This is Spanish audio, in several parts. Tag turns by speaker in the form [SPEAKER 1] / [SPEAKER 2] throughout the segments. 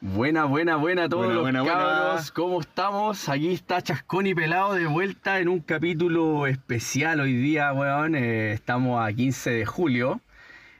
[SPEAKER 1] Buena, buena, buena a todos
[SPEAKER 2] Buena,
[SPEAKER 1] los
[SPEAKER 2] buena, buena.
[SPEAKER 1] cabros. ¿Cómo estamos? Aquí está Chascón y Pelado de vuelta en un capítulo especial hoy día, weón. Eh, estamos a 15 de julio.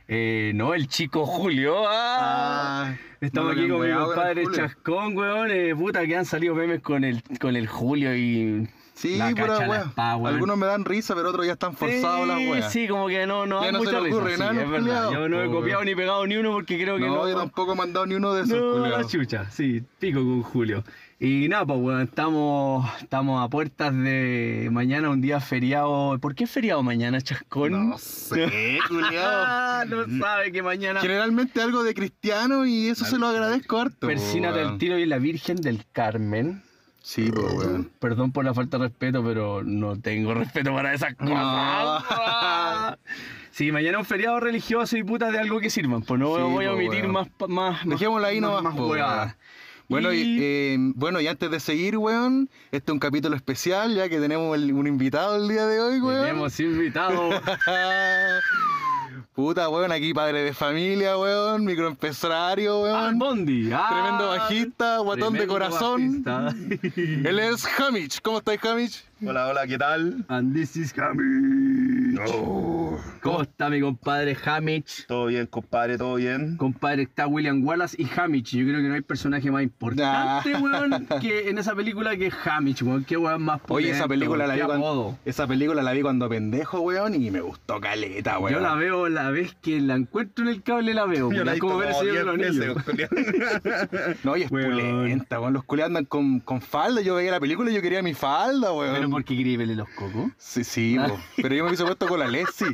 [SPEAKER 1] Eh, no el chico Julio. ¡ah!
[SPEAKER 2] Ah,
[SPEAKER 1] estamos
[SPEAKER 2] no lo
[SPEAKER 1] aquí
[SPEAKER 2] habían
[SPEAKER 1] con mi
[SPEAKER 2] weado,
[SPEAKER 1] compadre
[SPEAKER 2] Julio.
[SPEAKER 1] Chascón, weón. Eh, puta, que han salido memes con el, con el Julio y.
[SPEAKER 2] Sí,
[SPEAKER 1] la
[SPEAKER 2] pura
[SPEAKER 1] cacha, la
[SPEAKER 2] wea.
[SPEAKER 1] espada, weón.
[SPEAKER 2] Algunos me dan risa, pero otros ya están forzados las
[SPEAKER 1] Sí,
[SPEAKER 2] weas.
[SPEAKER 1] Sí, como que no, no,
[SPEAKER 2] Ya
[SPEAKER 1] dan
[SPEAKER 2] no se
[SPEAKER 1] mucha
[SPEAKER 2] le
[SPEAKER 1] risa,
[SPEAKER 2] ocurre
[SPEAKER 1] sí,
[SPEAKER 2] nada a los
[SPEAKER 1] es verdad.
[SPEAKER 2] culiados,
[SPEAKER 1] Yo no he
[SPEAKER 2] po,
[SPEAKER 1] copiado
[SPEAKER 2] weón.
[SPEAKER 1] ni pegado ni uno porque creo que
[SPEAKER 2] no,
[SPEAKER 1] no.
[SPEAKER 2] yo tampoco he mandado ni uno de esos,
[SPEAKER 1] No,
[SPEAKER 2] culiao.
[SPEAKER 1] la chucha, sí, pico con Julio. Y nada, pues bueno, estamos, estamos a puertas de mañana, un día feriado. ¿Por qué feriado mañana, Chascón?
[SPEAKER 2] No sé, culiao.
[SPEAKER 1] Ah, no sabe que mañana.
[SPEAKER 2] Generalmente algo de cristiano y eso se lo agradezco harto.
[SPEAKER 1] Persínate
[SPEAKER 2] weón.
[SPEAKER 1] al tiro y la Virgen del Carmen.
[SPEAKER 2] Sí, po, weón.
[SPEAKER 1] Perdón por la falta de respeto, pero no tengo respeto para esas cosas.
[SPEAKER 2] No.
[SPEAKER 1] Sí, mañana un feriado religioso y putas de algo que sirvan. Pues no
[SPEAKER 2] Sí,
[SPEAKER 1] voy a
[SPEAKER 2] po,
[SPEAKER 1] omitir
[SPEAKER 2] weón.
[SPEAKER 1] más, pa- más. más-
[SPEAKER 2] Dejémoslo ahí
[SPEAKER 1] más-
[SPEAKER 2] nomás,
[SPEAKER 1] más
[SPEAKER 2] po,
[SPEAKER 1] huevadas.
[SPEAKER 2] Bueno, y... eh, bueno, y antes de seguir, weón, este es un capítulo especial, ya que tenemos el- un invitado el día de hoy, weón.
[SPEAKER 1] tenemos invitado.
[SPEAKER 2] Puta, weón, aquí padre de familia, weón,
[SPEAKER 1] Al
[SPEAKER 2] microempresario, weón.
[SPEAKER 1] Bondi. ah,
[SPEAKER 2] Tremendo bajista, guatón de
[SPEAKER 1] tremendo
[SPEAKER 2] corazón.
[SPEAKER 1] bajista.
[SPEAKER 2] Él es Hamich. ¿Cómo estáis, Hamich?
[SPEAKER 3] Hola, hola, ¿qué tal?
[SPEAKER 1] And this is Hamich.
[SPEAKER 3] No.
[SPEAKER 1] ¿Cómo está mi compadre Hamich?
[SPEAKER 3] Todo bien, compadre, todo bien.
[SPEAKER 1] Compadre, está William Wallace y Hamich. Yo creo que no hay personaje más importante,
[SPEAKER 2] Nah.
[SPEAKER 1] weón, que en esa película que Hamich, weón. Qué weón más
[SPEAKER 2] Oye, esa
[SPEAKER 1] potente,
[SPEAKER 2] película
[SPEAKER 1] weón.
[SPEAKER 2] la vi
[SPEAKER 1] Qué
[SPEAKER 2] cuando,
[SPEAKER 1] apodo.
[SPEAKER 2] esa película la vi cuando pendejo, weón, y me gustó caleta, weón.
[SPEAKER 1] Yo la veo la vez que la encuentro en el cable, la veo.
[SPEAKER 3] Yo
[SPEAKER 1] weón.
[SPEAKER 3] la
[SPEAKER 1] Es
[SPEAKER 3] he
[SPEAKER 1] como ver el
[SPEAKER 3] visto
[SPEAKER 1] Señor de
[SPEAKER 3] como
[SPEAKER 1] los
[SPEAKER 3] 10
[SPEAKER 1] Anillos.
[SPEAKER 3] veces, culiao.
[SPEAKER 2] No, y es
[SPEAKER 1] Weón.
[SPEAKER 2] pulenta, weón. Los culiados andan con, con falda. Yo veía la película y yo quería mi falda, weón.
[SPEAKER 1] Pero porque quería verle los cocos.
[SPEAKER 2] Sí, sí,
[SPEAKER 1] Ah.
[SPEAKER 2] po. Pero yo me hubiese puesto con la Lessi.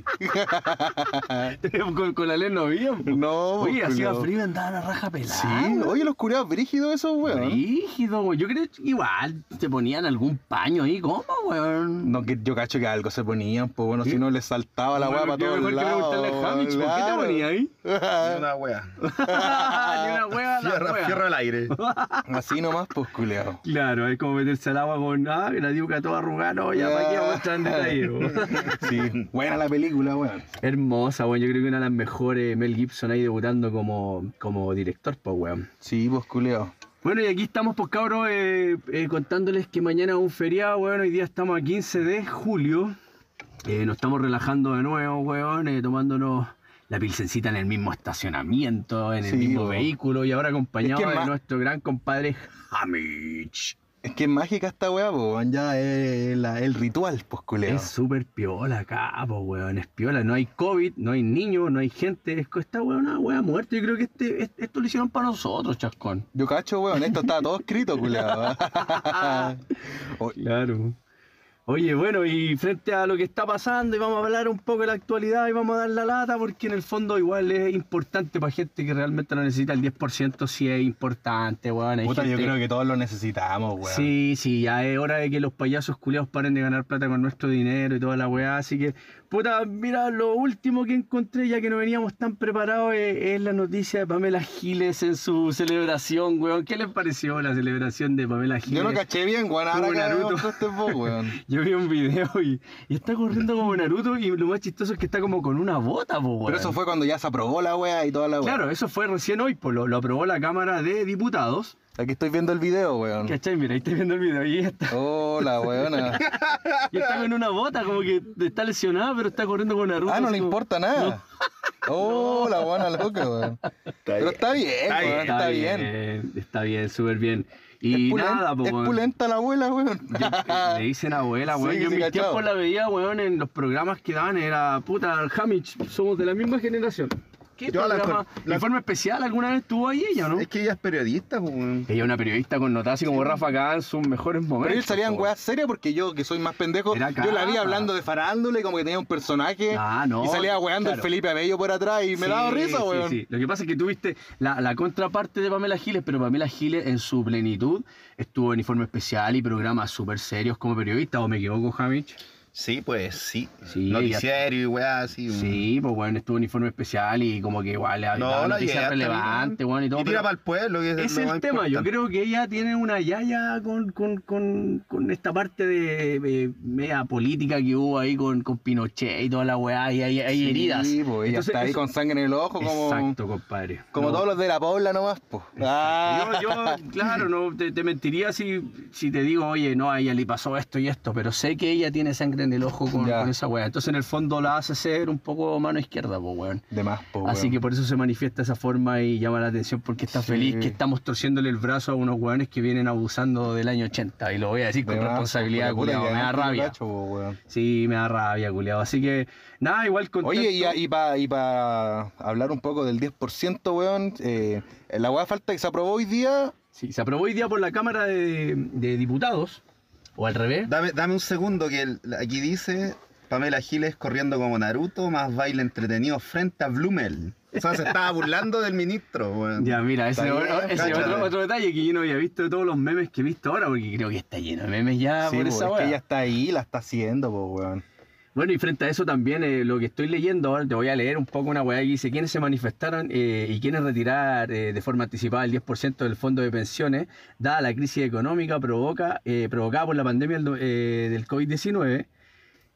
[SPEAKER 1] con, con la ley no había. po.
[SPEAKER 2] No,
[SPEAKER 1] Oye, hacía
[SPEAKER 2] Oh, culiao.
[SPEAKER 1] frío Ah, y andaba la raja pelada.
[SPEAKER 2] Sí, oye, los culiados brígidos esos, weón.
[SPEAKER 1] Rígido, güey. Yo creo que igual te ponían algún paño ahí. ¿Cómo, weón?
[SPEAKER 2] No, que yo cacho que algo se ponían, pues bueno,
[SPEAKER 1] ¿Sí?
[SPEAKER 2] si no le saltaba la
[SPEAKER 1] Bueno,
[SPEAKER 2] guapa para
[SPEAKER 1] qué
[SPEAKER 2] todos
[SPEAKER 1] mejor que
[SPEAKER 2] lados.
[SPEAKER 1] preguntarle a Hamich, ¿por qué te
[SPEAKER 2] claro.
[SPEAKER 1] ponía ahí?
[SPEAKER 3] Ni una wea.
[SPEAKER 1] Ni una hueva, la
[SPEAKER 3] Fierra,
[SPEAKER 1] hueva.
[SPEAKER 3] fierra al aire.
[SPEAKER 2] Así nomás, pues culeado.
[SPEAKER 1] Claro, es como meterse al agua con ah, la diuca toda arrugada, no, ya para qué vamos a estar en detalle. güey.
[SPEAKER 2] Sí, buena la película, weón.
[SPEAKER 1] Hermosa, weón. Yo creo que una de las mejores Mel Gibson ahí debutando como, como director, pues, weón.
[SPEAKER 2] Sí, pues culeado.
[SPEAKER 1] Bueno, y aquí estamos, pues, cabros, eh, eh, contándoles que mañana es un feriado, weón. Hoy día estamos a 15 de julio. Eh, nos estamos relajando de nuevo, weón, eh, tomándonos la pilsencita en el mismo estacionamiento, en el
[SPEAKER 2] Sí,
[SPEAKER 1] mismo
[SPEAKER 2] weón.
[SPEAKER 1] vehículo y ahora acompañado
[SPEAKER 2] Es que
[SPEAKER 1] de
[SPEAKER 2] ma-
[SPEAKER 1] nuestro gran compadre Hamich.
[SPEAKER 2] Es que es mágica esta weá, pues weón, ya es la- el ritual, pues culeado.
[SPEAKER 1] Es súper piola acá, po, weón. Es piola. No hay COVID, no hay niños, no hay gente. Es- Esta weón una weá muerta. Yo creo que este, est- esto lo hicieron para nosotros, chascón.
[SPEAKER 2] Yo cacho, weón, esto está todo escrito, culeado.
[SPEAKER 1] Claro. Oye, bueno, y frente a lo que está pasando, y vamos a hablar un poco de la actualidad y vamos a dar la lata, porque en el fondo igual es importante para gente que realmente lo necesita. El 10% sí es importante, weón. Hay
[SPEAKER 2] Puta, yo
[SPEAKER 1] gente-
[SPEAKER 2] creo que todos lo necesitamos, weón.
[SPEAKER 1] Sí, sí, ya es hora de que los payasos culeados paren de ganar plata con nuestro dinero y toda la weá. Así que, puta, mira, lo último que encontré, ya que no veníamos tan preparados, es, es la noticia de Pamela Giles en su celebración, weón. ¿Qué les pareció la celebración de Pamela Giles?
[SPEAKER 2] Yo no caché bien, weón, ahora
[SPEAKER 1] Como
[SPEAKER 2] que
[SPEAKER 1] Naruto.
[SPEAKER 2] me contaste vos, weón.
[SPEAKER 1] Yo vi un video y, y está corriendo como Naruto y lo más chistoso es que está como con una bota, po, weón.
[SPEAKER 2] Pero eso fue cuando ya se aprobó la weá y toda la weá.
[SPEAKER 1] Claro, eso fue recién hoy, pues lo, lo aprobó la Cámara de Diputados.
[SPEAKER 2] Aquí estoy viendo el video, weón.
[SPEAKER 1] ¿Cachai? Mira, ahí estoy viendo el video y está.
[SPEAKER 2] Hola, weona.
[SPEAKER 1] Y está con una bota, como que está lesionada, pero está corriendo con Naruto.
[SPEAKER 2] Ah, no
[SPEAKER 1] así
[SPEAKER 2] le
[SPEAKER 1] como-
[SPEAKER 2] importa nada. Oh, la buena loca, weón. Pero está bien,
[SPEAKER 3] Está
[SPEAKER 2] weón,
[SPEAKER 3] bien,
[SPEAKER 2] está bien.
[SPEAKER 1] Está "Oh, bien, súper bien.
[SPEAKER 2] Es
[SPEAKER 1] Y
[SPEAKER 2] pulen-
[SPEAKER 1] nada, po,
[SPEAKER 2] es
[SPEAKER 1] weón.
[SPEAKER 2] pulenta la abuela, weón.
[SPEAKER 1] Yo- eh, Le dicen abuela,
[SPEAKER 2] Sí,
[SPEAKER 1] weón. Yo en
[SPEAKER 2] sí,
[SPEAKER 1] mis
[SPEAKER 2] cachado.
[SPEAKER 1] tiempos la veía, weón, en los programas que daban. Era puta, Hamich, somos de la misma generación. ¿Qué
[SPEAKER 3] Yo la
[SPEAKER 1] programa?
[SPEAKER 3] encon- la-
[SPEAKER 1] Informe especial alguna vez tuvo ahí ella, no?
[SPEAKER 3] Es que ella es periodista, pues, weón.
[SPEAKER 1] Ella es una periodista connotada, así como Rafa acá en sus mejores momentos.
[SPEAKER 2] Pero ellos salían
[SPEAKER 1] po.
[SPEAKER 2] weas serias porque yo, que soy más pendejo,
[SPEAKER 1] Era
[SPEAKER 2] yo la vi
[SPEAKER 1] capa.
[SPEAKER 2] hablando de farándula y como que tenía un personaje.
[SPEAKER 1] Ah, no,
[SPEAKER 2] y salía weando
[SPEAKER 1] claro.
[SPEAKER 2] el Felipe Abello por atrás y me
[SPEAKER 1] Sí,
[SPEAKER 2] daba risa,
[SPEAKER 1] sí,
[SPEAKER 2] weón.
[SPEAKER 1] sí. Lo que pasa es que tuviste la, la contraparte de Pamela Giles, pero Pamela Giles en su plenitud estuvo en informe especial y programas súper serios como periodista, ¿o me equivoco, Javich?
[SPEAKER 2] Sí,
[SPEAKER 4] Sí, pues sí.
[SPEAKER 1] Sí,
[SPEAKER 4] Noticiero y weá, así. weón.
[SPEAKER 1] Sí, pues weón, estuvo en uniforme especial y como que igual le ha
[SPEAKER 4] No,
[SPEAKER 1] dado
[SPEAKER 4] la
[SPEAKER 1] noticias
[SPEAKER 4] yaya también,
[SPEAKER 1] relevantes, weón, y todo.
[SPEAKER 4] Y tira
[SPEAKER 1] pero
[SPEAKER 4] para el pueblo. Que
[SPEAKER 1] es
[SPEAKER 4] lo
[SPEAKER 1] el tema,
[SPEAKER 4] más
[SPEAKER 1] yo
[SPEAKER 4] importante.
[SPEAKER 1] creo que ella tiene una yaya con, con, con, con esta parte de, de media política que hubo ahí con, con Pinochet y toda la weá, y hay, hay
[SPEAKER 2] Sí,
[SPEAKER 1] heridas.
[SPEAKER 2] pues, ella
[SPEAKER 1] Entonces,
[SPEAKER 2] está ahí
[SPEAKER 1] es-
[SPEAKER 2] con sangre en el ojo, como,
[SPEAKER 1] Exacto, compadre.
[SPEAKER 2] como
[SPEAKER 1] No.
[SPEAKER 2] todos los de la Pobla nomás, pues.
[SPEAKER 1] Yo, yo, claro, no te, te mentiría si, si te digo, oye, no, a ella le pasó esto y esto, pero sé que ella tiene sangre en el ojo con,
[SPEAKER 2] Ya.
[SPEAKER 1] con esa weá. Entonces, en el fondo, la hace ser un poco mano izquierda, pues, weón.
[SPEAKER 2] De más, pues.
[SPEAKER 1] Así que por eso se manifiesta esa forma y llama la atención porque está
[SPEAKER 2] Sí.
[SPEAKER 1] feliz que estamos torciéndole el brazo a unos hueones que vienen abusando del año 80. Y lo voy a decir con responsabilidad, culiado. Me da rabia. Sí, me da rabia, culiado. Así que, nada, igual con.
[SPEAKER 2] Oye, y, para hablar un poco del 10%, weón, eh, la weá falta que se aprobó hoy día.
[SPEAKER 1] Sí, se aprobó hoy día por la Cámara de, de Diputados, o al revés.
[SPEAKER 4] Dame, dame un segundo que el- aquí dice Pamela Giles corriendo como Naruto, más baile entretenido frente a Blumel. O sea, se estaba burlando del ministro, weón.
[SPEAKER 1] Ya, mira, ese
[SPEAKER 2] Está bien,
[SPEAKER 1] es
[SPEAKER 4] cáchate.
[SPEAKER 1] otro, otro detalle que yo no había visto de todos los memes que he visto ahora, porque creo que está lleno de memes ya Ah,
[SPEAKER 2] sí,
[SPEAKER 1] por
[SPEAKER 2] po,
[SPEAKER 1] esa
[SPEAKER 2] es
[SPEAKER 1] wea.
[SPEAKER 2] que ella está ahí, la está haciendo, pues, weón.
[SPEAKER 1] Bueno, y frente a eso también, eh, lo que estoy leyendo, ahora te voy a leer un poco una weá que dice quiénes se manifestaron eh, y quiénes retirar eh, de forma anticipada el 10% del fondo de pensiones, dada la crisis económica provoca, eh, provocada por la pandemia del, do- eh, del COVID-19.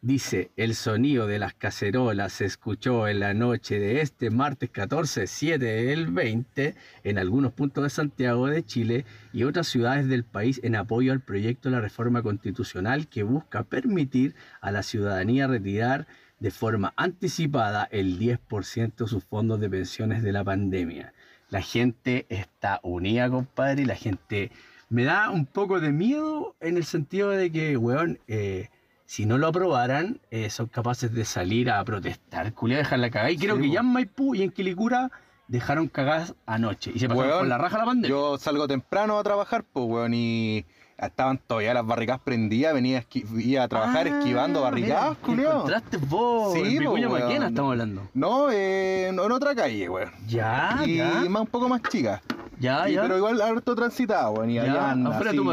[SPEAKER 1] Dice, el sonido de las cacerolas se escuchó en la noche de este martes 14, 7 del 20 en algunos puntos de Santiago de Chile y otras ciudades del país en apoyo al proyecto de la reforma constitucional que busca permitir a la ciudadanía retirar de forma anticipada el 10% de sus fondos de pensiones de la pandemia. La gente está unida, compadre, y la gente me da un poco de miedo en el sentido de que, weón, eh, si no lo aprobaran, eh, son capaces de salir a protestar, culiao, dejar la cagada. Y creo
[SPEAKER 2] Sí,
[SPEAKER 1] que
[SPEAKER 2] po.
[SPEAKER 1] ya en Maipú y en Quilicura dejaron cagadas anoche y se pasaron
[SPEAKER 2] Weón,
[SPEAKER 1] por la raja la pandemia.
[SPEAKER 2] Yo salgo temprano a trabajar, pues, weón, y estaban todavía las barricadas prendidas, venía esqui- iba a
[SPEAKER 1] Ah,
[SPEAKER 2] trabajar esquivando barricadas, culiao.
[SPEAKER 1] ¿Encontraste vos?
[SPEAKER 2] Sí,
[SPEAKER 1] en
[SPEAKER 2] po,
[SPEAKER 1] Vicuña
[SPEAKER 2] weón.
[SPEAKER 1] Maquena estamos hablando.
[SPEAKER 2] No, eh, en en otra calle, weón.
[SPEAKER 1] Ya,
[SPEAKER 2] y
[SPEAKER 1] Ah, ya,
[SPEAKER 2] más un poco más chica.
[SPEAKER 1] ya,
[SPEAKER 2] Y-
[SPEAKER 1] ya.
[SPEAKER 2] Pero igual harto transitado, weón. Y
[SPEAKER 1] Ya,
[SPEAKER 2] habían
[SPEAKER 1] afuera
[SPEAKER 2] así-
[SPEAKER 1] tu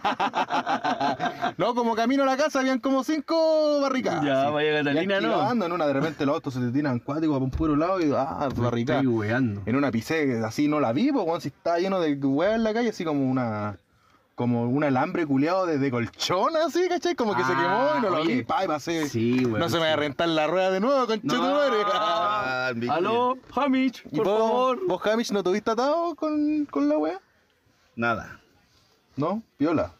[SPEAKER 2] no, como camino a la casa habían como cinco barricadas.
[SPEAKER 1] Ya,
[SPEAKER 2] así.
[SPEAKER 1] María
[SPEAKER 2] Y
[SPEAKER 1] Catalina, no.
[SPEAKER 2] esquivando en una, de repente los autos se te tiran cuáticos para un puro lado y ah,
[SPEAKER 1] Me
[SPEAKER 2] barricada.
[SPEAKER 1] Estoy weando.
[SPEAKER 2] En una pisé, así no la vi, pues, weón, si estaba lleno de weá en la calle, así como una. Como un alambre culeado de, de colchón, así, ¿cachai? Como que se
[SPEAKER 1] Ah,
[SPEAKER 2] quemó y no lo
[SPEAKER 1] oye.
[SPEAKER 2] vi, pa, y pasé.
[SPEAKER 1] Sí, weón.
[SPEAKER 2] no se me va
[SPEAKER 1] sí.
[SPEAKER 2] a rentar la rueda de nuevo, concha
[SPEAKER 1] No.
[SPEAKER 2] tu madre.
[SPEAKER 4] Ah, Vicky.
[SPEAKER 1] Aló, Hamich,
[SPEAKER 2] ¿Y
[SPEAKER 1] por
[SPEAKER 2] vos,
[SPEAKER 1] favor.
[SPEAKER 2] vos, Hamish, no tuviste atado con, con la weá?
[SPEAKER 4] Nada.
[SPEAKER 2] No, viola.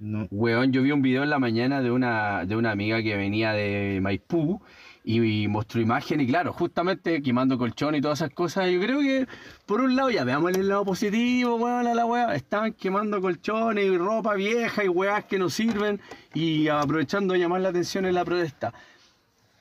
[SPEAKER 4] No.
[SPEAKER 1] Weón, yo vi un video en la mañana de una, de una amiga que venía de Maipú y, y mostró imagen y claro, justamente quemando colchón y todas esas cosas. Yo creo que, por un lado, ya veamos el lado positivo, weón, a la weá. Estaban quemando colchones y ropa vieja y weás que no sirven y aprovechando de llamar la atención en la protesta.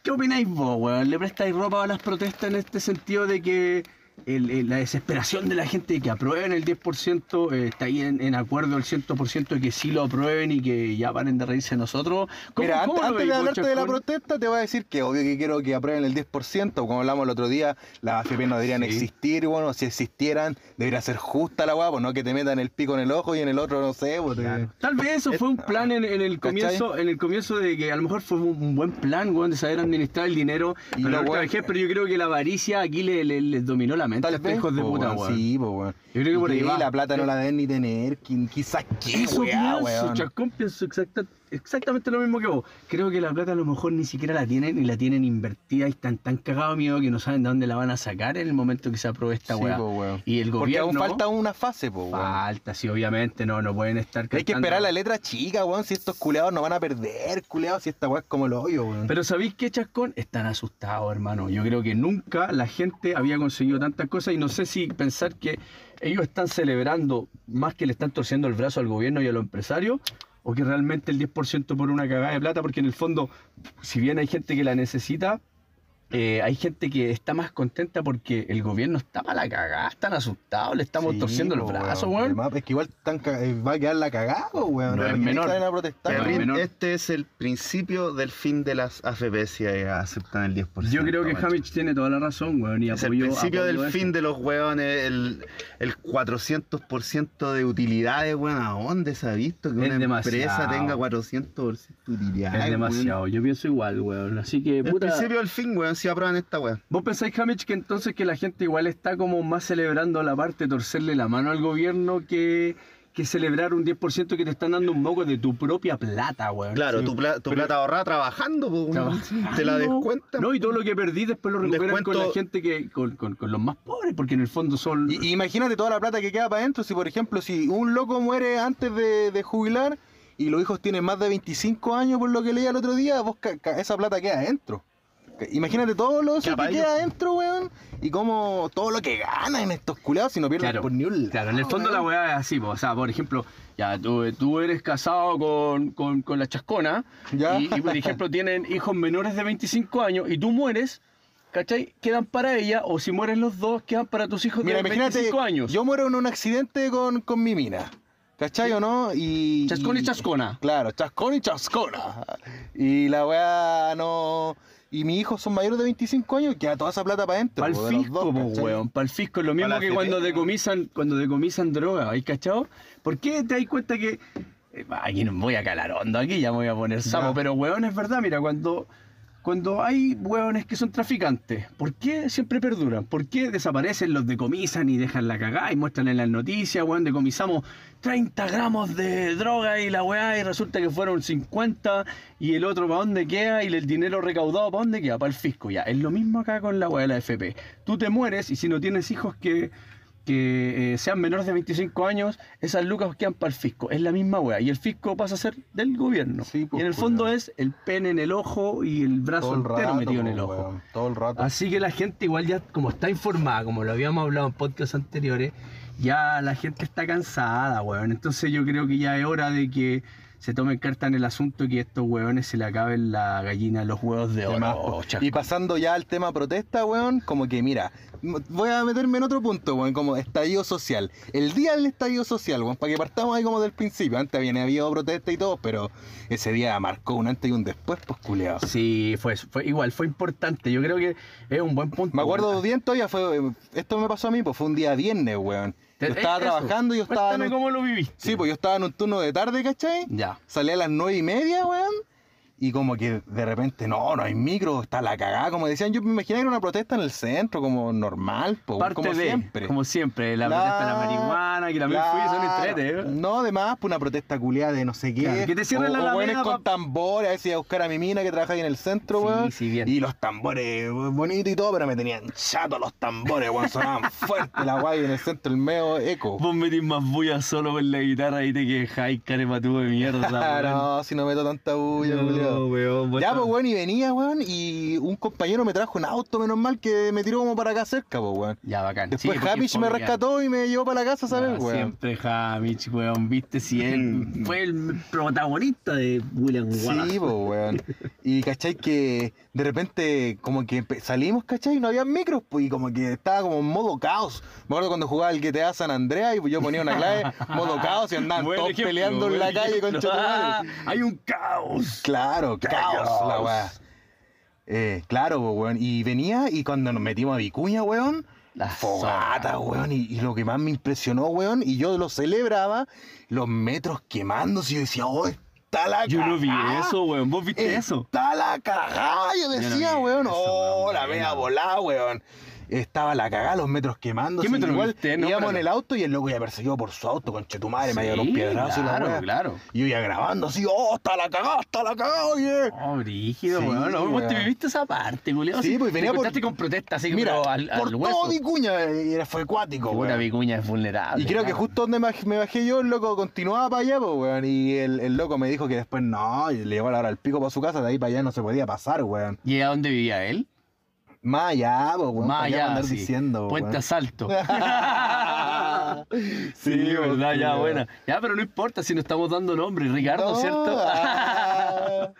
[SPEAKER 1] ¿Qué opináis vos, weón? ¿Le prestáis ropa a las protestas en este sentido de que el- el- la desesperación de la gente de que aprueben el 10% eh, está ahí en, en acuerdo el 100% de que sí lo aprueben y que ya paren de reírse de nosotros? ¿Cómo-
[SPEAKER 2] Mira,
[SPEAKER 1] cómo lo
[SPEAKER 2] antes, antes
[SPEAKER 1] veis
[SPEAKER 2] de
[SPEAKER 1] vos,
[SPEAKER 2] hablarte de la
[SPEAKER 1] Chascón?
[SPEAKER 2] protesta, te voy a decir que obvio que quiero que aprueben el 10%, como hablamos el otro día, las AFP no deberían
[SPEAKER 1] Sí.
[SPEAKER 2] existir, bueno, si existieran, debería ser justa la weá, pues no que te metan el pico en el ojo y en el otro, no sé, pues, te-
[SPEAKER 1] Claro. Tal vez eso fue un plan en, en el
[SPEAKER 2] Eh, ¿Cachai?
[SPEAKER 1] comienzo, en el comienzo de que a lo mejor fue un, un buen plan, weón, de saber administrar el dinero. pero,
[SPEAKER 2] Y lo
[SPEAKER 1] la otra
[SPEAKER 2] weón-
[SPEAKER 1] vez, pero yo creo que la avaricia aquí le- le- les dominó la mente a
[SPEAKER 2] Tal
[SPEAKER 1] estos
[SPEAKER 2] vez,
[SPEAKER 1] hijos Este de
[SPEAKER 2] po,
[SPEAKER 1] puta,
[SPEAKER 2] weón,
[SPEAKER 1] weón.
[SPEAKER 2] Sí, pues, weón.
[SPEAKER 1] Yo creo que por ahí
[SPEAKER 2] Y
[SPEAKER 1] va.
[SPEAKER 2] la plata no la deben ni tener, qui- quizás qué,
[SPEAKER 1] Eso
[SPEAKER 2] weá,
[SPEAKER 1] pienso,
[SPEAKER 2] weón.
[SPEAKER 1] Chascón, pienso exacta- exactamente lo mismo que vos. Creo que la plata a lo mejor ni siquiera la tienen y la tienen invertida y están tan cagados de miedo que no saben de dónde la van a sacar en el momento que se apruebe esta
[SPEAKER 2] Sí,
[SPEAKER 1] weá.
[SPEAKER 2] po, weón.
[SPEAKER 1] Y el
[SPEAKER 2] Porque
[SPEAKER 1] gobierno...
[SPEAKER 2] aún falta una fase, pues, weón.
[SPEAKER 1] Falta, sí, obviamente, no, no pueden estar
[SPEAKER 2] Hay que
[SPEAKER 1] cantando-
[SPEAKER 2] esperar la letra chica, weón, si estos culeados no van a perder, culeados, si esta weá es como el hoyo, weón.
[SPEAKER 1] Pero ¿sabéis qué, Chascón? Están asustados, hermano. Yo creo que nunca la gente había conseguido tantas cosas y no sé si pensar que ellos están celebrando más que le están torciendo el brazo al gobierno y a los empresarios o que realmente el 10% por una cagada de plata, porque en el fondo, si bien hay gente que la necesita, eh, hay gente que está más contenta porque el gobierno está para la cagada, están asustados, le estamos
[SPEAKER 2] Sí,
[SPEAKER 1] torciendo el
[SPEAKER 2] po,
[SPEAKER 1] brazo,
[SPEAKER 2] El
[SPEAKER 1] weón.
[SPEAKER 2] mapa Es que igual están ca- eh, va a quedar la cagada, po, weón.
[SPEAKER 1] No
[SPEAKER 2] De
[SPEAKER 1] es
[SPEAKER 2] repente
[SPEAKER 1] menor.
[SPEAKER 2] salen a protestar.
[SPEAKER 1] Pero
[SPEAKER 4] Perrin,
[SPEAKER 1] menor.
[SPEAKER 4] este es el principio del fin de las AFP si aceptan el 10%.
[SPEAKER 1] Yo creo que
[SPEAKER 4] macho.
[SPEAKER 1] Hamich tiene toda la razón, weón. Y
[SPEAKER 4] Es el
[SPEAKER 1] apoyo-
[SPEAKER 4] principio
[SPEAKER 1] apoyo
[SPEAKER 4] del
[SPEAKER 1] eso.
[SPEAKER 4] fin de los hueones, el, el 400% de utilidades, weón. ¿A dónde se ha visto que
[SPEAKER 1] Es
[SPEAKER 4] una empresa
[SPEAKER 1] demasiado.
[SPEAKER 4] tenga 400% de utilidades?
[SPEAKER 1] Es
[SPEAKER 4] weón?
[SPEAKER 1] demasiado, yo pienso igual, weón. Así que,
[SPEAKER 4] El
[SPEAKER 1] puta.
[SPEAKER 4] principio del fin, weón, si aprueban esta weón.
[SPEAKER 1] ¿Vos pensáis, Hamich, que entonces que la gente igual está como más celebrando la parte de torcerle la mano al gobierno que, que celebrar un 10% que te están dando un moco de tu propia plata, weón?
[SPEAKER 4] Claro,
[SPEAKER 2] Sí,
[SPEAKER 4] tu, pla- tu plata ahorrada trabajando, po, weón.
[SPEAKER 1] Trabajando.
[SPEAKER 4] te la descuentan.
[SPEAKER 1] No, y todo lo que perdí después lo
[SPEAKER 4] Un
[SPEAKER 1] recuperan con la
[SPEAKER 4] descuento-
[SPEAKER 1] gente que. Con, con- con los más pobres, porque en el fondo son.
[SPEAKER 2] Y- y imagínate toda la plata que queda para adentro. Si, por ejemplo, si un loco muere antes de, de jubilar y los hijos tienen más de 25 años, por lo que leí el otro día, vos ca- ca- esa plata queda adentro. Ca- Imagínate todo lo eso que
[SPEAKER 4] Caballo.
[SPEAKER 2] queda adentro, weón. Y como todo lo que ganan estos culiados si no pierden
[SPEAKER 1] Claro,
[SPEAKER 2] por ni un lado,
[SPEAKER 1] Claro, en el fondo
[SPEAKER 2] weón.
[SPEAKER 1] la weá es así, po. o sea, por ejemplo, ya tú, tú eres casado con, con- con la chascona
[SPEAKER 2] Ya.
[SPEAKER 1] Y, y, por ejemplo tienen hijos menores de 25 años y tú mueres, ¿cachai? Quedan para ella o si mueren los dos quedan para tus hijos
[SPEAKER 2] Mira,
[SPEAKER 1] de
[SPEAKER 2] imagínate,
[SPEAKER 1] 25 años.
[SPEAKER 2] yo muero en un accidente con, con mi mina. ¿Cachai o no? Y,
[SPEAKER 1] Chascón y chascona.
[SPEAKER 2] Claro, chascón y chascona. Y la weá no. Y mis hijos son mayores de 25 años y queda toda esa plata para adentro.
[SPEAKER 1] Pa'l
[SPEAKER 2] po, de los
[SPEAKER 1] fisco,
[SPEAKER 2] dos,
[SPEAKER 1] po,
[SPEAKER 2] ¿cachai?
[SPEAKER 1] weón. Pa'l fisco. Es lo
[SPEAKER 4] Pa'
[SPEAKER 1] mismo
[SPEAKER 4] la
[SPEAKER 1] que
[SPEAKER 4] FP,
[SPEAKER 1] cuando
[SPEAKER 4] weón.
[SPEAKER 1] decomisan, cuando decomisan droga, ¿hay cachado? ¿Por qué te das cuenta que. eh, Aquí no voy a calar hondo, aquí ya me voy a poner sapo,
[SPEAKER 2] Ya.
[SPEAKER 1] pero weón, es verdad, mira, cuando. Cuando hay hueones que son traficantes, ¿por qué siempre perduran? ¿Por qué desaparecen, los decomisan y dejan la cagada y muestran en las noticias, weón, decomisamos 30 gramos de droga y la weá y resulta que fueron 50 y el otro para dónde queda y el dinero recaudado para dónde queda, para el fisco ya. Es lo mismo acá con la weá de la FP. Tú te mueres y si no tienes hijos que, que eh, sean menores de 25 años, esas lucas quedan para el fisco. Es la misma weá y el fisco pasa a ser del gobierno.
[SPEAKER 2] Sí,
[SPEAKER 1] y
[SPEAKER 2] pues,
[SPEAKER 1] en el fondo
[SPEAKER 2] culiao.
[SPEAKER 1] es el pene en el ojo y el brazo
[SPEAKER 2] Todo el
[SPEAKER 1] entero
[SPEAKER 2] rato.
[SPEAKER 1] metido en
[SPEAKER 2] po,
[SPEAKER 1] el ojo. Ah,
[SPEAKER 2] weón, todo el rato.
[SPEAKER 1] Así que la gente igual ya, como está informada, como lo habíamos hablado en podcasts anteriores, ya la gente está cansada, weón. Entonces yo creo que ya es hora de que se tomen carta en el asunto y que estos weones se le acaben la gallina los huevos de
[SPEAKER 2] Además,
[SPEAKER 1] oro.
[SPEAKER 2] po.
[SPEAKER 1] chasco.
[SPEAKER 2] pues. y pasando ya al tema protesta, weón, como que mira, m- voy a meterme en otro punto, weón, como estallido social. El día del estallido social, weón, para que partamos ahí como del principio. Antes habían habido protesta y todo, pero ese día marcó un antes y un después, pues culeado.
[SPEAKER 1] Sí, fue, fue igual, fue importante. Yo creo que es un buen punto.
[SPEAKER 2] Me acuerdo
[SPEAKER 1] weón.
[SPEAKER 2] bien todavía fue. Esto me pasó a mí, pues fue un día viernes, weón. Yo
[SPEAKER 1] Eh,
[SPEAKER 2] estaba
[SPEAKER 1] eso.
[SPEAKER 2] trabajando y yo estaba. en
[SPEAKER 1] Cuéntame
[SPEAKER 2] un-
[SPEAKER 1] cómo lo viviste.
[SPEAKER 2] Sí, pues yo estaba en un turno de tarde, ¿cachai?
[SPEAKER 1] Ya.
[SPEAKER 2] Salí a las nueve y media, weón. Y como que de repente, no, no hay micro, está la cagada. Como decían, yo me imaginé que era una protesta en el centro, como normal, po,
[SPEAKER 1] Parte
[SPEAKER 2] como
[SPEAKER 1] de,
[SPEAKER 2] siempre.
[SPEAKER 1] como siempre, la protesta de la
[SPEAKER 2] Claro,
[SPEAKER 1] marihuana, que también fui, son
[SPEAKER 2] claro.
[SPEAKER 1] entrete, ¿eh?
[SPEAKER 2] No, además, pues una protesta culiada de no sé qué.
[SPEAKER 1] Claro, que te cierren
[SPEAKER 2] o,
[SPEAKER 1] la
[SPEAKER 2] o
[SPEAKER 1] Alameda
[SPEAKER 2] weones con
[SPEAKER 1] pa-
[SPEAKER 2] tambores, a ver si iba a buscar a mi mina que trabaja ahí en el centro,
[SPEAKER 1] Sí,
[SPEAKER 2] weón.
[SPEAKER 1] sí, bien.
[SPEAKER 2] Y los tambores, weón, bonito y todo, pero me tenían chato los tambores, weón. Sonaban fuerte la guay en el centro, el medio eco.
[SPEAKER 1] Vos metís más bulla solo con la guitarra y te quejáis, carepatudo de mierda.
[SPEAKER 2] Ah,
[SPEAKER 1] weón.
[SPEAKER 2] no, si no meto tanta bulla,
[SPEAKER 1] No,
[SPEAKER 2] culiao.
[SPEAKER 1] weón, vos
[SPEAKER 2] Ya,
[SPEAKER 1] estás-
[SPEAKER 2] pues, weón, y venía, weón, y un compañero me trajo un auto, menos mal, que me tiró como para acá cerca, pues, weón.
[SPEAKER 1] Ya, bacán. Sí,
[SPEAKER 2] Después
[SPEAKER 1] porque
[SPEAKER 2] Hamish me
[SPEAKER 1] fue bacán.
[SPEAKER 2] rescató y me llevó para la casa,
[SPEAKER 1] Ah,
[SPEAKER 2] ¿sabes, weón? Mm.
[SPEAKER 1] Siempre Hamish, weón. Viste si él fue el protagonista de William Wallace.
[SPEAKER 2] Sí, pues, weón. Y, ¿cachai? Que de repente, como que empe- salimos, ¿cachai? Y no había micros, pues, y como que estaba como en modo caos. Me acuerdo cuando jugaba el GTA San Andreas y pues, yo ponía una clave, modo caos, y andaban
[SPEAKER 1] Buen
[SPEAKER 2] todos
[SPEAKER 1] ejemplo,
[SPEAKER 2] peleando en
[SPEAKER 1] buen
[SPEAKER 2] la calle con
[SPEAKER 1] ejemplo. Ah, Hay un caos.
[SPEAKER 2] Claro, caos,
[SPEAKER 1] Caos.
[SPEAKER 2] la weá. Eh, claro, po, weón. Y venía y cuando nos metimos a Vicuña, weón,
[SPEAKER 1] La
[SPEAKER 2] fogata,
[SPEAKER 1] zorra.
[SPEAKER 2] weón. Y, y lo que más me impresionó, weón, y yo lo celebraba, los metros quemándose. Y yo decía, oh, está la
[SPEAKER 1] Yo no vi
[SPEAKER 2] cagá,
[SPEAKER 1] eso, weón. ¿Vos viste
[SPEAKER 2] Eh,
[SPEAKER 1] eso?
[SPEAKER 2] Está la cagada, yo
[SPEAKER 1] no
[SPEAKER 2] decía,
[SPEAKER 1] vi
[SPEAKER 2] weón.
[SPEAKER 1] eso,
[SPEAKER 2] oh,
[SPEAKER 1] weón,
[SPEAKER 2] la vea
[SPEAKER 1] bueno.
[SPEAKER 2] volada, weón. Estaba la cagada, los metros quemándose.
[SPEAKER 1] ¿Qué metro
[SPEAKER 2] Igual
[SPEAKER 1] viste? No,
[SPEAKER 2] íbamos en
[SPEAKER 1] pero-
[SPEAKER 2] el auto y el loco ya perseguido por su auto, conche tu madre, me
[SPEAKER 1] Sí,
[SPEAKER 2] dio los piedrazos y la
[SPEAKER 1] claro,
[SPEAKER 2] weá.
[SPEAKER 1] claro.
[SPEAKER 2] Y yo ya grabando así, oh, está la cagada, está la cagada, oye.
[SPEAKER 1] Oh, brígido,
[SPEAKER 2] Sí,
[SPEAKER 1] weón. No, vos te
[SPEAKER 2] weón.
[SPEAKER 1] viviste esa parte, culiao.
[SPEAKER 2] Sí, pues,
[SPEAKER 1] Te
[SPEAKER 2] venía por-
[SPEAKER 1] encontraste con protestas así,
[SPEAKER 2] Mira,
[SPEAKER 1] pero al, al
[SPEAKER 2] por
[SPEAKER 1] hueso.
[SPEAKER 2] todo Vicuña eh, era- fue acuático,
[SPEAKER 1] Puta,
[SPEAKER 2] weón.
[SPEAKER 1] Vicuña es vulnerable.
[SPEAKER 2] Y creo que
[SPEAKER 1] claro.
[SPEAKER 2] justo donde ma- me bajé yo, el loco continuaba para allá, pues, weón. Y el, el loco me dijo que después no, y le llegó la hora al pico para su casa, de ahí para allá no se podía pasar, weón.
[SPEAKER 1] ¿Y a dónde vivía él?
[SPEAKER 2] Más allá, pues, weón.
[SPEAKER 1] Más
[SPEAKER 2] ¿para qué
[SPEAKER 1] allá,
[SPEAKER 2] andar
[SPEAKER 1] sí.
[SPEAKER 2] diciendo,
[SPEAKER 1] Puente
[SPEAKER 2] weón.
[SPEAKER 1] Asalto.
[SPEAKER 2] sí,
[SPEAKER 1] Sí, verdad, ya,
[SPEAKER 2] weón.
[SPEAKER 1] buena. Ya, pero no importa si no estamos dando nombre, Ricardo,
[SPEAKER 2] No,
[SPEAKER 1] ¿cierto?
[SPEAKER 2] ah, weá.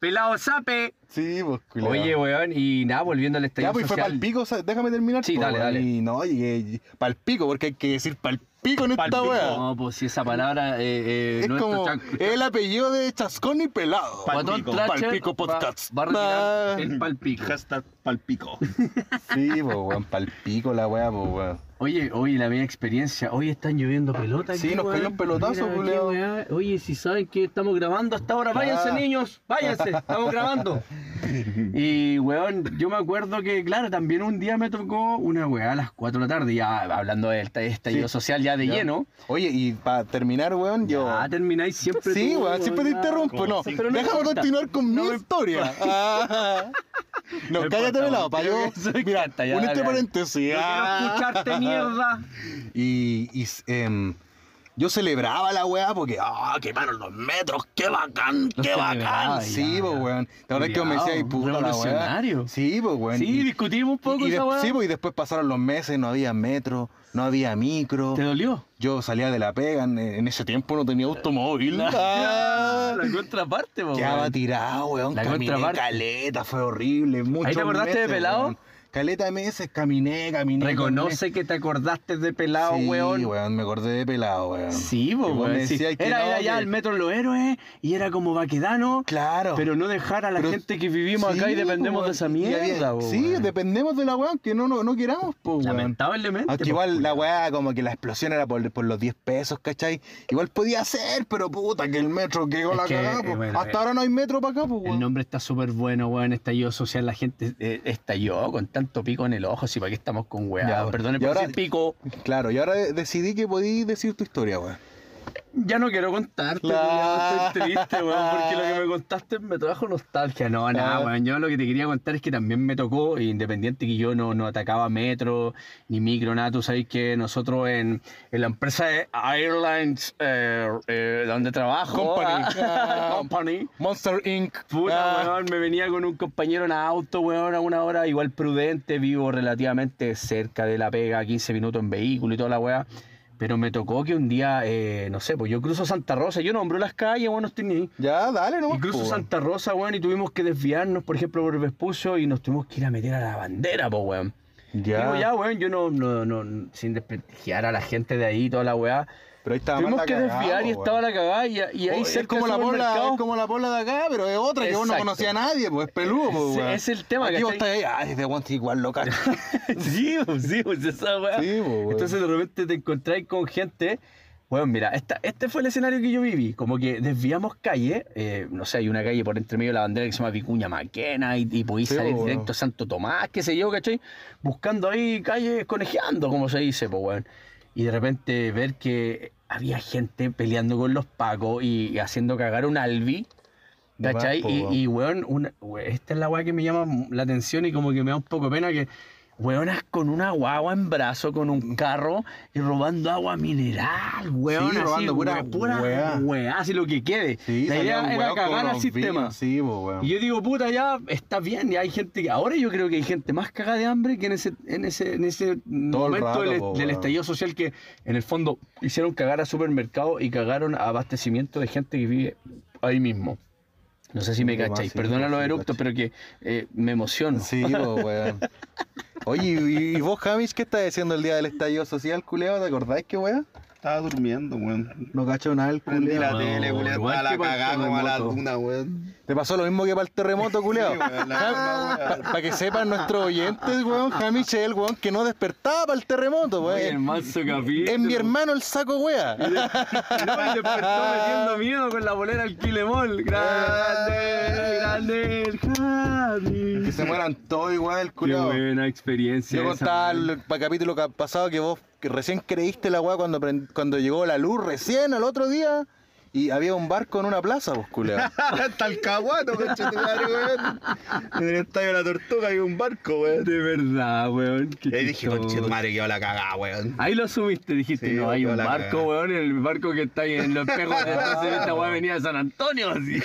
[SPEAKER 1] Pelado Sape.
[SPEAKER 2] Sí, pues, culiao.
[SPEAKER 1] Oye, weón, y nada, volviendo al estallido
[SPEAKER 2] Ya, pues fue
[SPEAKER 1] social.
[SPEAKER 2] palpico, o sea, déjame terminar.
[SPEAKER 1] Sí,
[SPEAKER 2] po,
[SPEAKER 1] dale,
[SPEAKER 2] weón.
[SPEAKER 1] dale.
[SPEAKER 2] Y no, llegué palpico, porque hay que decir palpico en esta
[SPEAKER 1] Palpico.
[SPEAKER 2] weá.
[SPEAKER 1] No, pues si esa palabra eh, eh,
[SPEAKER 2] Es
[SPEAKER 1] no es
[SPEAKER 2] como
[SPEAKER 1] tan-
[SPEAKER 2] el apellido de Chascón y Pelado.
[SPEAKER 4] Pal-
[SPEAKER 1] Guatón
[SPEAKER 4] Palpico.
[SPEAKER 1] Thatcher
[SPEAKER 2] Palpico
[SPEAKER 1] va-
[SPEAKER 2] Podcast.
[SPEAKER 1] Va, a
[SPEAKER 2] Ah.
[SPEAKER 1] retirar el palpico.
[SPEAKER 4] Hashtag palpico.
[SPEAKER 2] Sí, pues, weón, palpico la weá, pues, weón.
[SPEAKER 1] Oye, oye, la media experiencia. Hoy están lloviendo pelotas.
[SPEAKER 2] Sí,
[SPEAKER 1] aquí,
[SPEAKER 2] nos
[SPEAKER 1] weón.
[SPEAKER 2] cayó un pelotazo,
[SPEAKER 1] Mira,
[SPEAKER 2] culeo.
[SPEAKER 1] qué weá. Oye, si saben que estamos grabando hasta ahora, váyanse,
[SPEAKER 2] Ah.
[SPEAKER 1] niños, váyanse, estamos grabando. Y, weón, yo me acuerdo que, claro, también un día me tocó una weá a las 4 de la tarde, ya hablando del esta- estallido
[SPEAKER 2] Sí.
[SPEAKER 1] social ya de
[SPEAKER 2] Ya.
[SPEAKER 1] lleno.
[SPEAKER 2] Oye, y para terminar, weón, yo.
[SPEAKER 1] Ah, termináis siempre.
[SPEAKER 2] Sí,
[SPEAKER 1] tú,
[SPEAKER 2] weón, siempre te
[SPEAKER 1] ya.
[SPEAKER 2] interrumpo. No,
[SPEAKER 1] ah, Pero no
[SPEAKER 2] déjame
[SPEAKER 1] importa.
[SPEAKER 2] continuar con
[SPEAKER 1] No
[SPEAKER 2] mi
[SPEAKER 1] me
[SPEAKER 2] historia. Ah. No,
[SPEAKER 1] No
[SPEAKER 2] cállate
[SPEAKER 1] importa,
[SPEAKER 2] pelado,
[SPEAKER 1] weón,
[SPEAKER 2] para
[SPEAKER 1] creo
[SPEAKER 2] yo.
[SPEAKER 1] que eso es
[SPEAKER 2] Mira,
[SPEAKER 1] canta, ya,
[SPEAKER 2] un
[SPEAKER 1] dale,
[SPEAKER 2] entre
[SPEAKER 1] dale.
[SPEAKER 2] paréntesis.
[SPEAKER 1] No
[SPEAKER 2] ah.
[SPEAKER 1] quiero escucharte mierda.
[SPEAKER 2] Y, y, em, yo celebraba la weá porque, ah, quemaron los metros, qué bacán,
[SPEAKER 1] Lo
[SPEAKER 2] qué
[SPEAKER 1] celebraba,
[SPEAKER 2] bacán.
[SPEAKER 1] ya,
[SPEAKER 2] Sí,
[SPEAKER 1] ya.
[SPEAKER 2] pues, weón. La verdad es que yo me decía, y
[SPEAKER 1] Culeao,
[SPEAKER 2] puta la weá.
[SPEAKER 1] revolucionario.
[SPEAKER 2] Sí, pues, weón.
[SPEAKER 1] Sí,
[SPEAKER 2] y-
[SPEAKER 1] discutimos un poco
[SPEAKER 2] y, de-
[SPEAKER 1] esa weá.
[SPEAKER 2] sí, pues, y después pasaron los meses, no había metro, no había micro.
[SPEAKER 1] ¿Te dolió?
[SPEAKER 2] Yo salía de la pega, en, en ese tiempo no tenía automóvil. Ah,
[SPEAKER 1] la contraparte, po,
[SPEAKER 2] Quedaba
[SPEAKER 1] weón.
[SPEAKER 2] tirado, weón.
[SPEAKER 1] La
[SPEAKER 2] caminé
[SPEAKER 1] contraparte.
[SPEAKER 2] caleta, fue horrible. Mucho
[SPEAKER 1] acordaste de Pelao?
[SPEAKER 2] Caleta de meses, caminé, caminé. caminé.
[SPEAKER 1] Reconoce que te acordaste de pelado,
[SPEAKER 2] sí,
[SPEAKER 1] weón.
[SPEAKER 2] Me acordé de pelado, weón.
[SPEAKER 1] Sí,
[SPEAKER 2] Que
[SPEAKER 1] po,
[SPEAKER 2] vos
[SPEAKER 1] weón.
[SPEAKER 2] me
[SPEAKER 1] sí.
[SPEAKER 2] decías que
[SPEAKER 1] Era,
[SPEAKER 2] no,
[SPEAKER 1] era ya
[SPEAKER 2] que-
[SPEAKER 1] el metro de los héroes y era como vaquedano,
[SPEAKER 2] Claro.
[SPEAKER 1] pero no dejar a la
[SPEAKER 2] Pero-
[SPEAKER 1] gente que vivimos
[SPEAKER 2] Sí,
[SPEAKER 1] acá y dependemos
[SPEAKER 2] weón.
[SPEAKER 1] de esa
[SPEAKER 2] Y había-
[SPEAKER 1] mierda, po,
[SPEAKER 2] Sí,
[SPEAKER 1] weón.
[SPEAKER 2] dependemos de la weón, que no, no, no queramos, po, weón.
[SPEAKER 1] Lamentablemente. pues,
[SPEAKER 2] Aunque
[SPEAKER 1] po,
[SPEAKER 2] igual
[SPEAKER 1] culiao.
[SPEAKER 2] la weá, como que la explosión era por, por los 10 pesos, ¿cachai? Igual podía ser, pero puta, que el metro quedó
[SPEAKER 1] Es
[SPEAKER 2] la
[SPEAKER 1] que,
[SPEAKER 2] cagada, po.
[SPEAKER 1] bueno,
[SPEAKER 2] Hasta
[SPEAKER 1] eh,
[SPEAKER 2] ahora no hay metro para acá, po,
[SPEAKER 1] El
[SPEAKER 2] weón.
[SPEAKER 1] nombre está súper bueno, weón. Estallido social. La gente eh, estalló con tanto pico en el ojo. Si para qué estamos con
[SPEAKER 2] Ya,
[SPEAKER 1] weá.
[SPEAKER 2] weón.
[SPEAKER 1] Perdón
[SPEAKER 2] Y
[SPEAKER 1] por
[SPEAKER 2] ahora-
[SPEAKER 1] decir pico.
[SPEAKER 2] Claro, y ahora de- decidí que podí decir tu historia, weón.
[SPEAKER 1] Ya no quiero contarte,
[SPEAKER 2] La-
[SPEAKER 1] weón, estoy triste, weón, porque lo que me contaste me trajo nostalgia. No, nada,
[SPEAKER 2] Ah.
[SPEAKER 1] weón, yo lo que te quería contar es que también me tocó, independiente que yo no, no atacaba metro ni micro, nada, tú sabes que nosotros en, en la empresa de Airlines, eh, eh, donde trabajo,
[SPEAKER 2] Company.
[SPEAKER 1] ah,
[SPEAKER 2] Ah.
[SPEAKER 1] company,
[SPEAKER 2] Monster Inc.
[SPEAKER 1] Puta,
[SPEAKER 2] Ah,
[SPEAKER 1] weón, me venía con un compañero en auto, weón, a una hora, igual prudente, vivo relativamente cerca de la pega, 15 minutos en vehículo y toda la weá. Pero me tocó que un día, eh, no sé, pues yo cruzo Santa Rosa, yo nombro las calles, weón, no estoy ni ahí.
[SPEAKER 2] Ya, dale, no Pues,
[SPEAKER 1] Y cruzo Santa Rosa, weón, y tuvimos que desviarnos, por ejemplo, por Vespucio y nos tuvimos que ir a meter a la bandera, pues, weón. Digo, ya, weón, yo no, no, no, sin desprestigiar a la gente de ahí, y toda la weá.
[SPEAKER 2] Pero ahí estaba
[SPEAKER 1] Tuvimos
[SPEAKER 2] más
[SPEAKER 1] que
[SPEAKER 2] cagado,
[SPEAKER 1] desviar y
[SPEAKER 2] pues, weón.
[SPEAKER 1] estaba la cagada y, y ahí
[SPEAKER 2] Oh, es
[SPEAKER 1] cerca
[SPEAKER 2] como
[SPEAKER 1] del
[SPEAKER 2] la bola,
[SPEAKER 1] supermercado-
[SPEAKER 2] es como la bola de acá, pero es otra que uno
[SPEAKER 1] Exacto.
[SPEAKER 2] conocía a nadie, pues es peludo, pues,
[SPEAKER 1] Ese-
[SPEAKER 2] weón.
[SPEAKER 1] es el tema,
[SPEAKER 2] Aquí vos estás
[SPEAKER 1] ¿cachai?
[SPEAKER 2] ahí, ah, este weón está igual loca.
[SPEAKER 1] sí, pues, sí, pues, esa weá.
[SPEAKER 2] Sí, pues, weón.
[SPEAKER 1] Entonces de repente te encontráis con gente. Bueno, mira, esta, este fue el escenario que yo viví. Como que desviamos calle, eh, no sé, hay una calle por entre medio de la bandera que se llama Vicuña Maquena y, y podéis
[SPEAKER 2] Sí,
[SPEAKER 1] salir
[SPEAKER 2] pues,
[SPEAKER 1] directo a Santo Tomás, qué sé yo, ¿cachai? Buscando ahí calles, conejeando, como se dice, pues, weón. Y de repente ver que había gente peleando con los pacos y, y haciendo cagar un albi.
[SPEAKER 2] De más,
[SPEAKER 1] ¿Cachai?
[SPEAKER 2] po,
[SPEAKER 1] y,
[SPEAKER 2] weón.
[SPEAKER 1] y, weón, una- we- esta es la weá que me llama la atención y como que me da un poco de pena que weonas con una guagua en brazo, con
[SPEAKER 2] Mm.
[SPEAKER 1] un carro y robando agua mineral, weón. así,
[SPEAKER 2] robando pura
[SPEAKER 1] we- pura
[SPEAKER 2] weá.
[SPEAKER 1] weá, así lo que quede.
[SPEAKER 2] Sí,
[SPEAKER 1] la
[SPEAKER 2] salía un
[SPEAKER 1] idea era
[SPEAKER 2] weón con
[SPEAKER 1] cagar al
[SPEAKER 2] unos
[SPEAKER 1] sistema.
[SPEAKER 2] vinos, Sí, pues, weón.
[SPEAKER 1] Y yo digo, puta, ya está bien, ya hay gente que. Ahora yo creo que hay gente más cagada de hambre que en ese, en ese, en ese momento
[SPEAKER 2] rato,
[SPEAKER 1] del,
[SPEAKER 2] po,
[SPEAKER 1] del
[SPEAKER 2] weón.
[SPEAKER 1] estallido social que, en el fondo, hicieron cagar a supermercados y cagaron a abastecimiento de gente que vive ahí mismo. No sé si me
[SPEAKER 2] Sí, más,
[SPEAKER 1] cacháis,
[SPEAKER 2] sí,
[SPEAKER 1] perdona
[SPEAKER 2] más,
[SPEAKER 1] los
[SPEAKER 2] sí,
[SPEAKER 1] eructos, pero que eh, me emociono.
[SPEAKER 2] Sí, pues, weón. Oye, ¿y, y vos, Hamish, qué estás haciendo el día del estallido social, culeo? ¿Te acordáis qué weón?
[SPEAKER 4] Estaba durmiendo, weón.
[SPEAKER 2] No cacho nada el
[SPEAKER 4] Prendí la
[SPEAKER 2] culeo.
[SPEAKER 4] tele,
[SPEAKER 1] weón,
[SPEAKER 4] weón.
[SPEAKER 1] igual
[SPEAKER 4] Estaba
[SPEAKER 1] que
[SPEAKER 4] la
[SPEAKER 1] para el
[SPEAKER 4] cagada como a la
[SPEAKER 1] terremoto.
[SPEAKER 4] luna, weón.
[SPEAKER 2] ¿Te pasó lo mismo que para el terremoto, culeo?
[SPEAKER 4] Sí, weón, la misma weá.
[SPEAKER 2] Para que sepan nuestros oyentes, weón, Hamish es el weón que no despertaba para el terremoto,
[SPEAKER 1] Oye, el
[SPEAKER 2] weón.
[SPEAKER 1] manso capítulo.
[SPEAKER 2] Es mi hermano el saco, wea.
[SPEAKER 1] No, y despertó metiendo miedo con la bolera al Quilemol. Grande, grande el Javi.
[SPEAKER 2] Que se mueran todos igual, el
[SPEAKER 1] Qué
[SPEAKER 2] culiao.
[SPEAKER 1] buena experiencia.
[SPEAKER 2] Yo
[SPEAKER 1] esa,
[SPEAKER 2] contaba
[SPEAKER 1] weón.
[SPEAKER 2] el pa- capítulo ca- pasado que vos que recién creíste la weá cuando, prend- cuando llegó la luz, recién al otro día, y había un barco en una plaza, vos, culiao.
[SPEAKER 4] Hasta el caguato, coche tu madre, weón. En el estadio de la tortuga había un barco, weón.
[SPEAKER 1] De verdad, weón. qué
[SPEAKER 4] Y ahí dije,
[SPEAKER 1] chistoso.
[SPEAKER 4] coche tu madre, quedó la cagada, weón.
[SPEAKER 1] Ahí lo subiste, dijiste,
[SPEAKER 4] Sí,
[SPEAKER 1] no, hay un
[SPEAKER 4] la
[SPEAKER 1] barco,
[SPEAKER 4] cagada.
[SPEAKER 1] weón, el barco que está ahí en los espejos de esta weá venía de San Antonio, así.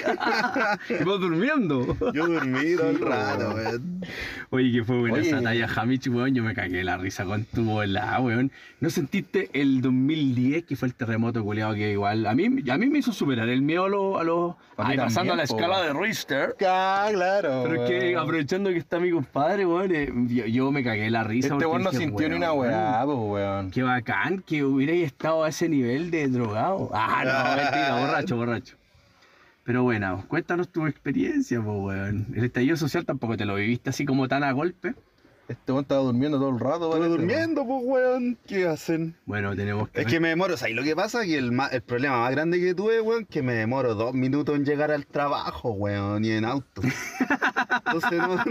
[SPEAKER 1] y vos durmiendo.
[SPEAKER 4] Yo dormí todo el rato, weón.
[SPEAKER 1] Oye, que fue buena
[SPEAKER 2] Oye.
[SPEAKER 1] esa talla, Jamich, weón, yo me cagué la risa con tu bola, weón. ¿No sentiste el 2010 que fue el terremoto culeado que igual? A mí, a mí me me hizo superar el miedo a los. A los
[SPEAKER 2] A mí
[SPEAKER 1] ay, pasando
[SPEAKER 2] también,
[SPEAKER 1] a la
[SPEAKER 2] po,
[SPEAKER 1] escala de
[SPEAKER 2] weón.
[SPEAKER 1] Richter.
[SPEAKER 2] Ah, claro.
[SPEAKER 1] Pero es que
[SPEAKER 2] weón.
[SPEAKER 1] aprovechando que está mi compadre, weón, eh, yo, yo me cagué la risa.
[SPEAKER 2] Este
[SPEAKER 1] porque
[SPEAKER 2] weón no
[SPEAKER 1] dije,
[SPEAKER 2] sintió ni una weá, pues weón.
[SPEAKER 1] Qué bacán que hubierais estado a ese nivel de drogado. Ah, no, mentira, borracho, borracho. Pero bueno, cuéntanos tu experiencia, pues, weón. El estallido social tampoco te lo viviste así como tan a golpe.
[SPEAKER 2] Este weón estaba durmiendo todo el rato,
[SPEAKER 4] Estuve
[SPEAKER 2] parece, weón.
[SPEAKER 4] durmiendo, pues, weón. ¿Qué hacen?
[SPEAKER 1] Bueno, tenemos que.
[SPEAKER 4] Es que me demoro, o sea, y lo que pasa es que el, ma- el problema más grande que tuve, weón, que me demoro dos minutos en llegar al trabajo, weón, y en auto. Entonces, no,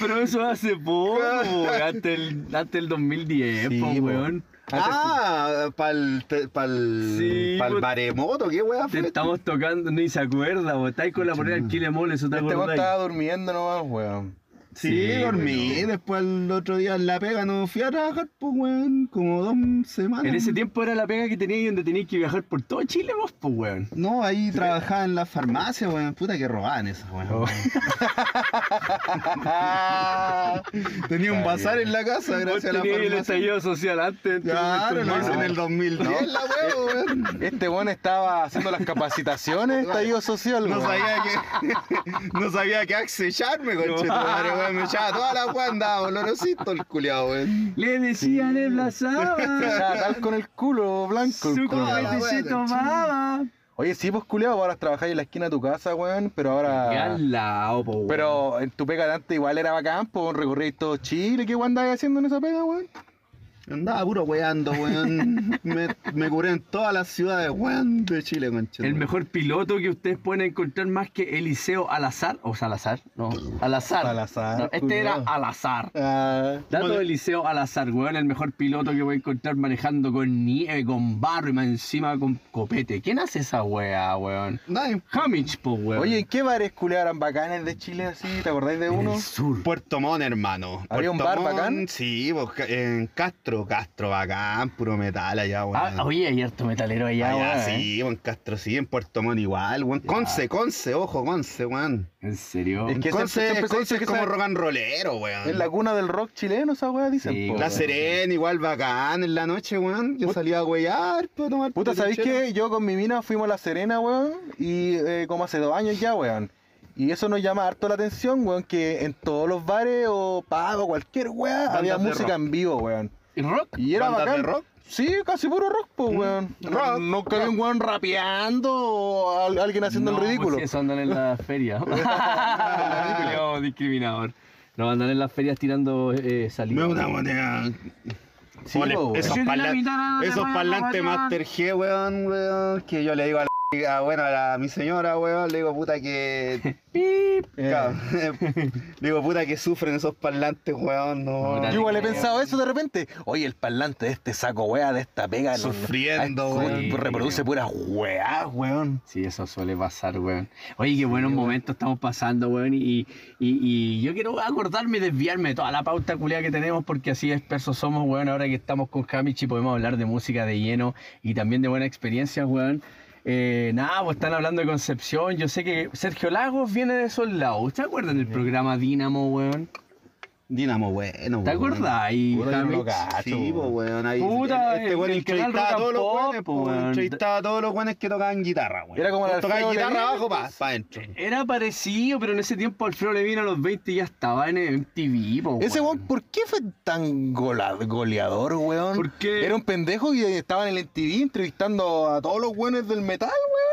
[SPEAKER 1] Pero eso hace poco, weón. Antes el, antes el 2010,
[SPEAKER 2] Sí,
[SPEAKER 1] pues,
[SPEAKER 2] po.
[SPEAKER 1] weón.
[SPEAKER 4] Ah, pa'l, te- pa'l,
[SPEAKER 1] Sí,
[SPEAKER 4] pa'l
[SPEAKER 1] pues-
[SPEAKER 4] maremoto, qué weá
[SPEAKER 1] Te
[SPEAKER 4] fue.
[SPEAKER 1] estamos tocando, ni se acuerda, vos estáis con la moneda del Chile Mole, eso te
[SPEAKER 2] Este weón
[SPEAKER 1] acordás.
[SPEAKER 2] estaba durmiendo nomás, weón.
[SPEAKER 4] Sí,
[SPEAKER 1] Sí,
[SPEAKER 4] dormí,
[SPEAKER 1] weón.
[SPEAKER 4] después el otro día en la pega no fui a trabajar, pues weón, como dos semanas.
[SPEAKER 1] En ese tiempo era la pega que tenías y donde tenías que viajar por todo Chile, vos, pues, weón.
[SPEAKER 4] No, ahí trabajaba en la farmacia, weón, puta que robaban esas, weón.
[SPEAKER 1] Oh.
[SPEAKER 4] Tenía un
[SPEAKER 2] Está
[SPEAKER 4] bazar
[SPEAKER 2] bien.
[SPEAKER 4] en la casa
[SPEAKER 1] Vos
[SPEAKER 4] gracias a la
[SPEAKER 1] tenías el
[SPEAKER 4] farmacia.
[SPEAKER 1] estallido social antes. entonces,
[SPEAKER 4] Claro,
[SPEAKER 1] tu
[SPEAKER 4] no,
[SPEAKER 1] madre.
[SPEAKER 4] en el 2010 la weón, weón.
[SPEAKER 2] Este weón estaba haciendo las capacitaciones, estallido social,
[SPEAKER 4] No
[SPEAKER 2] weón.
[SPEAKER 4] sabía que. No sabía que accesarme, conchetumare, weón. Me echaba toda la weón, andaba olorosito el culiao, weón.
[SPEAKER 1] Le decía, le
[SPEAKER 2] Se
[SPEAKER 1] blazaba.
[SPEAKER 2] echaba tal con el culo, blanco el
[SPEAKER 1] Su
[SPEAKER 2] culo.
[SPEAKER 4] la
[SPEAKER 1] copete
[SPEAKER 4] wea,
[SPEAKER 1] se
[SPEAKER 4] cachai.
[SPEAKER 1] tomaba.
[SPEAKER 2] Oye, sí, pues culiao, ahora trabajáis en la esquina de tu casa, weón, pero
[SPEAKER 1] Qué
[SPEAKER 2] ahora.
[SPEAKER 1] al lado, po, weón.
[SPEAKER 2] Pero en tu pega de antes igual era bacán, pues recorríais todo Chile, ¿qué weón andabas haciendo en esa pega, weón?
[SPEAKER 4] Andaba puro weando, weón. Me, me curé en todas las ciudades, weón, de Chile, conchetumare.
[SPEAKER 1] El mejor piloto que ustedes pueden encontrar más que Eliseo Alazar. O Salazar, no. Alazar.
[SPEAKER 2] Salazar,
[SPEAKER 1] No, este
[SPEAKER 2] culiao.
[SPEAKER 1] era Alazar.
[SPEAKER 2] Ah,
[SPEAKER 1] Dato
[SPEAKER 4] Bueno.
[SPEAKER 1] de Eliseo Alazar, weón, el mejor piloto que voy a encontrar manejando con nieve, con barro y más encima con copete. ¿Quién hace esa wea, weón?
[SPEAKER 4] Nadie.
[SPEAKER 1] Hamich, po, weón.
[SPEAKER 2] Oye, ¿en qué bares culiao eran bacanes de Chile así? ¿Te acordáis de
[SPEAKER 1] en
[SPEAKER 2] uno?
[SPEAKER 1] el sur.
[SPEAKER 4] Puerto Montt, hermano.
[SPEAKER 2] ¿Había un
[SPEAKER 4] Puerto
[SPEAKER 2] bar
[SPEAKER 4] Montt,
[SPEAKER 2] bacán?
[SPEAKER 4] Sí, pues, ca- en Castro, Castro, bacán, puro metal allá, weón.
[SPEAKER 1] Ah, oye, hay harto metalero allá,
[SPEAKER 4] Allá
[SPEAKER 1] weón. ¿eh?
[SPEAKER 4] sí, en Castro sí, en Puerto Montt igual, weón. Conce, Conce, ojo, Conce, weón.
[SPEAKER 1] En serio.
[SPEAKER 2] Es que siempre-
[SPEAKER 4] Conce,
[SPEAKER 2] siempre se
[SPEAKER 4] Conce
[SPEAKER 2] dice
[SPEAKER 4] es
[SPEAKER 2] que
[SPEAKER 4] como
[SPEAKER 2] esa-
[SPEAKER 4] rock and rollero, weón.
[SPEAKER 2] Es la cuna del rock chileno esa weá, dicen.
[SPEAKER 1] Sí,
[SPEAKER 2] po,
[SPEAKER 1] claro.
[SPEAKER 4] La
[SPEAKER 2] weón.
[SPEAKER 4] Serena, igual bacán en la noche, weón. Yo salía a huellar para tomar.
[SPEAKER 2] Puta, ¿sabéis
[SPEAKER 4] telichero.
[SPEAKER 2] qué? Yo con mi mina fuimos a La Serena, weón, y eh, como hace dos años ya, weón. Y eso nos llama harto la atención, weón, que en todos los bares o pub o cualquier weá
[SPEAKER 4] Bandas
[SPEAKER 2] había
[SPEAKER 4] de
[SPEAKER 2] música
[SPEAKER 4] rock.
[SPEAKER 2] en vivo, weón.
[SPEAKER 1] ¿Y rock?
[SPEAKER 2] Y era
[SPEAKER 4] ¿Bandas de
[SPEAKER 2] bacán.
[SPEAKER 4] rock?
[SPEAKER 2] Sí, casi puro rock, pues, weón.
[SPEAKER 4] rock,
[SPEAKER 2] no que había un weón rapeando o al- alguien haciendo
[SPEAKER 1] No,
[SPEAKER 2] el ridículo.
[SPEAKER 1] pues sí, eso andan en las ferias. Culeado discriminador. No, andan en las ferias tirando eh,
[SPEAKER 4] Me
[SPEAKER 1] saliva.
[SPEAKER 4] da una moneda.
[SPEAKER 2] Sí,
[SPEAKER 4] Ole,
[SPEAKER 2] po,
[SPEAKER 4] esos
[SPEAKER 1] Yo di la
[SPEAKER 4] parlan-
[SPEAKER 1] mitad, no te
[SPEAKER 4] esos
[SPEAKER 1] voy a
[SPEAKER 4] parlantes
[SPEAKER 1] robar,
[SPEAKER 4] Master G, weón, weón, que yo le digo a la chica, bueno, a, la- a mi señora, weón, le digo puta que.
[SPEAKER 1] Pip.
[SPEAKER 2] Eh.
[SPEAKER 4] Cabrón, le digo puta que sufren esos parlantes, weón, no.
[SPEAKER 1] Puta,
[SPEAKER 2] Yo igual he
[SPEAKER 1] Dale,
[SPEAKER 2] pensado eso de repente. Oye, el parlante de este saco weá, de esta pega. no-
[SPEAKER 4] Sufriendo,
[SPEAKER 2] ay,
[SPEAKER 1] weón.
[SPEAKER 2] como Reproduce puras weá, weón.
[SPEAKER 1] Sí, eso suele pasar, weón. Oye, qué buenos momentos estamos pasando, weón. Y, y, y yo quiero acordarme y desviarme de toda la pauta culia que tenemos, porque así dispersos somos, weón. Ahora que estamos con Hamichi podemos hablar de música de lleno y también de buenas experiencias, weón. Eh, nada, pues están hablando de Concepción. Yo sé que Sergio Lagos viene de esos lados. ¿Ustedes acuerdan del programa Dínamo, weón?
[SPEAKER 4] Dinamo, bueno,
[SPEAKER 1] ¿Te
[SPEAKER 4] weón.
[SPEAKER 1] acuerdas? Ahí,
[SPEAKER 2] Puta, yo no lo
[SPEAKER 1] Hamich.
[SPEAKER 2] cacho,
[SPEAKER 4] Sí, po, weón. Ahí,
[SPEAKER 1] Puta,
[SPEAKER 4] este
[SPEAKER 1] el-
[SPEAKER 4] weón
[SPEAKER 1] el canal Rock
[SPEAKER 4] entrevistaba a
[SPEAKER 1] and
[SPEAKER 4] todos los
[SPEAKER 1] Pop,
[SPEAKER 4] weones, po,
[SPEAKER 1] po,
[SPEAKER 4] weón.
[SPEAKER 1] weón.
[SPEAKER 4] Entrevistaba a todos los weones que tocaban guitarra, weón.
[SPEAKER 2] Era como el
[SPEAKER 4] Tocaban
[SPEAKER 2] Alfredo
[SPEAKER 4] guitarra
[SPEAKER 2] Levin,
[SPEAKER 4] abajo, pa, pa adentro.
[SPEAKER 1] Era parecido, pero en ese tiempo Alfredo Levino a los 20 ya estaba en MTV, po,
[SPEAKER 2] Ese weón, ¿por qué fue tan gola- goleador, weón?
[SPEAKER 1] ¿Por qué?
[SPEAKER 2] Era un pendejo y estaba en el TV entrevistando a todos los weones del metal, weón.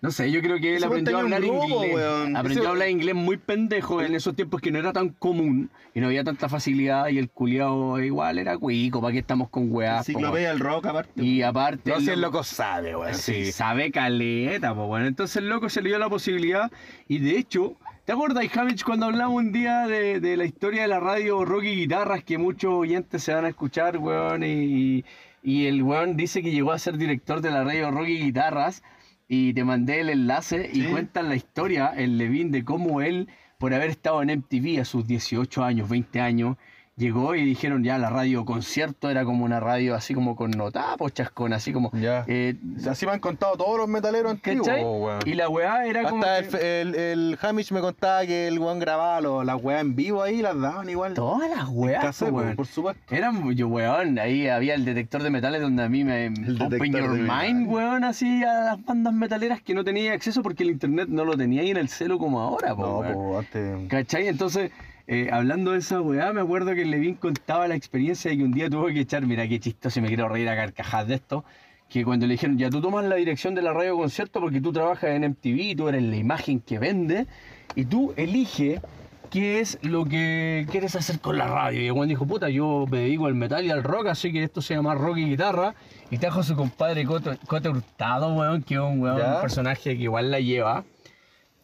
[SPEAKER 1] No sé, yo creo que él
[SPEAKER 4] Ese weón
[SPEAKER 1] aprendió a
[SPEAKER 4] tenía
[SPEAKER 1] hablar
[SPEAKER 4] un grupo,
[SPEAKER 1] inglés.
[SPEAKER 4] weón.
[SPEAKER 1] Aprendió
[SPEAKER 2] Ese-
[SPEAKER 1] a hablar inglés muy pendejo en esos tiempos que no era tan común y no había tanta facilidad y el culiao igual era cuico, ¿para qué estamos con weas? po,
[SPEAKER 4] Enciclopedia del rock, aparte.
[SPEAKER 1] weón? Y aparte...
[SPEAKER 2] No
[SPEAKER 1] el
[SPEAKER 2] sé, el
[SPEAKER 1] loco-
[SPEAKER 2] loco sabe, weón.
[SPEAKER 1] Pues Sí,
[SPEAKER 2] Sí.
[SPEAKER 1] sabe caleta, pues bueno. Entonces el loco se le dio la posibilidad y de hecho, ¿te acuerdas, Hamich, cuando hablamos un día de, de la historia de la radio rock y guitarras que muchos oyentes se van a escuchar, weón? Y, y el weón dice que llegó a ser director de la radio rock y guitarras y te mandé el enlace y
[SPEAKER 4] Sí.
[SPEAKER 1] cuentan la historia, el Levin, de cómo él, por haber estado en MTV a sus 18 años, 20 años, llegó y dijeron ya la radio concierto era como una radio así como con notapos, chascón, así como.
[SPEAKER 2] Ya.
[SPEAKER 1] eh,
[SPEAKER 2] Así me han contado todos los metaleros antiguos,
[SPEAKER 1] ¿Cachai?
[SPEAKER 2] Oh, weón.
[SPEAKER 1] Y la weá era como.
[SPEAKER 2] Hasta el,
[SPEAKER 1] que-
[SPEAKER 2] fe- el, el Hamish me contaba que el weón grababa lo- las weas en vivo ahí, las daban igual.
[SPEAKER 1] Todas las
[SPEAKER 2] En
[SPEAKER 1] weas,
[SPEAKER 2] cassette,
[SPEAKER 1] po,
[SPEAKER 2] weón,
[SPEAKER 1] weón.
[SPEAKER 2] por supuesto.
[SPEAKER 1] Eran, yo, weón, ahí había el detector de metales donde a mí me...
[SPEAKER 5] detector
[SPEAKER 1] Open your
[SPEAKER 5] de
[SPEAKER 1] mind,
[SPEAKER 5] metales.
[SPEAKER 1] weón, así a las bandas metaleras que no tenía acceso porque el internet no lo tenía ahí en el celo como ahora, po,
[SPEAKER 2] No,
[SPEAKER 1] weón.
[SPEAKER 2] po, antes.
[SPEAKER 1] ¿Cachai? Entonces, eh, hablando de esa weá, me acuerdo que Levin contaba la experiencia de que un día tuvo que echar, mira qué chistoso, y me quiero reír a carcajadas de esto, que cuando le dijeron, ya tú tomas la dirección de la radio concierto porque tú trabajas en MTV, tú eres la imagen que vende, y tú eliges qué es lo que quieres hacer con la radio. Y el weón dijo, puta, yo me dedico al metal y al rock, así que esto se llama rock y guitarra, y trajo a su compadre Cote, Cote Hurtado, weón, que es un, weón,
[SPEAKER 2] Ya.
[SPEAKER 1] un personaje que igual la lleva,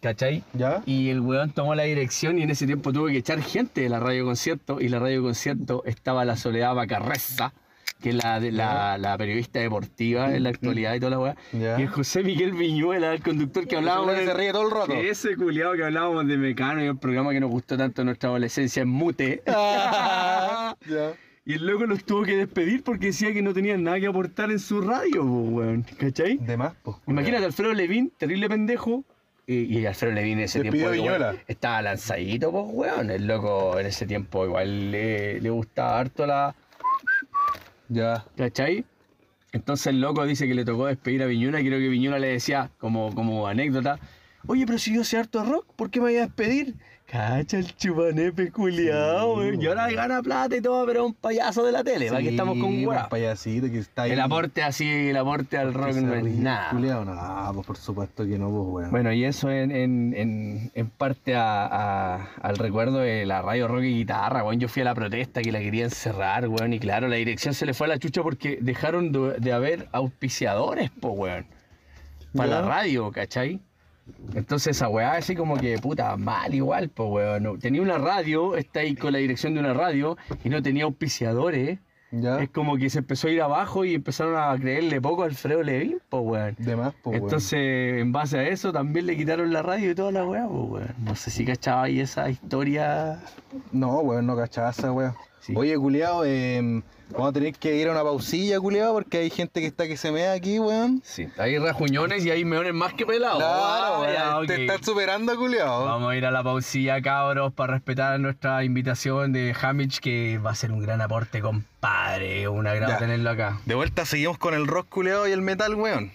[SPEAKER 1] ¿cachai?
[SPEAKER 2] ¿Ya?
[SPEAKER 1] Y el weón tomó la dirección y en ese tiempo tuvo que echar gente de la radio concierto. Y la radio concierto estaba la Soledad Bacarreza, que es la, de- la, la periodista deportiva en la actualidad y toda la weá.
[SPEAKER 2] Ya.
[SPEAKER 1] Y el José Miguel Viñuela, el conductor que hablábamos.
[SPEAKER 2] Se
[SPEAKER 1] en-
[SPEAKER 2] ríe todo el rato.
[SPEAKER 1] Ese culiado que hablábamos de Mecano y el programa que nos gustó tanto en nuestra adolescencia en Mute.
[SPEAKER 2] ya.
[SPEAKER 1] y el loco los tuvo que despedir porque decía que no tenían nada que aportar en su radio, po, weón. ¿Cachai?
[SPEAKER 2] De más, po.
[SPEAKER 1] Imagínate, Alfredo Levin, terrible pendejo. Y, y Alfredo Levin en ese
[SPEAKER 2] Despidió
[SPEAKER 1] tiempo.
[SPEAKER 2] a
[SPEAKER 1] igual
[SPEAKER 2] Viñuela.
[SPEAKER 1] estaba lanzadito, pues, weón. El loco en ese tiempo igual le, le gustaba harto la.
[SPEAKER 2] Ya.
[SPEAKER 1] ¿Cachai? Entonces el loco dice que le tocó despedir a Viñuela. y Creo que Viñuela le decía, como, como anécdota, Oye, pero si yo sé harto de rock, ¿por qué me voy a despedir? Cacha el chupanepe culiao,
[SPEAKER 2] Sí,
[SPEAKER 1] weón. Y ahora
[SPEAKER 2] weón.
[SPEAKER 1] gana plata y todo, pero es un payaso de la tele. ¿Para qué estamos con
[SPEAKER 2] Sí,
[SPEAKER 1] weá?
[SPEAKER 2] un payasito que está ahí.
[SPEAKER 1] El aporte así, el aporte al
[SPEAKER 2] que
[SPEAKER 1] rock
[SPEAKER 2] se
[SPEAKER 1] no es
[SPEAKER 2] ríe,
[SPEAKER 1] nada.
[SPEAKER 2] culiao, no, pues por supuesto que no, pues weón.
[SPEAKER 1] Bueno, y eso en, en, en, en parte a- a- al recuerdo de la radio rock y guitarra, weón. Yo fui a la protesta que la querían cerrar, weón. Y claro, la dirección se le fue a la chucha porque dejaron de, de haber auspiciadores, po, weón. Para
[SPEAKER 2] Ya.
[SPEAKER 1] la radio, ¿cachai? Entonces esa weá así como que puta, mal igual, po, weón. No- Tenía una radio, está ahí con la dirección de una radio y no tenía auspiciadores.
[SPEAKER 2] ya.
[SPEAKER 1] Es como que se empezó a ir abajo y empezaron a creerle poco a Alfredo Levin, po, weón.
[SPEAKER 2] De más, pues weón.
[SPEAKER 1] Entonces, en base a eso, también le quitaron la radio y toda la weá, pues, weón. No sé si cachaba ahí esa historia.
[SPEAKER 2] No, weón, no cachaba esa weón.
[SPEAKER 1] Sí.
[SPEAKER 2] Oye, culiao, eh, vamos a tener que ir a una pausilla, culiao, porque hay gente que está que se mea aquí, weón.
[SPEAKER 1] Sí, hay rajuñones y hay meones más que pelados.
[SPEAKER 2] Claro,
[SPEAKER 1] Ah,
[SPEAKER 2] weón.
[SPEAKER 1] ya, ok.
[SPEAKER 2] Te están superando, culiao.
[SPEAKER 1] Vamos a ir a la pausilla, cabros, para respetar nuestra invitación de Hamich, que va a ser un gran aporte, compadre. Un agrado
[SPEAKER 2] Ya.
[SPEAKER 1] tenerlo acá.
[SPEAKER 2] De vuelta seguimos con el rock, culiao, y el metal, weón.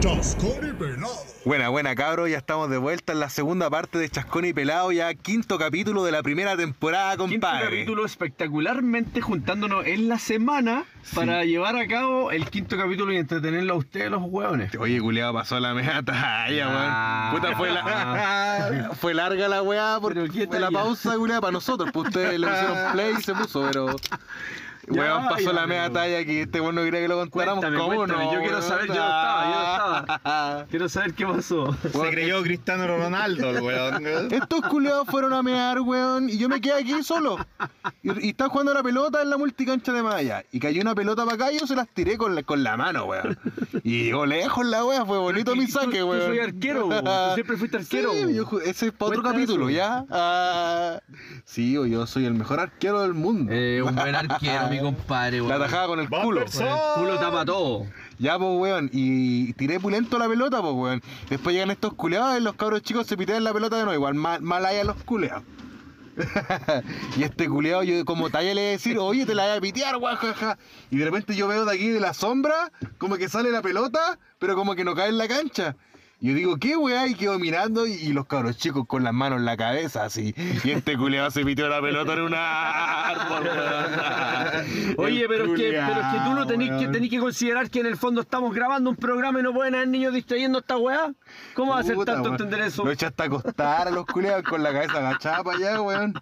[SPEAKER 3] Chascón y Pelado.
[SPEAKER 2] Buena, buena, cabros, ya estamos de vuelta en la segunda parte de Chascón y Pelado, ya quinto capítulo de la primera temporada,
[SPEAKER 1] Quinto
[SPEAKER 2] compadre.
[SPEAKER 1] capítulo espectacularmente juntándonos en la semana para llevar a cabo el quinto capítulo y entretenerlo a ustedes, los hueones.
[SPEAKER 2] este, Oye, culiao, pasó la media
[SPEAKER 1] Ah.
[SPEAKER 2] talla, weón. Puta, fue, la... fue larga la weá porque
[SPEAKER 1] Pero qué
[SPEAKER 2] fue la
[SPEAKER 1] talla.
[SPEAKER 2] pausa, culiao, para nosotros. Pues ustedes le pusieron play y se puso, pero.
[SPEAKER 1] Ya,
[SPEAKER 2] Weón, pasó
[SPEAKER 1] ya,
[SPEAKER 2] la
[SPEAKER 1] pero-
[SPEAKER 2] media talla que este weón no quería que lo contáramos.
[SPEAKER 1] Cuéntame,
[SPEAKER 2] ¿Cómo
[SPEAKER 1] cuéntame,
[SPEAKER 2] no?
[SPEAKER 1] yo quiero
[SPEAKER 2] weón?
[SPEAKER 1] saber, yo no estaba, yo no Quiero saber qué pasó.
[SPEAKER 5] Se creyó Cristiano Ronaldo, el weón.
[SPEAKER 2] Estos culiados fueron a mear, weón, y yo me quedé aquí solo. Y, y estaba jugando a la pelota en la multicancha de Maya. Y cayó una pelota para acá y yo se las tiré con la, con la mano, weón. Y llegó lejos la weá, fue bonito mi
[SPEAKER 1] Tú-
[SPEAKER 2] saque,
[SPEAKER 1] tú
[SPEAKER 2] weón.
[SPEAKER 1] soy arquero, weón. Tú siempre fuiste arquero,
[SPEAKER 2] Sí,
[SPEAKER 1] weón.
[SPEAKER 2] yo ju- ese es para otro
[SPEAKER 1] Cuenta
[SPEAKER 2] capítulo,
[SPEAKER 1] eso.
[SPEAKER 2] ¿ya? Ah, sí, yo- yo soy el mejor arquero del mundo.
[SPEAKER 1] Eh, un buen arquero, mi compadre,
[SPEAKER 2] la tajada con el
[SPEAKER 5] Va,
[SPEAKER 2] culo.
[SPEAKER 5] perso- El culo
[SPEAKER 1] tapa todo.
[SPEAKER 2] Ya, pues, weón. Y tiré pulento la pelota, pues, weón. Después llegan estos culeados y los cabros chicos se pitean la pelota de nuevo. Igual mal, mal hay a los culeados. y este culeado, yo como talla le voy a decir, oye, te la voy a pitear, weón, jaja. Y de repente yo veo de aquí de la sombra, como que sale la pelota, pero como que no cae en la cancha. Y yo digo, ¿qué weá? Y quedo mirando y, y los cabros chicos con las manos en la cabeza, así. Y este culeado se piteó la pelota en una árbol, weón.
[SPEAKER 1] Oye,
[SPEAKER 2] El
[SPEAKER 1] pero es, que,
[SPEAKER 2] culeao,
[SPEAKER 1] pero es que tú no tenés que,
[SPEAKER 2] weón.
[SPEAKER 1] tenés que considerar que en el fondo estamos grabando un programa y no pueden haber niños distrayendo esta weá. ¿Cómo va a ser
[SPEAKER 2] Puta,
[SPEAKER 1] tanto
[SPEAKER 2] weón.
[SPEAKER 1] entender eso?
[SPEAKER 2] Lo echa hasta acostar a los culeados con la cabeza agachada para allá, weón.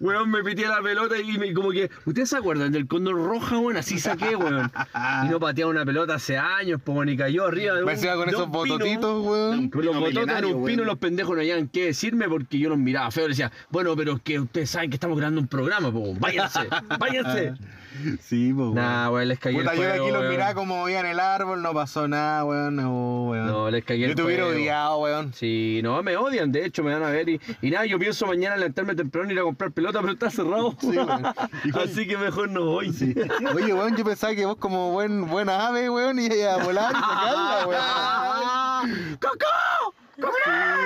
[SPEAKER 1] Weón, me pité la pelota y me- como que. ¿Ustedes se acuerdan del condor roja, weón? Así saqué, weón. Y no pateaba una pelota hace años, pues, weón, y cayó arriba de
[SPEAKER 2] Me
[SPEAKER 1] un-
[SPEAKER 2] encima con
[SPEAKER 1] de
[SPEAKER 2] esos
[SPEAKER 1] un pino.
[SPEAKER 2] bototitos, weón.
[SPEAKER 1] Pero
[SPEAKER 5] pino
[SPEAKER 1] Los bototos en
[SPEAKER 5] milenario,
[SPEAKER 1] un pino
[SPEAKER 5] weón.
[SPEAKER 1] los pendejos no hayan qué decirme porque yo los miraba feo y decía, bueno, pero es que ustedes saben que estamos creando un programa, pues, váyanse, váyanse.
[SPEAKER 2] Sí, pues, weón.
[SPEAKER 1] Nah, weón, les cagué
[SPEAKER 2] Puta,
[SPEAKER 1] el
[SPEAKER 2] yo de
[SPEAKER 1] juego,
[SPEAKER 2] aquí lo
[SPEAKER 1] weón.
[SPEAKER 2] miraba como veía en el árbol, no pasó nada, weón. No, weón.
[SPEAKER 1] No, les cagué
[SPEAKER 2] yo
[SPEAKER 1] el
[SPEAKER 2] te hubiera
[SPEAKER 1] juego.
[SPEAKER 2] odiado, weón.
[SPEAKER 1] Sí, no, me odian, de hecho, me van a ver. Y, y nada, yo pienso mañana levantarme temprano y ir a comprar pelota, pero está cerrado.
[SPEAKER 2] Sí, weón.
[SPEAKER 1] Así que mejor no voy.
[SPEAKER 2] Sí. Oye, weón, yo pensaba que vos como buen, buena ave, weón, y a volar y sacarla, weón. Sí,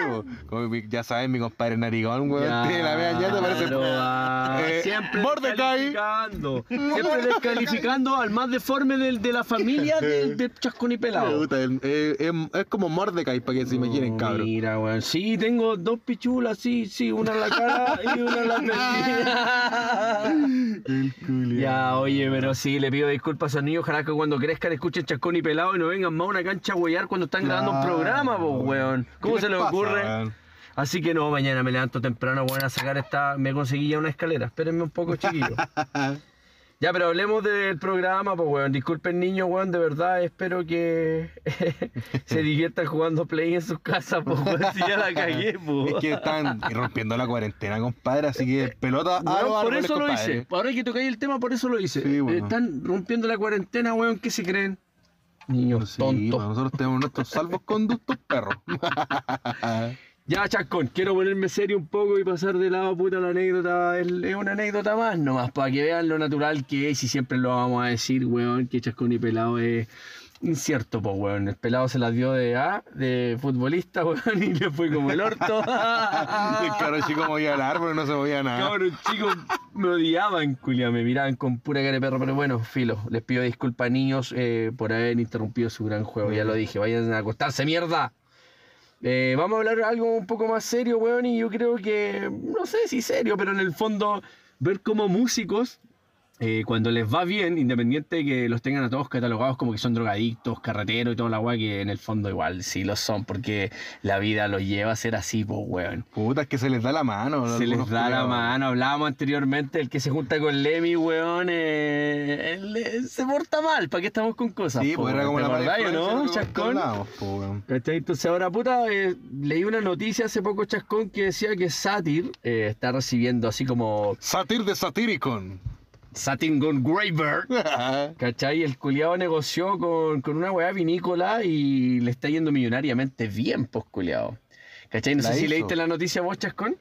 [SPEAKER 2] weón. Como mi- ya sabes, mi compadre narigón, weón,
[SPEAKER 1] Ya,
[SPEAKER 2] tiene la media ñata, parece...
[SPEAKER 1] no, ah,
[SPEAKER 2] Eh,
[SPEAKER 1] siempre
[SPEAKER 2] Mordecai.
[SPEAKER 1] descalificando. Siempre descalificando al más deforme del, de la familia del, del chascón y pelado.
[SPEAKER 2] Puta, el- eh, em- es como Mordecai para que se imaginen, cabrón.
[SPEAKER 1] Oh, Mira, weón. Sí, tengo dos pichulas, sí, sí, una en la cara y una en la mejilla. ya, oye, pero sí, le pido disculpas a niños. Ojalá que cuando crezcan escuchen chascón y pelado y no vengan más a una cancha a huear cuando están grabando un
[SPEAKER 2] Claro,
[SPEAKER 1] programa, pues, weón. ¿Cómo
[SPEAKER 2] ¿Qué
[SPEAKER 1] se les
[SPEAKER 2] pasa,
[SPEAKER 1] ocurre?
[SPEAKER 2] weón?
[SPEAKER 1] Así que no, mañana me levanto temprano, weón, a sacar esta. Me conseguí ya una escalera. Espérenme un poco, chiquillos. Ya, pero hablemos del programa, pues, weón. Disculpen, niños, weón, de verdad. Espero que se diviertan jugando Play en sus casas, pues, weón. Si ya la cagué, pues.
[SPEAKER 2] Es que están rompiendo la cuarentena, compadre, así que pelota a
[SPEAKER 1] Weón,
[SPEAKER 2] los
[SPEAKER 1] por
[SPEAKER 2] árboles,
[SPEAKER 1] eso lo
[SPEAKER 2] compadre.
[SPEAKER 1] hice. Ahora que tocáis el tema, por eso lo hice.
[SPEAKER 2] Sí, weón.
[SPEAKER 1] Están rompiendo la cuarentena, weón. ¿Qué se creen? Niños
[SPEAKER 2] Sí,
[SPEAKER 1] tontos.
[SPEAKER 2] weón, nosotros tenemos nuestros salvos conductos, perro.
[SPEAKER 1] Ya, Chascón, quiero ponerme serio un poco y pasar de lado puta la anécdota. Es es una anécdota más nomás, para que vean lo natural que es y siempre lo vamos a decir, weón, que Chascón y Pelado es incierto, pues, weón. El Pelado se las dio de A, de futbolista, weón, y le fue como el orto. Ah.
[SPEAKER 2] el caro chico movía el árbol, no se movía nada.
[SPEAKER 1] Cabrón, chicos, me odiaban, culia, me miraban con pura cara de perro, pero bueno, filo, les pido disculpas, niños, eh, por haber interrumpido su gran juego, ya lo dije, vayan a acostarse, mierda. Eh, vamos a hablar algo un poco más serio, weón, y yo creo que, no sé si serio, pero en el fondo, ver cómo músicos, eh, cuando les va bien, independiente de que los tengan a todos catalogados como que son drogadictos, carreteros y toda la weá, que en el fondo igual sí lo son, porque la vida los lleva a ser así, pues, weón.
[SPEAKER 2] Puta, es que se les da la mano.
[SPEAKER 1] Se les
[SPEAKER 2] algunos
[SPEAKER 1] da la
[SPEAKER 2] culiados.
[SPEAKER 1] mano, hablábamos anteriormente, el que se junta con Lemmy, weón, eh, él, eh, se porta mal, ¿para qué estamos con cosas?
[SPEAKER 2] Sí,
[SPEAKER 1] po,
[SPEAKER 2] pues era
[SPEAKER 1] weón?
[SPEAKER 2] como
[SPEAKER 1] ¿Te
[SPEAKER 2] la mala
[SPEAKER 1] acordás,
[SPEAKER 2] influencia
[SPEAKER 1] no,
[SPEAKER 2] que
[SPEAKER 1] Chascón?
[SPEAKER 2] hablábamos, po, pues, weón.
[SPEAKER 1] ¿Cachai? Entonces ahora, puta, eh, leí una noticia hace poco, Chascón, que decía que Satir eh, está recibiendo así como
[SPEAKER 2] Satir de Satiricon.
[SPEAKER 1] Satin con Graver. ¿Cachai? El culiado negoció con, con una weá vinícola y le está yendo millonariamente bien, pues culiado. ¿Cachai? No
[SPEAKER 2] La
[SPEAKER 1] sé si
[SPEAKER 2] hizo.
[SPEAKER 1] leíste la noticia vos, Chascón.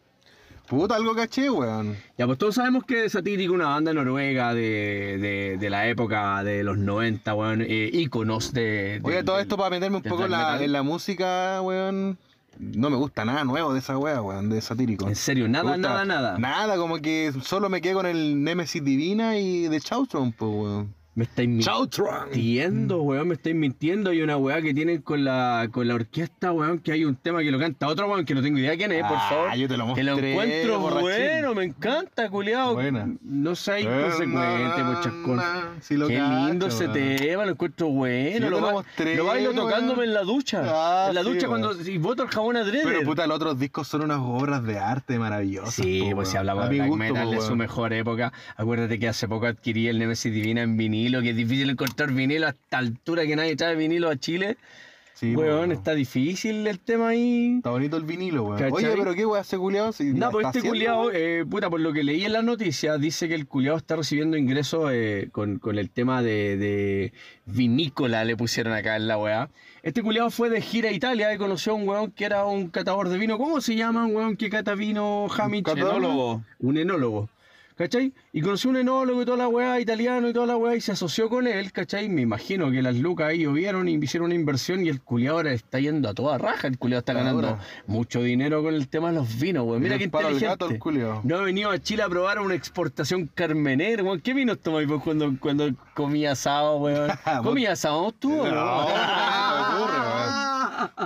[SPEAKER 2] Puta, algo caché, weón.
[SPEAKER 1] Ya, pues todos sabemos que Satírico, una banda noruega de, de, de la época de los 90, weón, eh, íconos de...
[SPEAKER 2] Oye,
[SPEAKER 1] del-
[SPEAKER 2] todo
[SPEAKER 1] del-
[SPEAKER 2] esto para meterme un
[SPEAKER 1] del
[SPEAKER 2] poco en
[SPEAKER 1] black
[SPEAKER 2] la,
[SPEAKER 1] metal.
[SPEAKER 2] en la música, weón. No me gusta nada nuevo de esa wea, weón, de Satiricon.
[SPEAKER 1] En serio,
[SPEAKER 2] Me
[SPEAKER 1] nada,
[SPEAKER 2] gusta
[SPEAKER 1] nada, nada.
[SPEAKER 2] Nada, como que solo me quedé con el Nemesis Divina y de Chautron, pues, weón.
[SPEAKER 1] Me estáis
[SPEAKER 2] Chautron.
[SPEAKER 1] mintiendo,
[SPEAKER 2] Mm.
[SPEAKER 1] weón, me estáis mintiendo. Hay una weá que tienen con la, con la orquesta, weón, que hay un tema que lo canta otro weón que no tengo idea quién es, por
[SPEAKER 2] Ah,
[SPEAKER 1] favor.
[SPEAKER 2] yo te lo
[SPEAKER 1] Que lo
[SPEAKER 2] mostré,
[SPEAKER 1] encuentro
[SPEAKER 2] borrachín.
[SPEAKER 1] bueno, me encanta, culiado.
[SPEAKER 2] Buena.
[SPEAKER 1] No seas inconsecuente, por pues, chascón.
[SPEAKER 2] Eh, Sí lo
[SPEAKER 1] Qué
[SPEAKER 2] cacho,
[SPEAKER 1] lindo ese
[SPEAKER 2] weón.
[SPEAKER 1] tema, lo encuentro
[SPEAKER 2] Sí,
[SPEAKER 1] bueno.
[SPEAKER 2] yo
[SPEAKER 1] lo,
[SPEAKER 2] te lo
[SPEAKER 1] ba-
[SPEAKER 2] mostré,
[SPEAKER 1] lo bailo
[SPEAKER 2] weón.
[SPEAKER 1] tocándome en la ducha.
[SPEAKER 2] Ah,
[SPEAKER 1] en la
[SPEAKER 2] sí,
[SPEAKER 1] ducha
[SPEAKER 2] weón.
[SPEAKER 1] cuando y boto el jabón adrede.
[SPEAKER 2] Pero puta, los otros discos son unas obras de arte maravillosas.
[SPEAKER 1] Sí,
[SPEAKER 2] po,
[SPEAKER 1] pues si
[SPEAKER 2] weón.
[SPEAKER 1] hablamos
[SPEAKER 2] A
[SPEAKER 1] de
[SPEAKER 2] mi
[SPEAKER 1] black
[SPEAKER 2] gusto,
[SPEAKER 1] metal
[SPEAKER 2] po,
[SPEAKER 1] de su
[SPEAKER 2] weón.
[SPEAKER 1] mejor época, acuérdate que hace poco adquirí el Nemesis Divina en vinilo, que es difícil encontrar vinilo a esta altura que nadie trae vinilo a Chile.
[SPEAKER 2] Sí, po,
[SPEAKER 1] weón,
[SPEAKER 2] weón.
[SPEAKER 1] está difícil el tema ahí.
[SPEAKER 2] Está bonito el vinilo, weón.
[SPEAKER 1] ¿Cachai?
[SPEAKER 2] Oye, pero qué weón hace culiado. Si la
[SPEAKER 1] No, pues
[SPEAKER 2] está
[SPEAKER 1] este
[SPEAKER 2] haciendo,
[SPEAKER 1] culiado,
[SPEAKER 2] weón.
[SPEAKER 1] puta, por lo que leí en las noticias, dice que el culiado está recibiendo ingresos eh, con, con el tema de, de vinícola, le pusieron acá en la weá. Este culiado fue de gira a Italia y conoció a un weón que era un catador de vino. ¿Cómo se llama un weón que cata vino, Hamish?
[SPEAKER 2] catador?
[SPEAKER 1] Enólogo. Un enólogo. ¿Cachai? Y conoció un enólogo y toda la weá, italiano y toda la weá, y se asoció con él, ¿cachai? Me imagino que las lucas ahí vieron y hicieron una inversión y el culiado ahora está yendo a toda raja. El culiado está ganando
[SPEAKER 2] Ahora.
[SPEAKER 1] mucho dinero con el tema de los vinos, weón. Mira
[SPEAKER 2] Le
[SPEAKER 1] qué
[SPEAKER 2] paro al
[SPEAKER 1] inteligente.
[SPEAKER 2] gato el culiao.
[SPEAKER 1] No he venido a Chile a probar una exportación carmenera, weón. ¿Qué vinos tomáis vos cuando, cuando comí asado, weón? ¿Comí asado tú, o
[SPEAKER 2] No,
[SPEAKER 1] no?
[SPEAKER 2] no Oh, se me ocurre, weón.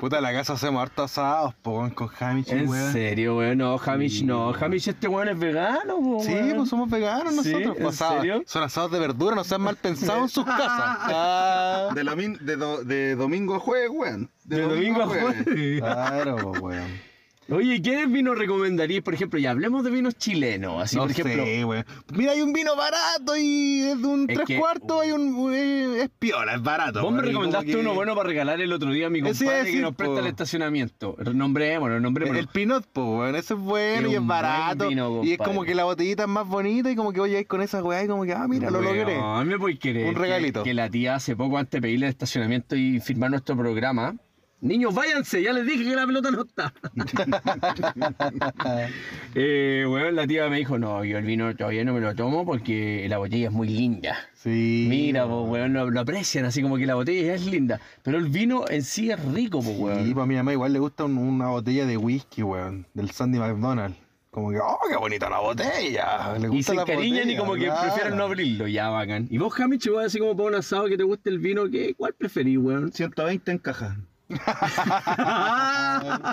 [SPEAKER 2] Puta, en la casa hacemos harto asados, po, weón, con Hamish,
[SPEAKER 1] En
[SPEAKER 2] weón.
[SPEAKER 1] serio, weón. No, Hamish,
[SPEAKER 2] Sí,
[SPEAKER 1] no.
[SPEAKER 2] weón.
[SPEAKER 1] Hamish, este weón es vegano, weón.
[SPEAKER 2] Sí, pues somos veganos
[SPEAKER 1] Sí,
[SPEAKER 2] nosotros.
[SPEAKER 1] ¿en
[SPEAKER 2] pues, asados.
[SPEAKER 1] serio?
[SPEAKER 2] Son asados de verdura, no sean mal pensados en sus casas. Ah,
[SPEAKER 4] De, lo min- de, do- de domingo a jueves, weón.
[SPEAKER 1] De domingo a jueves.
[SPEAKER 2] claro, pues, weón.
[SPEAKER 1] Oye, ¿qué vino recomendarías? Por ejemplo, ya hablemos de vinos chilenos. Así,
[SPEAKER 2] no
[SPEAKER 1] por ejemplo,
[SPEAKER 2] sé, weón. Mira, hay un vino barato y es de un
[SPEAKER 1] Es
[SPEAKER 2] tres
[SPEAKER 1] que-
[SPEAKER 2] cuartos, hay un. eh, es piola, es barato.
[SPEAKER 1] Vos me
[SPEAKER 2] weón, y como
[SPEAKER 1] recomendaste
[SPEAKER 2] que-
[SPEAKER 1] uno bueno para regalar el otro día a mi
[SPEAKER 2] Eso iba a
[SPEAKER 1] compadre que
[SPEAKER 2] decir,
[SPEAKER 1] nos presta
[SPEAKER 2] po.
[SPEAKER 1] el estacionamiento. Nombre, bueno, nombre,
[SPEAKER 2] El, el Pinot, pues, weón, ese es bueno
[SPEAKER 1] Es
[SPEAKER 2] y es
[SPEAKER 1] un
[SPEAKER 2] barato.
[SPEAKER 1] buen vino,
[SPEAKER 2] y es
[SPEAKER 1] compadre.
[SPEAKER 2] como que la botellita es más bonita y como que vos llegáis con esa weá y como que, ah, mira, lo logré.
[SPEAKER 1] A mí me voy a querer.
[SPEAKER 2] Un
[SPEAKER 1] que-
[SPEAKER 2] regalito.
[SPEAKER 1] Que, la tía hace poco antes de pedirle el estacionamiento y firmar nuestro programa. Niños, váyanse, ya les dije que la pelota no está. eh, bueno, la tía me dijo, no, yo el vino todavía no me lo tomo porque la botella es muy linda.
[SPEAKER 2] Sí.
[SPEAKER 1] Mira, pues, weón, lo, lo aprecian así como que la botella ya es linda. Pero el vino en sí es rico, pues, weón.
[SPEAKER 2] Y para mi mamá igual le gusta un- una botella de whisky, weón, del Sandy McDonald. Como que, oh, qué bonita la botella. Le
[SPEAKER 1] Y
[SPEAKER 2] gusta
[SPEAKER 1] se
[SPEAKER 2] la
[SPEAKER 1] encariñan y
[SPEAKER 2] botella,
[SPEAKER 1] como que
[SPEAKER 2] claro.
[SPEAKER 1] prefieren no abrirlo, ya bacán. Y vos, Hamish, igual así como para un asado que te guste el vino, ¿qué? ¿cuál preferís, weón?
[SPEAKER 4] 120 en caja.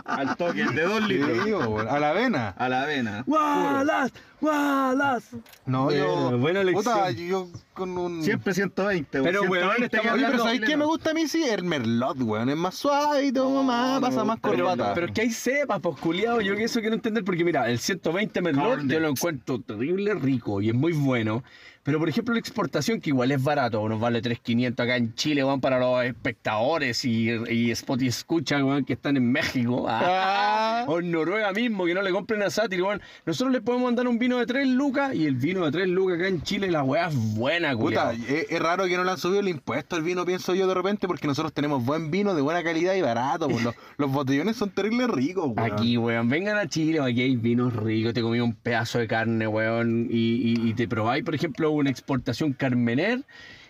[SPEAKER 4] Al toque, de 2
[SPEAKER 2] Sí,
[SPEAKER 4] litros.
[SPEAKER 2] weón, A la avena.
[SPEAKER 4] A la avena.
[SPEAKER 1] ¡Walas! ¡Walas!
[SPEAKER 2] No, yo.
[SPEAKER 1] Bueno, buena elección.
[SPEAKER 2] Puta, yo con un.
[SPEAKER 4] Siempre 120.
[SPEAKER 1] Pero, weón, estamos
[SPEAKER 2] Oye, pero
[SPEAKER 1] hablando-
[SPEAKER 2] ¿sabéis qué me gusta a mí? Sí, el merlot, weón. Es más suave y todo, más, pasa más
[SPEAKER 1] Oh, Pero,
[SPEAKER 2] corbata.
[SPEAKER 1] pero es que hay cepas, pues culiado, yo que eso quiero entender, porque mira, el 120 Merlot
[SPEAKER 4] Cornet.
[SPEAKER 1] yo lo encuentro terrible rico y es muy bueno, pero por ejemplo la exportación, que igual es barato, nos vale 3.500 acá en Chile, van para los espectadores y, y Spot y Escucha, weón, que están en México, ah, o en Noruega mismo, que no le compren a Satir, weón. Nosotros les podemos mandar un vino de 3 lucas y el vino de 3 lucas acá en Chile, la weá es buena,
[SPEAKER 2] Puta,
[SPEAKER 1] culiao.
[SPEAKER 2] es, es raro que no le han subido el impuesto al vino, pienso yo de repente, porque nosotros tenemos buen vino de buena calidad y barato. pues, Los, los botellones son terribles ricos, weón.
[SPEAKER 1] Aquí, weón, vengan a Chile, aquí hay vinos ricos, te comí un pedazo de carne, weón, y, y- y te probáis, por ejemplo, una exportación Carmener,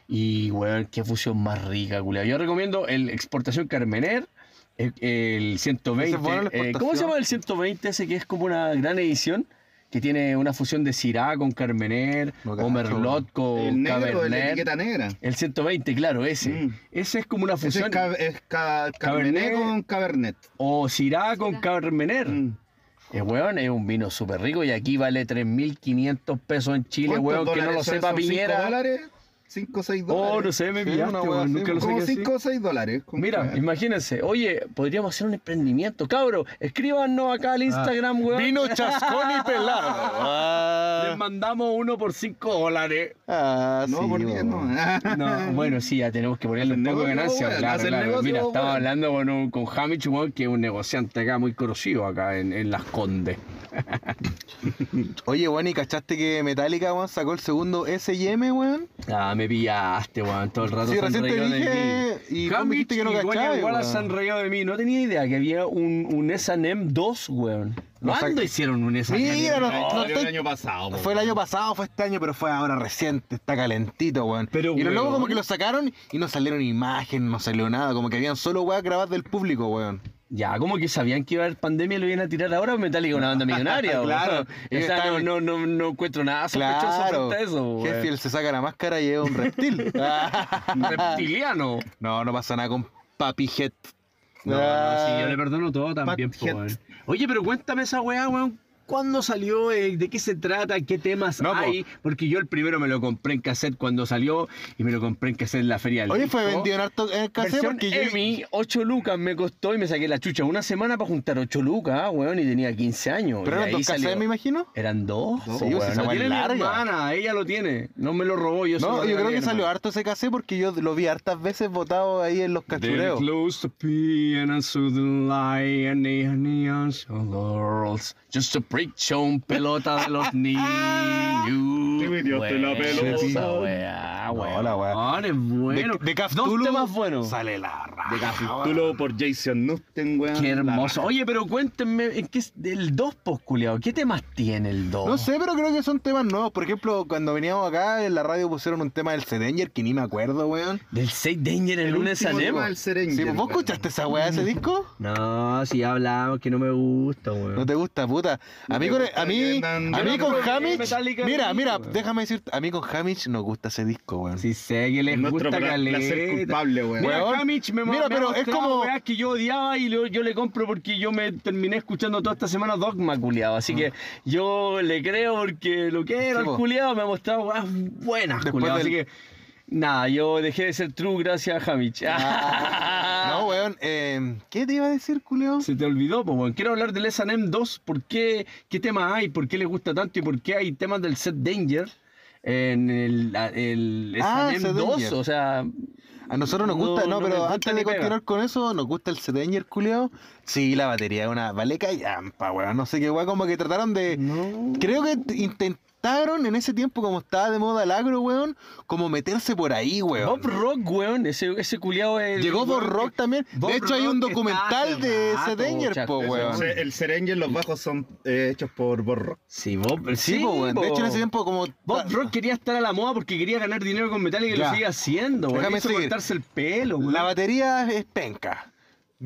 [SPEAKER 1] y, weón, qué fusión más rica, culiao. Yo recomiendo el exportación Carmener, el, el 120.
[SPEAKER 2] Ese es bueno, la
[SPEAKER 1] eh, ¿Cómo se
[SPEAKER 2] exportación.
[SPEAKER 1] llama el 120 ese que es como una gran edición? Que tiene una fusión de Syrah con Carmener,
[SPEAKER 2] No
[SPEAKER 1] o
[SPEAKER 2] cacho,
[SPEAKER 1] Merlot con
[SPEAKER 4] El negro de la
[SPEAKER 1] Oh, Cabernet.
[SPEAKER 4] etiqueta negra.
[SPEAKER 1] El 120, claro, ese.
[SPEAKER 4] Mm.
[SPEAKER 1] Ese es como una
[SPEAKER 4] Ese
[SPEAKER 1] fusión.
[SPEAKER 4] es, ca- es ca-
[SPEAKER 1] Cabernet.
[SPEAKER 4] Cabernet con Cabernet.
[SPEAKER 1] O Syrah con
[SPEAKER 6] Syrah.
[SPEAKER 1] Carmener.
[SPEAKER 4] Mm.
[SPEAKER 1] Eh, weón, es un vino súper rico y aquí vale 3.500 pesos en Chile,
[SPEAKER 4] ¿Cuántos
[SPEAKER 1] weón, que no
[SPEAKER 4] dólares
[SPEAKER 1] lo
[SPEAKER 4] son
[SPEAKER 1] sepa
[SPEAKER 4] esos? ¿Cinco
[SPEAKER 1] Piñera.
[SPEAKER 4] dólares? ¿Cinco o seis dólares?
[SPEAKER 1] Oh, no sé, me
[SPEAKER 2] Sí,
[SPEAKER 1] pillaste,
[SPEAKER 2] una weá
[SPEAKER 1] weón,
[SPEAKER 2] así,
[SPEAKER 1] nunca lo
[SPEAKER 2] como
[SPEAKER 1] sé.
[SPEAKER 4] Como
[SPEAKER 1] así.
[SPEAKER 4] cinco o seis dólares. con
[SPEAKER 1] Mira,
[SPEAKER 4] cuidado.
[SPEAKER 1] imagínense, oye, podríamos hacer un emprendimiento, cabro, escríbanos acá al Instagram, weón.
[SPEAKER 2] Vino chascón y pelado.
[SPEAKER 1] Les
[SPEAKER 2] Ah,
[SPEAKER 1] mandamos uno por 5 dólares.
[SPEAKER 2] ah,
[SPEAKER 4] No,
[SPEAKER 2] sí,
[SPEAKER 4] por
[SPEAKER 2] weón.
[SPEAKER 4] diez no. Ah,
[SPEAKER 1] No, eh. bueno, sí, ya tenemos que ponerle un
[SPEAKER 4] Hacer
[SPEAKER 1] poco de ganancia.
[SPEAKER 4] negocio, weón,
[SPEAKER 1] claro,
[SPEAKER 4] hacer
[SPEAKER 1] claro.
[SPEAKER 4] negocio,
[SPEAKER 1] Mira, estaba
[SPEAKER 4] weón.
[SPEAKER 1] hablando con, un- con Hamich, weón, que es un negociante acá muy conocido acá en, en Las Condes.
[SPEAKER 2] Oye, weón, ¿y cachaste que Metallica, weón, sacó el segundo S&M, weón?
[SPEAKER 1] Ah, me pillaste, weón, todo el rato.
[SPEAKER 2] Sí,
[SPEAKER 1] se han
[SPEAKER 2] recién te
[SPEAKER 1] reído de
[SPEAKER 2] dije
[SPEAKER 1] mí.
[SPEAKER 2] y tú me
[SPEAKER 1] Hamish
[SPEAKER 2] dijiste que no
[SPEAKER 1] y Goña
[SPEAKER 2] cachai,
[SPEAKER 1] Igual
[SPEAKER 2] weón.
[SPEAKER 1] se han reído de mí. No tenía idea que había un, un S&M 2, weón.
[SPEAKER 2] Lo sac-
[SPEAKER 1] ¿Cuándo hicieron un S&M?
[SPEAKER 2] Mira, no,
[SPEAKER 4] No,
[SPEAKER 2] no
[SPEAKER 4] fue
[SPEAKER 2] estoy-
[SPEAKER 4] el año pasado. po.
[SPEAKER 2] Fue el año pasado, fue este año, pero fue ahora reciente, está calentito, weón.
[SPEAKER 1] Pero,
[SPEAKER 2] y luego
[SPEAKER 1] weón.
[SPEAKER 2] como que lo sacaron y no salieron imagen, no salió nada, como que habían solo weas grabadas del público, weón.
[SPEAKER 1] Ya, como que sabían que iba a haber pandemia y lo iban a tirar ahora Metallica una banda millonaria. weón.
[SPEAKER 2] Claro,
[SPEAKER 1] O sea,
[SPEAKER 2] están-
[SPEAKER 1] no, no, no, no encuentro nada sospechoso
[SPEAKER 2] Claro.
[SPEAKER 1] frente a eso, weón.
[SPEAKER 2] Hetfield se saca la máscara y es un reptil.
[SPEAKER 1] Reptiliano.
[SPEAKER 2] no, no pasa nada con Papi Jet.
[SPEAKER 7] No, no,
[SPEAKER 2] Ah,
[SPEAKER 7] sí, yo le perdono todo también, po,
[SPEAKER 4] Pat
[SPEAKER 7] weón.
[SPEAKER 4] Head.
[SPEAKER 7] Oye, pero cuéntame esa weá, weón. ¿Cuándo salió? Eh, ¿De qué se trata? ¿Qué temas
[SPEAKER 2] No, po.
[SPEAKER 7] hay?
[SPEAKER 1] Porque yo el primero me lo compré en cassette cuando salió y me lo compré en cassette en la feria del
[SPEAKER 2] Oye, fue
[SPEAKER 1] disco.
[SPEAKER 2] vendido en harto en el cassette
[SPEAKER 1] Versión
[SPEAKER 2] porque yo...
[SPEAKER 1] Emmy, 8 lucas me costó y me saqué la chucha. Una semana para juntar 8 lucas, ah, weón, y tenía 15 años.
[SPEAKER 2] Pero
[SPEAKER 1] y
[SPEAKER 2] eran
[SPEAKER 1] ahí
[SPEAKER 2] dos cassettes,
[SPEAKER 1] salió-
[SPEAKER 2] me imagino.
[SPEAKER 1] Eran dos.
[SPEAKER 2] Dos,
[SPEAKER 1] po,
[SPEAKER 2] sí,
[SPEAKER 1] weón.
[SPEAKER 2] esa
[SPEAKER 1] Lo
[SPEAKER 2] weá es
[SPEAKER 1] tiene mi
[SPEAKER 2] larga.
[SPEAKER 1] hermana, ella lo tiene. No me lo robó, yo se lo
[SPEAKER 2] No, yo
[SPEAKER 1] regalé
[SPEAKER 2] creo
[SPEAKER 1] a mi
[SPEAKER 2] que salió
[SPEAKER 1] hermana.
[SPEAKER 2] harto ese cassette porque yo lo vi hartas veces botado ahí en los
[SPEAKER 1] Then
[SPEAKER 2] cachureos.
[SPEAKER 1] close to piano to the light and the neons of laurels. Just a preach on pelota de los niños.
[SPEAKER 4] Te metiste la
[SPEAKER 1] Weón,
[SPEAKER 4] pelota.
[SPEAKER 1] esa weá, weón.
[SPEAKER 2] la weá.
[SPEAKER 1] Ah, es bueno.
[SPEAKER 2] de, de Caf
[SPEAKER 1] Dos
[SPEAKER 2] Tulu
[SPEAKER 1] temas buenos.
[SPEAKER 2] Sale la raja.
[SPEAKER 4] De Capitulo por Jason Nusten, weón.
[SPEAKER 1] Qué
[SPEAKER 4] La
[SPEAKER 1] hermoso. Oye, pero cuéntenme, ¿en ¿qué es el 2 posculeado? ¿Qué temas tiene el 2?
[SPEAKER 2] No sé, pero creo que son temas nuevos. Por ejemplo, cuando veníamos acá en la radio pusieron un tema del Sedanger que ni me acuerdo, weón.
[SPEAKER 1] ¿Del 6 Danger el, lunes
[SPEAKER 4] último
[SPEAKER 1] Sanem?
[SPEAKER 4] tema del Serengeti,
[SPEAKER 2] Sí, ¿Vos
[SPEAKER 4] weón.
[SPEAKER 2] escuchaste esa weá de ese disco?
[SPEAKER 7] No, si ya hablamos que no me gusta,
[SPEAKER 2] No
[SPEAKER 7] weón.
[SPEAKER 2] te gusta, puta. A mí,
[SPEAKER 4] te
[SPEAKER 2] con,
[SPEAKER 4] gusta
[SPEAKER 2] a mí,
[SPEAKER 4] que andan-
[SPEAKER 2] a
[SPEAKER 4] Yo
[SPEAKER 2] mí
[SPEAKER 4] no
[SPEAKER 2] con
[SPEAKER 1] creo que
[SPEAKER 2] Hamish.
[SPEAKER 1] Metallica
[SPEAKER 2] Mira,
[SPEAKER 1] ni-
[SPEAKER 2] mira,
[SPEAKER 1] weón.
[SPEAKER 2] déjame decirte, a mí con Hamish nos gusta ese disco, weón.
[SPEAKER 1] Si sé que les
[SPEAKER 4] Es
[SPEAKER 1] gusta
[SPEAKER 4] nuestro pla- placer
[SPEAKER 1] caleta.
[SPEAKER 4] culpable, weón.
[SPEAKER 1] Mira,
[SPEAKER 2] Weón.
[SPEAKER 1] Kamich me
[SPEAKER 2] Mira,
[SPEAKER 1] me
[SPEAKER 2] pero
[SPEAKER 1] ha
[SPEAKER 2] es
[SPEAKER 1] mostrado
[SPEAKER 2] como-
[SPEAKER 1] weas que yo odiaba y lo- yo le compro porque yo me terminé escuchando toda esta semana Dogma culiado. Así que yo le creo porque lo que era
[SPEAKER 2] Ah. Sí,
[SPEAKER 1] el
[SPEAKER 2] po.
[SPEAKER 1] culiado me ha mostrado weas buenas,
[SPEAKER 2] Después
[SPEAKER 1] culiado. Así
[SPEAKER 2] del-
[SPEAKER 1] que nada, yo dejé de ser true gracias a Hamich.
[SPEAKER 2] Ah. No, weón. eh, ¿Qué te iba a decir, culeo?
[SPEAKER 7] Se te olvidó, pues, weón. Quiero hablar del S&M 2. ¿Por qué? ¿Qué tema hay? ¿Por qué les gusta tanto? ¿Y por qué hay temas del set Danger en el, a- el
[SPEAKER 2] Ah,
[SPEAKER 7] S&M
[SPEAKER 2] Set
[SPEAKER 7] 2?
[SPEAKER 2] Danger.
[SPEAKER 7] O sea,
[SPEAKER 2] A nosotros nos gusta,
[SPEAKER 7] No,
[SPEAKER 2] no,
[SPEAKER 7] no
[SPEAKER 2] pero
[SPEAKER 7] me gusta
[SPEAKER 2] antes
[SPEAKER 7] ni
[SPEAKER 2] de
[SPEAKER 7] pega.
[SPEAKER 2] continuar con eso, nos gusta el Sedeñer, culeo. Sí, la batería es una vale callampa, weón. No sé qué weón, como que trataron de.
[SPEAKER 7] no.
[SPEAKER 2] Creo que t- intentaron en ese tiempo, como estaba de moda el agro, weón, como meterse por ahí, weón.
[SPEAKER 7] Bob Rock, weón. Ese, ese culiao es...
[SPEAKER 2] Llegó Bob Rock también.
[SPEAKER 7] Bob
[SPEAKER 2] de hecho, hay un
[SPEAKER 7] Rock está
[SPEAKER 2] documental
[SPEAKER 7] hace
[SPEAKER 2] de
[SPEAKER 7] rato,
[SPEAKER 2] Sedeñer, po,
[SPEAKER 1] muchachos.
[SPEAKER 2] weón.
[SPEAKER 4] Se- El Serengen, los bajos son eh, hechos por Borro.
[SPEAKER 7] Sí, Bob...
[SPEAKER 2] Sí, po, weón. De hecho, en ese tiempo, como.
[SPEAKER 7] Bob Rock quería estar a la moda porque quería ganar dinero con Metallica y
[SPEAKER 2] Ya.
[SPEAKER 7] lo sigue haciendo, weón.
[SPEAKER 2] Déjame
[SPEAKER 7] Hizo
[SPEAKER 2] seguir.
[SPEAKER 7] cortarse el pelo, weón.
[SPEAKER 2] La batería es penca.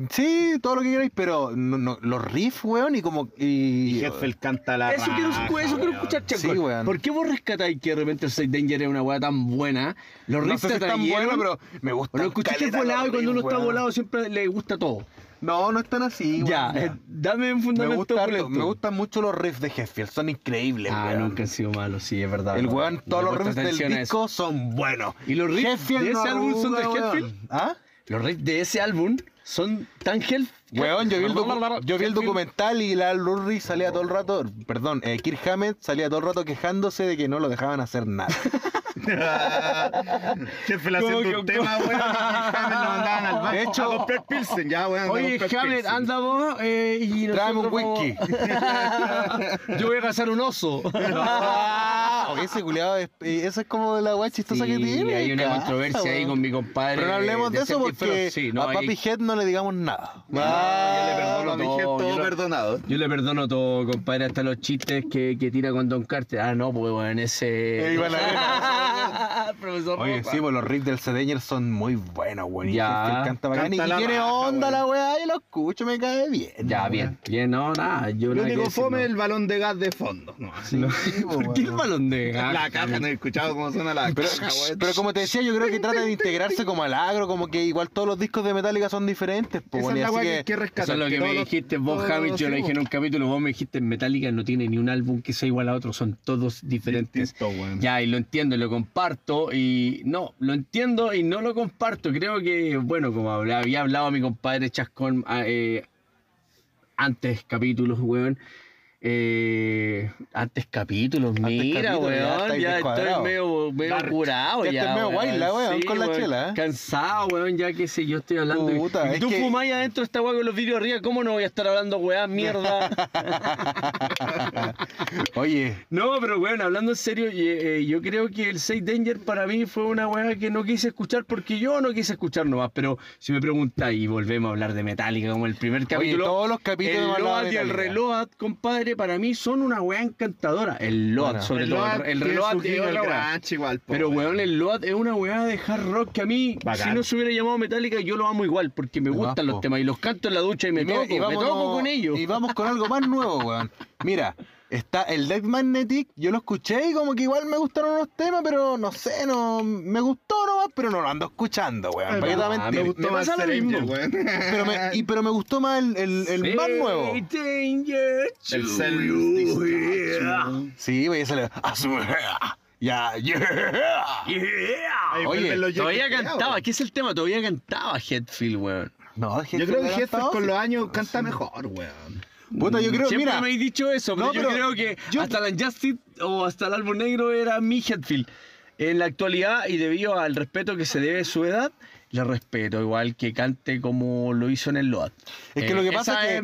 [SPEAKER 2] Sí, todo lo que queráis, pero no- no, los riffs, weón, y como. Y,
[SPEAKER 4] Y Hetfield canta la
[SPEAKER 7] Eso quiero,
[SPEAKER 4] raja,
[SPEAKER 7] eso quiero
[SPEAKER 4] weón.
[SPEAKER 7] escuchar,
[SPEAKER 2] Sí,
[SPEAKER 7] Chacón.
[SPEAKER 2] weón.
[SPEAKER 7] ¿Por qué vos rescatáis que de repente el Side Danger es una weá tan buena? Los
[SPEAKER 2] No
[SPEAKER 7] riffs
[SPEAKER 2] sé si
[SPEAKER 7] te
[SPEAKER 2] es tan bueno,
[SPEAKER 7] atrayeron,
[SPEAKER 2] pero me gusta.
[SPEAKER 7] Lo escuchaste volado y cuando uno está volado siempre le gusta todo.
[SPEAKER 2] No, no están así,
[SPEAKER 7] ya,
[SPEAKER 2] weón,
[SPEAKER 7] eh, dame un
[SPEAKER 2] Me,
[SPEAKER 7] fundamento.
[SPEAKER 2] gusta harto,
[SPEAKER 7] opulento.
[SPEAKER 2] me gustan mucho los riffs de Hetfield, son increíbles,
[SPEAKER 7] Ah,
[SPEAKER 2] weón.
[SPEAKER 7] nunca han sido malos, sí, es verdad.
[SPEAKER 2] El
[SPEAKER 7] no.
[SPEAKER 2] weón, todos
[SPEAKER 7] Le
[SPEAKER 2] los
[SPEAKER 7] he
[SPEAKER 2] riffs
[SPEAKER 7] puesto
[SPEAKER 2] del
[SPEAKER 7] atención a eso.
[SPEAKER 2] disco son buenos.
[SPEAKER 7] ¿Y los riffs
[SPEAKER 2] Hetfield
[SPEAKER 7] de
[SPEAKER 2] no
[SPEAKER 7] ese álbum son de
[SPEAKER 2] arruga,
[SPEAKER 7] Hetfield?
[SPEAKER 2] weón. ¿Ah?
[SPEAKER 7] Los riffs de ese álbum son tan hell.
[SPEAKER 2] Weón, yo vi, el docu-
[SPEAKER 7] Perdón,
[SPEAKER 2] yo vi el
[SPEAKER 7] Hetfield.
[SPEAKER 2] documental y la Lou Reed salía todo el rato, perdón, eh, Kirk Hammett salía todo el rato quejándose de que no lo dejaban hacer nada.
[SPEAKER 4] Hetfield
[SPEAKER 7] Como
[SPEAKER 4] haciendo
[SPEAKER 7] que-
[SPEAKER 4] un tema, weón. y Hammer lo mandaban al bar.
[SPEAKER 2] De hecho-
[SPEAKER 4] a comprar Pilsen, ya, weón. a
[SPEAKER 7] Oye,
[SPEAKER 4] comprar
[SPEAKER 7] Hamlet,
[SPEAKER 4] Pilsen.
[SPEAKER 7] anda vos eh, y
[SPEAKER 2] Tráeme un
[SPEAKER 7] nosotros
[SPEAKER 2] whisky.
[SPEAKER 7] vamos- Yo voy a cazar un oso.
[SPEAKER 2] Ah, ese culiado, es, eh, esa es como la weá chistosa que
[SPEAKER 1] Sí,
[SPEAKER 2] tiene.
[SPEAKER 1] hay una
[SPEAKER 2] cacha,
[SPEAKER 1] controversia ahí
[SPEAKER 2] weón.
[SPEAKER 1] con mi compadre.
[SPEAKER 2] Pero no hablemos de, eso
[SPEAKER 1] Celtic,
[SPEAKER 2] porque
[SPEAKER 1] pero sí, no,
[SPEAKER 2] a
[SPEAKER 1] ahí-
[SPEAKER 2] Papi Head no le digamos nada.
[SPEAKER 4] Ah,
[SPEAKER 1] yo le perdono
[SPEAKER 4] Papi Head,
[SPEAKER 1] todo,
[SPEAKER 4] todo
[SPEAKER 1] yo le-
[SPEAKER 4] perdonado.
[SPEAKER 1] Yo le perdono todo, compadre, hasta los chistes que, que tira con Don Carter. Ah, no, pues bueno, ese.
[SPEAKER 2] Eh, iba a
[SPEAKER 1] la Profesor
[SPEAKER 2] Oye,
[SPEAKER 1] Roca.
[SPEAKER 2] sí, pues los riffs del Sedeñer son muy buenos, güey.
[SPEAKER 1] Ya.
[SPEAKER 2] Y Hetfield canta bacán. Y
[SPEAKER 4] Canta la
[SPEAKER 2] tiene
[SPEAKER 4] raja,
[SPEAKER 2] onda
[SPEAKER 4] weón.
[SPEAKER 2] la weá, y lo escucho, me cae bien.
[SPEAKER 1] Ya, bien, bien, no, nada. Yo
[SPEAKER 4] Lo
[SPEAKER 1] nada que
[SPEAKER 4] único
[SPEAKER 1] decir,
[SPEAKER 4] fome
[SPEAKER 1] no.
[SPEAKER 4] es el balón de gas de fondo. No, así.
[SPEAKER 2] Sí, pues,
[SPEAKER 7] ¿Por qué el
[SPEAKER 2] weón.
[SPEAKER 7] balón de
[SPEAKER 1] Ah,
[SPEAKER 7] gas?
[SPEAKER 4] La caja, no he escuchado cómo suena la
[SPEAKER 2] Pero,
[SPEAKER 4] caja, weón.
[SPEAKER 2] pero como te decía, yo creo que trata de integrarse como al agro, como que igual todos los discos de Metallica son diferentes, pues,
[SPEAKER 4] Esa es
[SPEAKER 2] weón, y
[SPEAKER 4] la
[SPEAKER 2] así
[SPEAKER 4] weá que
[SPEAKER 2] que...
[SPEAKER 4] hay que rescatar.
[SPEAKER 1] Eso es lo que me
[SPEAKER 4] todos los-
[SPEAKER 1] dijiste vos,
[SPEAKER 4] todos
[SPEAKER 1] Javi.
[SPEAKER 4] los
[SPEAKER 1] Yo lo dije en un capítulo. Vos me dijiste en Metallica no tiene ni un álbum que sea igual a otro. Son todos diferentes.
[SPEAKER 4] distintos, weón.
[SPEAKER 1] Ya, y lo entiendo, y lo comparto. Y no, lo entiendo y no lo comparto. Creo que, bueno, como habla- había hablado mi compadre Chascón a- eh, antes capítulos, weón. eh, antes capítulos, mira,
[SPEAKER 2] capítulos, ya
[SPEAKER 1] weón. Ya,
[SPEAKER 2] estáis descuadrado.
[SPEAKER 1] estoy medio, medio
[SPEAKER 4] Dark.
[SPEAKER 1] curado.
[SPEAKER 2] Ya
[SPEAKER 1] Ya,
[SPEAKER 2] estás medio guayla, weón, con la chela, ¿eh?
[SPEAKER 1] Cansado, weón, ya que sé, yo estoy hablando. y-
[SPEAKER 2] Puta,
[SPEAKER 1] y
[SPEAKER 2] es
[SPEAKER 1] tú
[SPEAKER 2] que-
[SPEAKER 1] fumáis adentro de esta weá con los vidrios arriba, ¿cómo no voy a estar hablando weá mierda?
[SPEAKER 2] Oye,
[SPEAKER 1] No, pero bueno, hablando en serio, y, eh, yo creo que el 6 Danger para mí fue una weá que no quise escuchar porque yo no quise escuchar nomás. Pero si me preguntáis, y volvemos a hablar de Metallica como el primer
[SPEAKER 2] oye,
[SPEAKER 1] capítulo.
[SPEAKER 2] todos los
[SPEAKER 1] el
[SPEAKER 2] capítulos
[SPEAKER 1] Load
[SPEAKER 2] de
[SPEAKER 1] y el
[SPEAKER 2] reloj
[SPEAKER 1] Reload, compadre, para mí son una weá encantadora. El Load,
[SPEAKER 2] Bueno.
[SPEAKER 1] sobre todo. El, el
[SPEAKER 4] tiene
[SPEAKER 1] Reload
[SPEAKER 4] su
[SPEAKER 1] es
[SPEAKER 4] giro, el
[SPEAKER 1] otra weá.
[SPEAKER 4] grunge igual, po,
[SPEAKER 1] Pero weón, el Load es una weá de hard rock que a mí,
[SPEAKER 4] Bacán.
[SPEAKER 1] si no se hubiera llamado Metallica, yo lo amo igual porque me
[SPEAKER 2] Además,
[SPEAKER 1] gustan
[SPEAKER 2] po.
[SPEAKER 1] los temas y los canto en la ducha y me
[SPEAKER 2] mira,
[SPEAKER 1] toco, me toco
[SPEAKER 2] vámonos-
[SPEAKER 1] con ellos.
[SPEAKER 2] Y vamos con algo más nuevo, weón. Mira, está el Dead Magnetic, yo lo escuché y como que igual me gustaron unos temas, pero no sé, no me gustó nomás, pero no lo ando escuchando, weón. ¿Para qué te voy a
[SPEAKER 1] Ah,
[SPEAKER 2] mentir?
[SPEAKER 4] Me
[SPEAKER 1] me
[SPEAKER 4] gustó más
[SPEAKER 1] pasa lo
[SPEAKER 4] Serengil,
[SPEAKER 1] mismo.
[SPEAKER 4] weón.
[SPEAKER 2] Pero me, y, pero me gustó más el, el- el más nuevo.
[SPEAKER 1] Hey, Danger
[SPEAKER 4] El
[SPEAKER 1] to
[SPEAKER 4] Self
[SPEAKER 1] you,
[SPEAKER 4] Destruction,
[SPEAKER 1] yeah.
[SPEAKER 4] weón.
[SPEAKER 2] Ah, Sí, pues, güey, ese le. a su- Ya, yeah.
[SPEAKER 4] Ahí
[SPEAKER 1] Yeah.
[SPEAKER 2] Oye,
[SPEAKER 4] vuelven los
[SPEAKER 1] Todavía
[SPEAKER 4] Yankees,
[SPEAKER 1] cantaba,
[SPEAKER 4] weón.
[SPEAKER 1] ¿qué es el tema? Todavía cantaba Headfield, weón.
[SPEAKER 2] No, es
[SPEAKER 4] Yo creo que
[SPEAKER 2] Hetfield
[SPEAKER 4] Hetfield con
[SPEAKER 2] con
[SPEAKER 4] los años canta mejor, weón.
[SPEAKER 2] Puta, yo creo,
[SPEAKER 1] Siempre
[SPEAKER 2] mira.
[SPEAKER 1] me he dicho eso, pero
[SPEAKER 2] No,
[SPEAKER 1] yo
[SPEAKER 2] pero
[SPEAKER 1] creo que
[SPEAKER 2] yo-
[SPEAKER 1] hasta la Injustice o hasta el álbum negro era mi Headfield. En la actualidad, y debido al respeto que se debe a su edad, le respeto igual que cante como lo hizo en el Load.
[SPEAKER 2] Es que lo que pasa
[SPEAKER 1] Eh, esa
[SPEAKER 2] es que-
[SPEAKER 1] es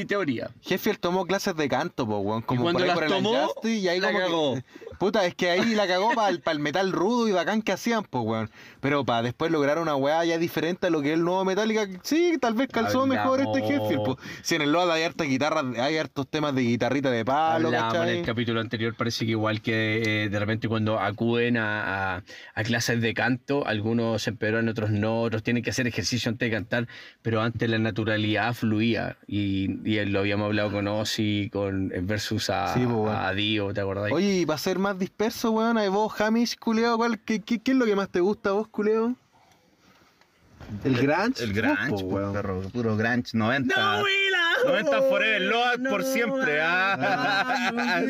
[SPEAKER 1] mi teoría.
[SPEAKER 2] Hetfield tomó clases de canto, po, weón. Como
[SPEAKER 1] cuando
[SPEAKER 2] por ahí
[SPEAKER 1] las
[SPEAKER 2] por el
[SPEAKER 1] tomó,
[SPEAKER 2] Unjustice, y ahí
[SPEAKER 1] la
[SPEAKER 2] como que-
[SPEAKER 1] cagó.
[SPEAKER 2] puta, es que ahí la cagó para el, metal rudo y bacán que hacían, po, weón. Pero para después lograr una weá ya diferente a lo que es el nuevo Metallica, sí, tal vez calzó
[SPEAKER 1] Hablamos.
[SPEAKER 2] mejor este Hetfield, po. Si en el Load hay hartas guitarras, hay hartos temas de guitarrita de palo,
[SPEAKER 1] Hablábamos en este
[SPEAKER 2] ¿cachai?
[SPEAKER 1] el capítulo anterior, parece que igual que eh, de repente cuando acuden a, a- a clases de canto, algunos se empeoran, otros no, otros tienen que hacer ejercicio antes de cantar, pero antes la naturalidad fluía y, y lo habíamos hablado con Ozzy, con versus a,
[SPEAKER 2] Sí, pues, bueno.
[SPEAKER 1] a Dio, ¿te acordás?
[SPEAKER 2] Oye, y para ser más disperso, weón, ahí vos, Hamish, culeo, ¿cuál, qué, qué- qué es lo que más te gusta a vos, culeo? El Grunge.
[SPEAKER 4] El
[SPEAKER 2] Grunge,
[SPEAKER 4] Granch,
[SPEAKER 2] po, weón.
[SPEAKER 4] perro. Puro Granch, 90. 90 forever, Load por siempre. ah.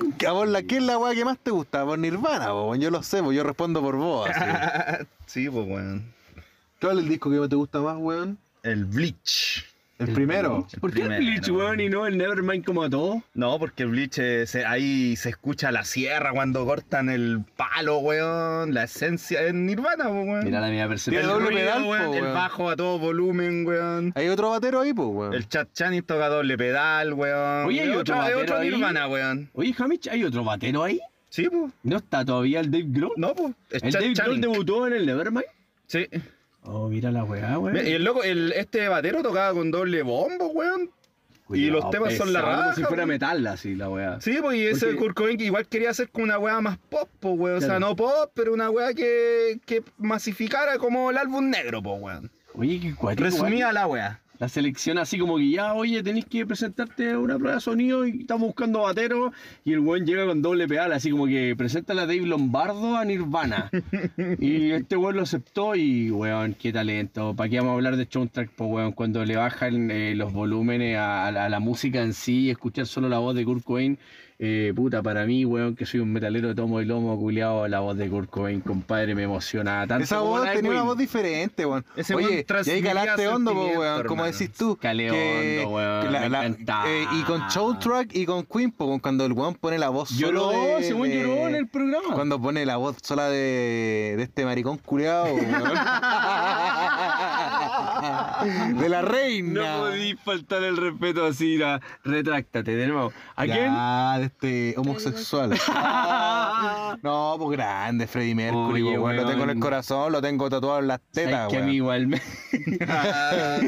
[SPEAKER 2] A vos, la, ¿qué es la weá que más te gusta? A vos, Nirvana, po, weón. Yo lo sé, po, yo respondo por vos. así.
[SPEAKER 4] sí, pues, weón.
[SPEAKER 2] ¿Cuál es el disco que te gusta más, weón?
[SPEAKER 4] El Bleach.
[SPEAKER 2] El,
[SPEAKER 8] El
[SPEAKER 2] primero.
[SPEAKER 4] El
[SPEAKER 1] ¿Por qué el
[SPEAKER 4] primero.
[SPEAKER 1] Bleach, weón, y no el Nevermind como a todos?
[SPEAKER 4] No, porque el Bleach eh, se- ahí se escucha la sierra cuando cortan el palo, weón. La esencia es Nirvana, po, weón.
[SPEAKER 8] Mira la mía
[SPEAKER 2] Tiene
[SPEAKER 4] el
[SPEAKER 8] percepción.
[SPEAKER 2] doble
[SPEAKER 4] ruido,
[SPEAKER 2] pedal, po,
[SPEAKER 4] weón, El
[SPEAKER 2] weón.
[SPEAKER 4] bajo a todo volumen, weón.
[SPEAKER 2] Hay otro batero ahí, pues, weón.
[SPEAKER 4] El Chat Channing toca doble pedal, weón.
[SPEAKER 1] Ah. Oye,
[SPEAKER 4] Es
[SPEAKER 1] ¿y otro
[SPEAKER 4] otra- es
[SPEAKER 1] batero
[SPEAKER 4] otra
[SPEAKER 1] ahí?
[SPEAKER 4] Nirvana, weón.
[SPEAKER 1] Oye, Hamich, ¿hay otro batero ahí?
[SPEAKER 4] Sí, pues.
[SPEAKER 1] ¿No está todavía el Dave Grohl?
[SPEAKER 4] No, pues. Es
[SPEAKER 1] ¿El
[SPEAKER 4] Chad
[SPEAKER 1] Dave Grohl
[SPEAKER 4] Channing.
[SPEAKER 1] debutó en el Nevermind?
[SPEAKER 4] Sí.
[SPEAKER 1] Oh, mira la weá, weón.
[SPEAKER 4] Mira, Y el loco, el, este batero tocaba con doble bombo, weón. y los temas son la
[SPEAKER 1] pesado, Como
[SPEAKER 4] raja,
[SPEAKER 1] si fuera
[SPEAKER 4] weón.
[SPEAKER 1] metal, así la weá.
[SPEAKER 4] Sí, pues y ese
[SPEAKER 1] Porque-
[SPEAKER 4] Kurt Cobain que igual quería hacer con una weá más pop, pues, weón. O sea,
[SPEAKER 1] Claro.
[SPEAKER 4] no pop, pero una weá que, que masificara como el álbum negro, pues, weón.
[SPEAKER 1] Oye, qué cuático.
[SPEAKER 4] Resumía la weá.
[SPEAKER 1] La selección así como que ya, oye, tenés que presentarte a una prueba de sonido y estamos buscando batero. Y el weón llega con doble pedal, así como que presenta a Dave Lombardo a Nirvana. y este weón lo aceptó y, weón, qué talento. ¿Para qué vamos a hablar de soundtrack, pues, weón? Cuando le bajan eh, los volúmenes a, a la, a la música en sí y escuchar solo la voz de Kurt Cobain. eh, puta, para mí, weón, que soy un metalero de tomo y lomo, culiado, la voz de Kurt Cobain, compadre, me emociona tanto.
[SPEAKER 2] Esa
[SPEAKER 1] como
[SPEAKER 2] voz
[SPEAKER 1] la de
[SPEAKER 2] tenía una
[SPEAKER 1] Queen.
[SPEAKER 2] voz diferente, weón.
[SPEAKER 4] Ese weón
[SPEAKER 2] Oye, y ahí
[SPEAKER 4] transmitía
[SPEAKER 2] calaste hondo, po,
[SPEAKER 4] sentimiento,
[SPEAKER 2] weón, como
[SPEAKER 4] hermano.
[SPEAKER 2] decís tú.
[SPEAKER 1] Calé
[SPEAKER 2] que-
[SPEAKER 1] hondo, weón,
[SPEAKER 2] que eh,
[SPEAKER 1] me encanta.
[SPEAKER 2] y con Show Track y con Queen, po, weón, cuando el weón pone la voz solo
[SPEAKER 1] Lloró,
[SPEAKER 2] de-
[SPEAKER 1] ese weón
[SPEAKER 2] de-
[SPEAKER 1] lloró en el programa.
[SPEAKER 2] Cuando pone la voz sola de, de este maricón culeado, weón. de la
[SPEAKER 1] No
[SPEAKER 2] reina.
[SPEAKER 1] podí faltar el respeto así, na. retráctate de nuevo. ¿A quién?
[SPEAKER 2] Ya, de este homosexual. No, pues grande, Freddy Mercury,
[SPEAKER 1] Oye,
[SPEAKER 2] po, weón. Lo tengo en el
[SPEAKER 1] weón.
[SPEAKER 2] corazón, lo tengo tatuado en las
[SPEAKER 1] Sabes
[SPEAKER 2] tetas,
[SPEAKER 1] que a mí
[SPEAKER 2] weón.
[SPEAKER 1] igual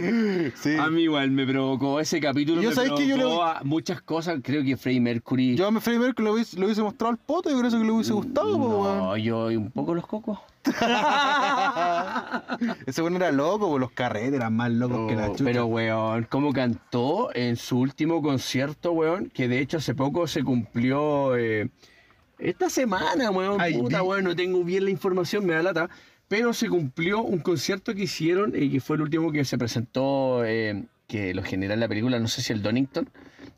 [SPEAKER 1] me,
[SPEAKER 2] Sí.
[SPEAKER 1] a mí igual me provocó ese capítulo.
[SPEAKER 2] Yo
[SPEAKER 1] me
[SPEAKER 2] sabes que yo le-
[SPEAKER 1] provocó a muchas cosas. Creo que Freddie Mercury.
[SPEAKER 2] Yo a Freddie Mercury lo hubiese, lo hubiese mostrado al poto y creo que le hubiese gustado, po, weón.
[SPEAKER 1] Mm, no, yo un poco los cocos.
[SPEAKER 2] Ese weón era loco, po, los carretes eran más locos que la
[SPEAKER 1] Oh,
[SPEAKER 2] chucha.
[SPEAKER 1] pero weón, cómo cantó en su último concierto, weón, que de hecho hace poco se cumplió eh, esta semana, weón,
[SPEAKER 4] Ay,
[SPEAKER 1] puta,
[SPEAKER 4] vi-
[SPEAKER 1] weón, no tengo bien la información, me da lata, pero se cumplió un concierto que hicieron y que fue el último que se presentó, eh, que lo genera en la película, no sé si el Donington,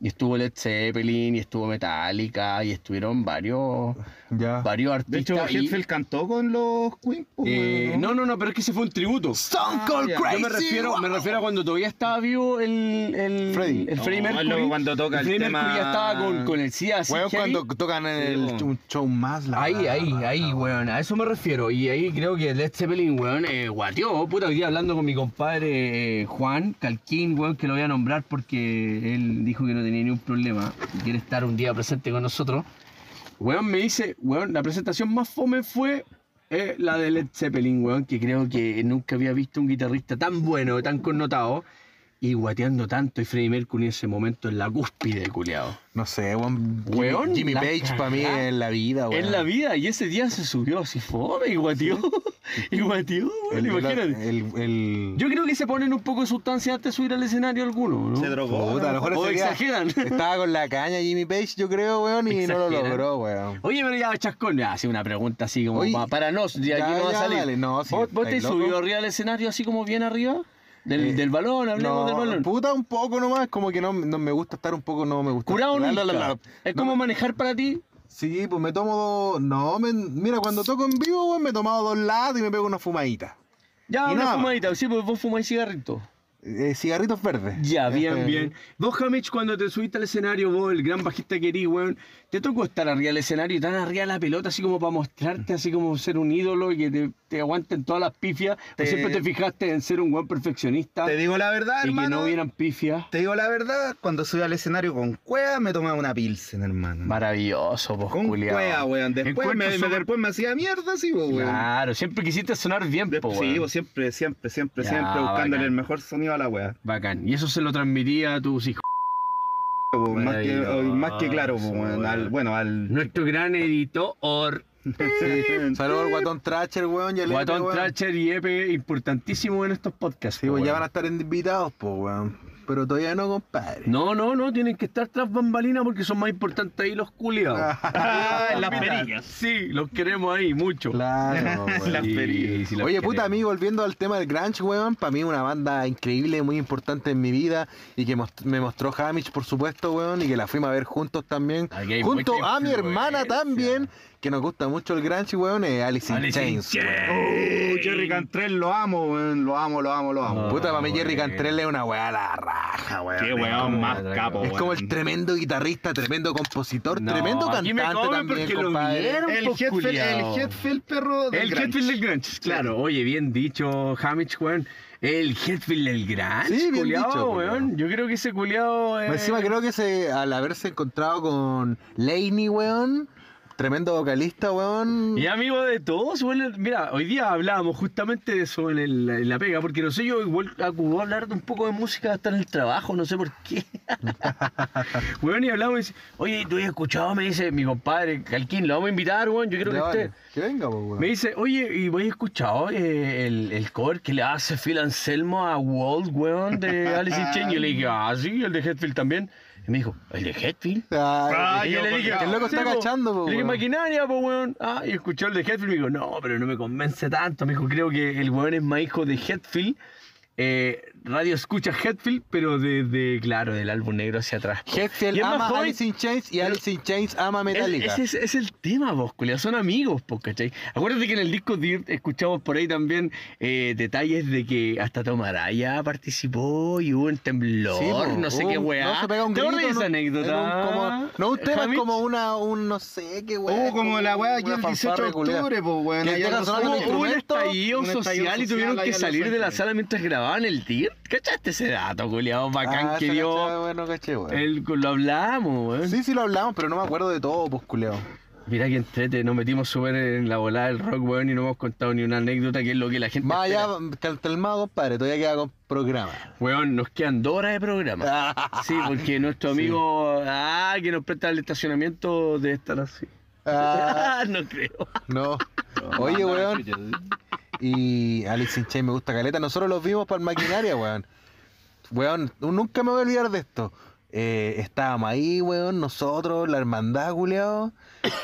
[SPEAKER 1] y estuvo Led Zeppelin, y estuvo Metallica, y estuvieron varios,
[SPEAKER 2] Ya.
[SPEAKER 1] varios
[SPEAKER 4] Ah. De
[SPEAKER 1] artistas.
[SPEAKER 4] hecho,
[SPEAKER 1] y-
[SPEAKER 4] Hetfield cantó con los Queen, po,
[SPEAKER 1] eh,
[SPEAKER 4] weón,
[SPEAKER 1] no, no, no, pero es que ese fue un tributo.
[SPEAKER 2] Stone
[SPEAKER 4] Ah,
[SPEAKER 2] Cold
[SPEAKER 4] ya.
[SPEAKER 2] Crazy.
[SPEAKER 1] Yo me refiero, me refiero a cuando todavía estaba vivo el, el
[SPEAKER 2] Freddy.
[SPEAKER 1] el Freddie
[SPEAKER 4] No,
[SPEAKER 1] Mercury.
[SPEAKER 4] luego cuando toca
[SPEAKER 1] el
[SPEAKER 4] el
[SPEAKER 1] Freddie Mercury
[SPEAKER 4] tema-
[SPEAKER 1] ya estaba con, con el SIDA. así
[SPEAKER 2] Weón,
[SPEAKER 1] heavy.
[SPEAKER 2] cuando tocan en el
[SPEAKER 4] Sí, po.
[SPEAKER 2] un show más la
[SPEAKER 1] Ahí, ahí,
[SPEAKER 2] la-
[SPEAKER 1] ahí, weón, a eso me refiero. Y ahí creo que Led Zeppelin, weón, eh, guateó. Puta, hoy día hablando con mi compadre eh, Juan Calquín, weón, que lo voy a nombrar porque él dijo que no tenía ningún problema y quiere estar un día presente con nosotros. Weón me dice, weón, la presentación más fome fue eh, la de Led Zeppelin, weón, que creo que nunca había visto un guitarrista tan bueno, tan connotado y guateando tanto. Y Freddie Mercury en ese momento en la cúspide, culiado.
[SPEAKER 2] No sé, weón. Jimmy-
[SPEAKER 1] Weón,
[SPEAKER 2] Jimmy
[SPEAKER 1] la
[SPEAKER 2] Page
[SPEAKER 1] cagá.
[SPEAKER 2] para mí es la vida, weón.
[SPEAKER 1] En la vida, y ese día se subió así fome y guateó. Y guateó, weón,
[SPEAKER 2] El- eh.
[SPEAKER 1] imagínate.
[SPEAKER 2] El, el-
[SPEAKER 1] Yo creo que se ponen un poco de sustancia antes de subir al escenario alguno, ¿no?
[SPEAKER 4] Se drogó.
[SPEAKER 2] Puta, a lo mejor
[SPEAKER 1] O
[SPEAKER 2] ese día
[SPEAKER 1] exageran.
[SPEAKER 2] Estaba con la caña Jimmy Page, yo creo, weón, y no lo
[SPEAKER 1] Exageran.
[SPEAKER 2] logró, weón.
[SPEAKER 1] Oye, pero ya chascón, ya, hace una pregunta así como
[SPEAKER 2] Oye,
[SPEAKER 1] pa- para no, de
[SPEAKER 2] ya,
[SPEAKER 1] aquí no va
[SPEAKER 2] ya,
[SPEAKER 1] a salir.
[SPEAKER 2] dale, no, sí,
[SPEAKER 1] ¿Vos, vos te
[SPEAKER 2] estáis loco.
[SPEAKER 1] subió arriba al escenario así como bien arriba? Del,
[SPEAKER 2] Eh,
[SPEAKER 1] del balón, hablemos del balón.
[SPEAKER 2] puta, un poco nomás, como que no, no me gusta estar un poco, no me gusta.
[SPEAKER 1] Curado
[SPEAKER 2] La,
[SPEAKER 1] nunca.
[SPEAKER 2] la, la, la.
[SPEAKER 1] Es
[SPEAKER 2] No,
[SPEAKER 1] como manejar para ti.
[SPEAKER 2] Sí, pues me tomo dos. No, me- mira, cuando toco en vivo, weón, me he tomado dos latas y me pego una fumadita.
[SPEAKER 1] Ya,
[SPEAKER 2] Y
[SPEAKER 1] una
[SPEAKER 2] nada más.
[SPEAKER 1] fumadita, sí, pues vos fumáis cigarrito.
[SPEAKER 2] Eh, cigarritos verdes.
[SPEAKER 1] Ya, bien,
[SPEAKER 2] Este,
[SPEAKER 1] bien. Vos, Hamich, cuando te subiste al escenario, vos, el gran bajista que eres, weón, ¿te tocó estar arriba del escenario y tan arriba de la pelota, así como para mostrarte, así como ser un ídolo y que te, te aguanten todas las pifias? ¿O
[SPEAKER 4] Te-
[SPEAKER 1] siempre te fijaste en ser un buen perfeccionista
[SPEAKER 4] Te
[SPEAKER 1] y
[SPEAKER 4] digo la verdad,
[SPEAKER 1] que
[SPEAKER 4] hermano.
[SPEAKER 1] no hubieran pifias?
[SPEAKER 4] Te digo la verdad, cuando subí al escenario con cueva me tomaba una pilsen, hermano.
[SPEAKER 1] Maravilloso, vos,
[SPEAKER 4] con
[SPEAKER 1] culiao.
[SPEAKER 4] cueva, weón. Después
[SPEAKER 1] Encuentro
[SPEAKER 4] me, me-
[SPEAKER 1] súper-
[SPEAKER 4] después me hacía mierda, sí, po, weón.
[SPEAKER 1] Claro, siempre quisiste sonar bien,
[SPEAKER 4] De-
[SPEAKER 1] po,
[SPEAKER 4] sí,
[SPEAKER 1] weón.
[SPEAKER 4] po, siempre, siempre, siempre,
[SPEAKER 1] Ya,
[SPEAKER 4] siempre buscándole
[SPEAKER 1] bacán.
[SPEAKER 4] el mejor sonido a la wea.
[SPEAKER 1] Bacán. Y eso se lo transmitía a tus hijos.
[SPEAKER 4] po, Más que,
[SPEAKER 1] Maravilloso,
[SPEAKER 4] más que claro, po, weón. Al-
[SPEAKER 1] weón.
[SPEAKER 4] bueno, al.
[SPEAKER 1] Nuestro gran editor.
[SPEAKER 2] sí. Saludos al guatón Tracher, weón. y al Epe,
[SPEAKER 1] Guatón
[SPEAKER 2] weón.
[SPEAKER 1] Tracher y Epe, importantísimo en estos podcasts.
[SPEAKER 2] Sí,
[SPEAKER 1] po,
[SPEAKER 2] pues ya
[SPEAKER 1] weón.
[SPEAKER 2] van a estar invitados, pues, weón. Pero todavía no, compadre.
[SPEAKER 1] No, no, no, tienen que estar tras bambalinas porque son más importantes ahí los culiados.
[SPEAKER 4] Ah, las
[SPEAKER 1] perillas. Sí, los queremos ahí mucho.
[SPEAKER 2] Claro, weón.
[SPEAKER 4] Las perillas.
[SPEAKER 1] sí los
[SPEAKER 2] Oye, puta,
[SPEAKER 1] queremos.
[SPEAKER 2] a mí volviendo al tema del grunge, weón, para mí una banda increíble, muy importante en mi vida y que most- me mostró Hamish, por supuesto, weón, y que la fuimos a ver juntos también.
[SPEAKER 1] Aquí hay
[SPEAKER 2] junto
[SPEAKER 1] mucha
[SPEAKER 2] a mi hermana
[SPEAKER 1] influencia.
[SPEAKER 2] también, que nos gusta mucho el grunge, weón, es Alice in
[SPEAKER 1] Alice in
[SPEAKER 2] Chains, weón.
[SPEAKER 4] Oh, Jerry Cantrell, lo amo, weón. Lo amo, lo amo, lo amo.
[SPEAKER 1] No.
[SPEAKER 2] Puta, para mí Jerry
[SPEAKER 1] weón.
[SPEAKER 2] Cantrell es una weá a la raja, weón.
[SPEAKER 4] Qué
[SPEAKER 2] Es
[SPEAKER 4] weón
[SPEAKER 2] como-
[SPEAKER 4] más capo,
[SPEAKER 2] Es
[SPEAKER 4] weón.
[SPEAKER 2] como el tremendo guitarrista, tremendo compositor,
[SPEAKER 1] Oh, No,
[SPEAKER 2] tremendo
[SPEAKER 1] aquí
[SPEAKER 2] cantante
[SPEAKER 1] me comen
[SPEAKER 2] también,
[SPEAKER 1] porque lo
[SPEAKER 2] compadre.
[SPEAKER 1] vieron.
[SPEAKER 4] El
[SPEAKER 1] Pues,
[SPEAKER 4] Hetfield,
[SPEAKER 1] culiao.
[SPEAKER 4] el Hetfield perro del
[SPEAKER 7] El
[SPEAKER 4] grunge.
[SPEAKER 7] Hetfield del Grunge,
[SPEAKER 1] Claro,
[SPEAKER 7] claro.
[SPEAKER 1] oye, bien dicho, Hamich, weón. El Hetfield del Gran.
[SPEAKER 2] Sí, bien dicho,
[SPEAKER 1] weón.
[SPEAKER 2] culiao.
[SPEAKER 1] Yo creo que ese culiao. eh,
[SPEAKER 2] Encima creo que se, al haberse encontrado con Laney, weón, tremendo vocalista, weón.
[SPEAKER 1] Y amigo de todos, bueno, mira, hoy día hablábamos justamente de eso en, el- en la pega, porque no sé, yo igual acudó a hablar de un poco de música hasta en el trabajo, no sé por qué. weón, y hablamos y dice, oye, ¿tú has escuchado? Me dice mi compadre, Calquín, lo vamos a invitar, weón, yo quiero
[SPEAKER 2] Ya
[SPEAKER 1] que
[SPEAKER 2] vale,
[SPEAKER 1] esté.
[SPEAKER 2] que venga, po, weón.
[SPEAKER 1] Me dice, oye, ¿y voy escuchado eh, el, el cover que le hace Phil Anselmo a Walt, weón, de Alice in Chains? Y yo le dije, ah, sí, el de Hetfield también. Y me dijo, ¿el de Hetfield?
[SPEAKER 2] Ah,
[SPEAKER 4] Ah,
[SPEAKER 1] Y
[SPEAKER 4] yo
[SPEAKER 1] yo le dije,
[SPEAKER 4] colgado.
[SPEAKER 2] El loco está
[SPEAKER 1] "Sí, po".
[SPEAKER 2] cachando, po,
[SPEAKER 1] Le dije,
[SPEAKER 2] weón.
[SPEAKER 1] maquinaria, po, weón. Ah, y escuchó el de Hetfield y me dijo, no, pero no me convence tanto. Me dijo, creo que el weón es más hijo de Hetfield. Eh, radio escucha Hetfield, pero desde, claro, del álbum negro hacia atrás. po.
[SPEAKER 2] Hetfield
[SPEAKER 1] Y es más
[SPEAKER 2] ama
[SPEAKER 1] joven-
[SPEAKER 2] Alice in Chains y
[SPEAKER 1] pero-
[SPEAKER 2] Alice in Chains ama Metallica.
[SPEAKER 1] Es- Ese es, es el tema, vos, culiao, Son amigos, po, ¿cachai? Acuérdate que en el disco Dirt escuchamos por ahí también eh, detalles de que hasta Tom Araya participó y hubo un temblor,
[SPEAKER 2] Sí, po,
[SPEAKER 1] no sé
[SPEAKER 2] hubo
[SPEAKER 1] qué
[SPEAKER 2] un-
[SPEAKER 1] weá.
[SPEAKER 2] No se pega un
[SPEAKER 1] ¿Te
[SPEAKER 2] grito.
[SPEAKER 1] acuerdas de
[SPEAKER 2] no-
[SPEAKER 1] esa
[SPEAKER 2] era
[SPEAKER 1] anécdota?
[SPEAKER 2] un como- no un tema, es
[SPEAKER 1] Hamid?
[SPEAKER 2] como una, un no sé qué weá.
[SPEAKER 4] Oh, como la weá aquí
[SPEAKER 2] una
[SPEAKER 4] el 18 de
[SPEAKER 2] fanfarria culiá.
[SPEAKER 4] octubre, pues, weón.
[SPEAKER 2] Que
[SPEAKER 4] allá
[SPEAKER 2] llega
[SPEAKER 4] en
[SPEAKER 2] sonando el
[SPEAKER 4] Rosario.
[SPEAKER 1] Hubo un
[SPEAKER 2] instrumento,
[SPEAKER 1] estallido,
[SPEAKER 4] un estallido
[SPEAKER 1] social y
[SPEAKER 4] social
[SPEAKER 1] tuvieron
[SPEAKER 4] allá
[SPEAKER 1] que
[SPEAKER 4] en Los
[SPEAKER 1] salir de la
[SPEAKER 4] Ángeles.
[SPEAKER 1] sala mientras grababan el TIR. ¿Cachaste ese dato, culiao? Bacán
[SPEAKER 2] Ah,
[SPEAKER 1] que
[SPEAKER 2] esa
[SPEAKER 1] dio.
[SPEAKER 2] cachada, bueno, caché, weón.
[SPEAKER 1] El, lo hablamos, weón.
[SPEAKER 2] Sí, sí lo hablamos, pero no me acuerdo de todo, pues culeo.
[SPEAKER 1] Mira que entrete, nos metimos súper en la volada del rock, weón, y no hemos contado ni una anécdota que es lo que la gente.
[SPEAKER 2] Más allá,
[SPEAKER 1] espera.
[SPEAKER 2] cal- calmado, compadre, todavía queda con programa.
[SPEAKER 1] Weón, nos quedan dos horas de programa.
[SPEAKER 2] Ah,
[SPEAKER 1] Sí, porque nuestro amigo, ah, que nos presta el estacionamiento debe estar así.
[SPEAKER 2] Ah,
[SPEAKER 1] no creo.
[SPEAKER 2] no. Oye, weón. Y Alex in Chains me gusta caleta. Nosotros los vimos para el maquinaria, weón. Weón, nunca me voy a olvidar de esto. Eh, estábamos ahí, weón, nosotros, la hermandad, culiao.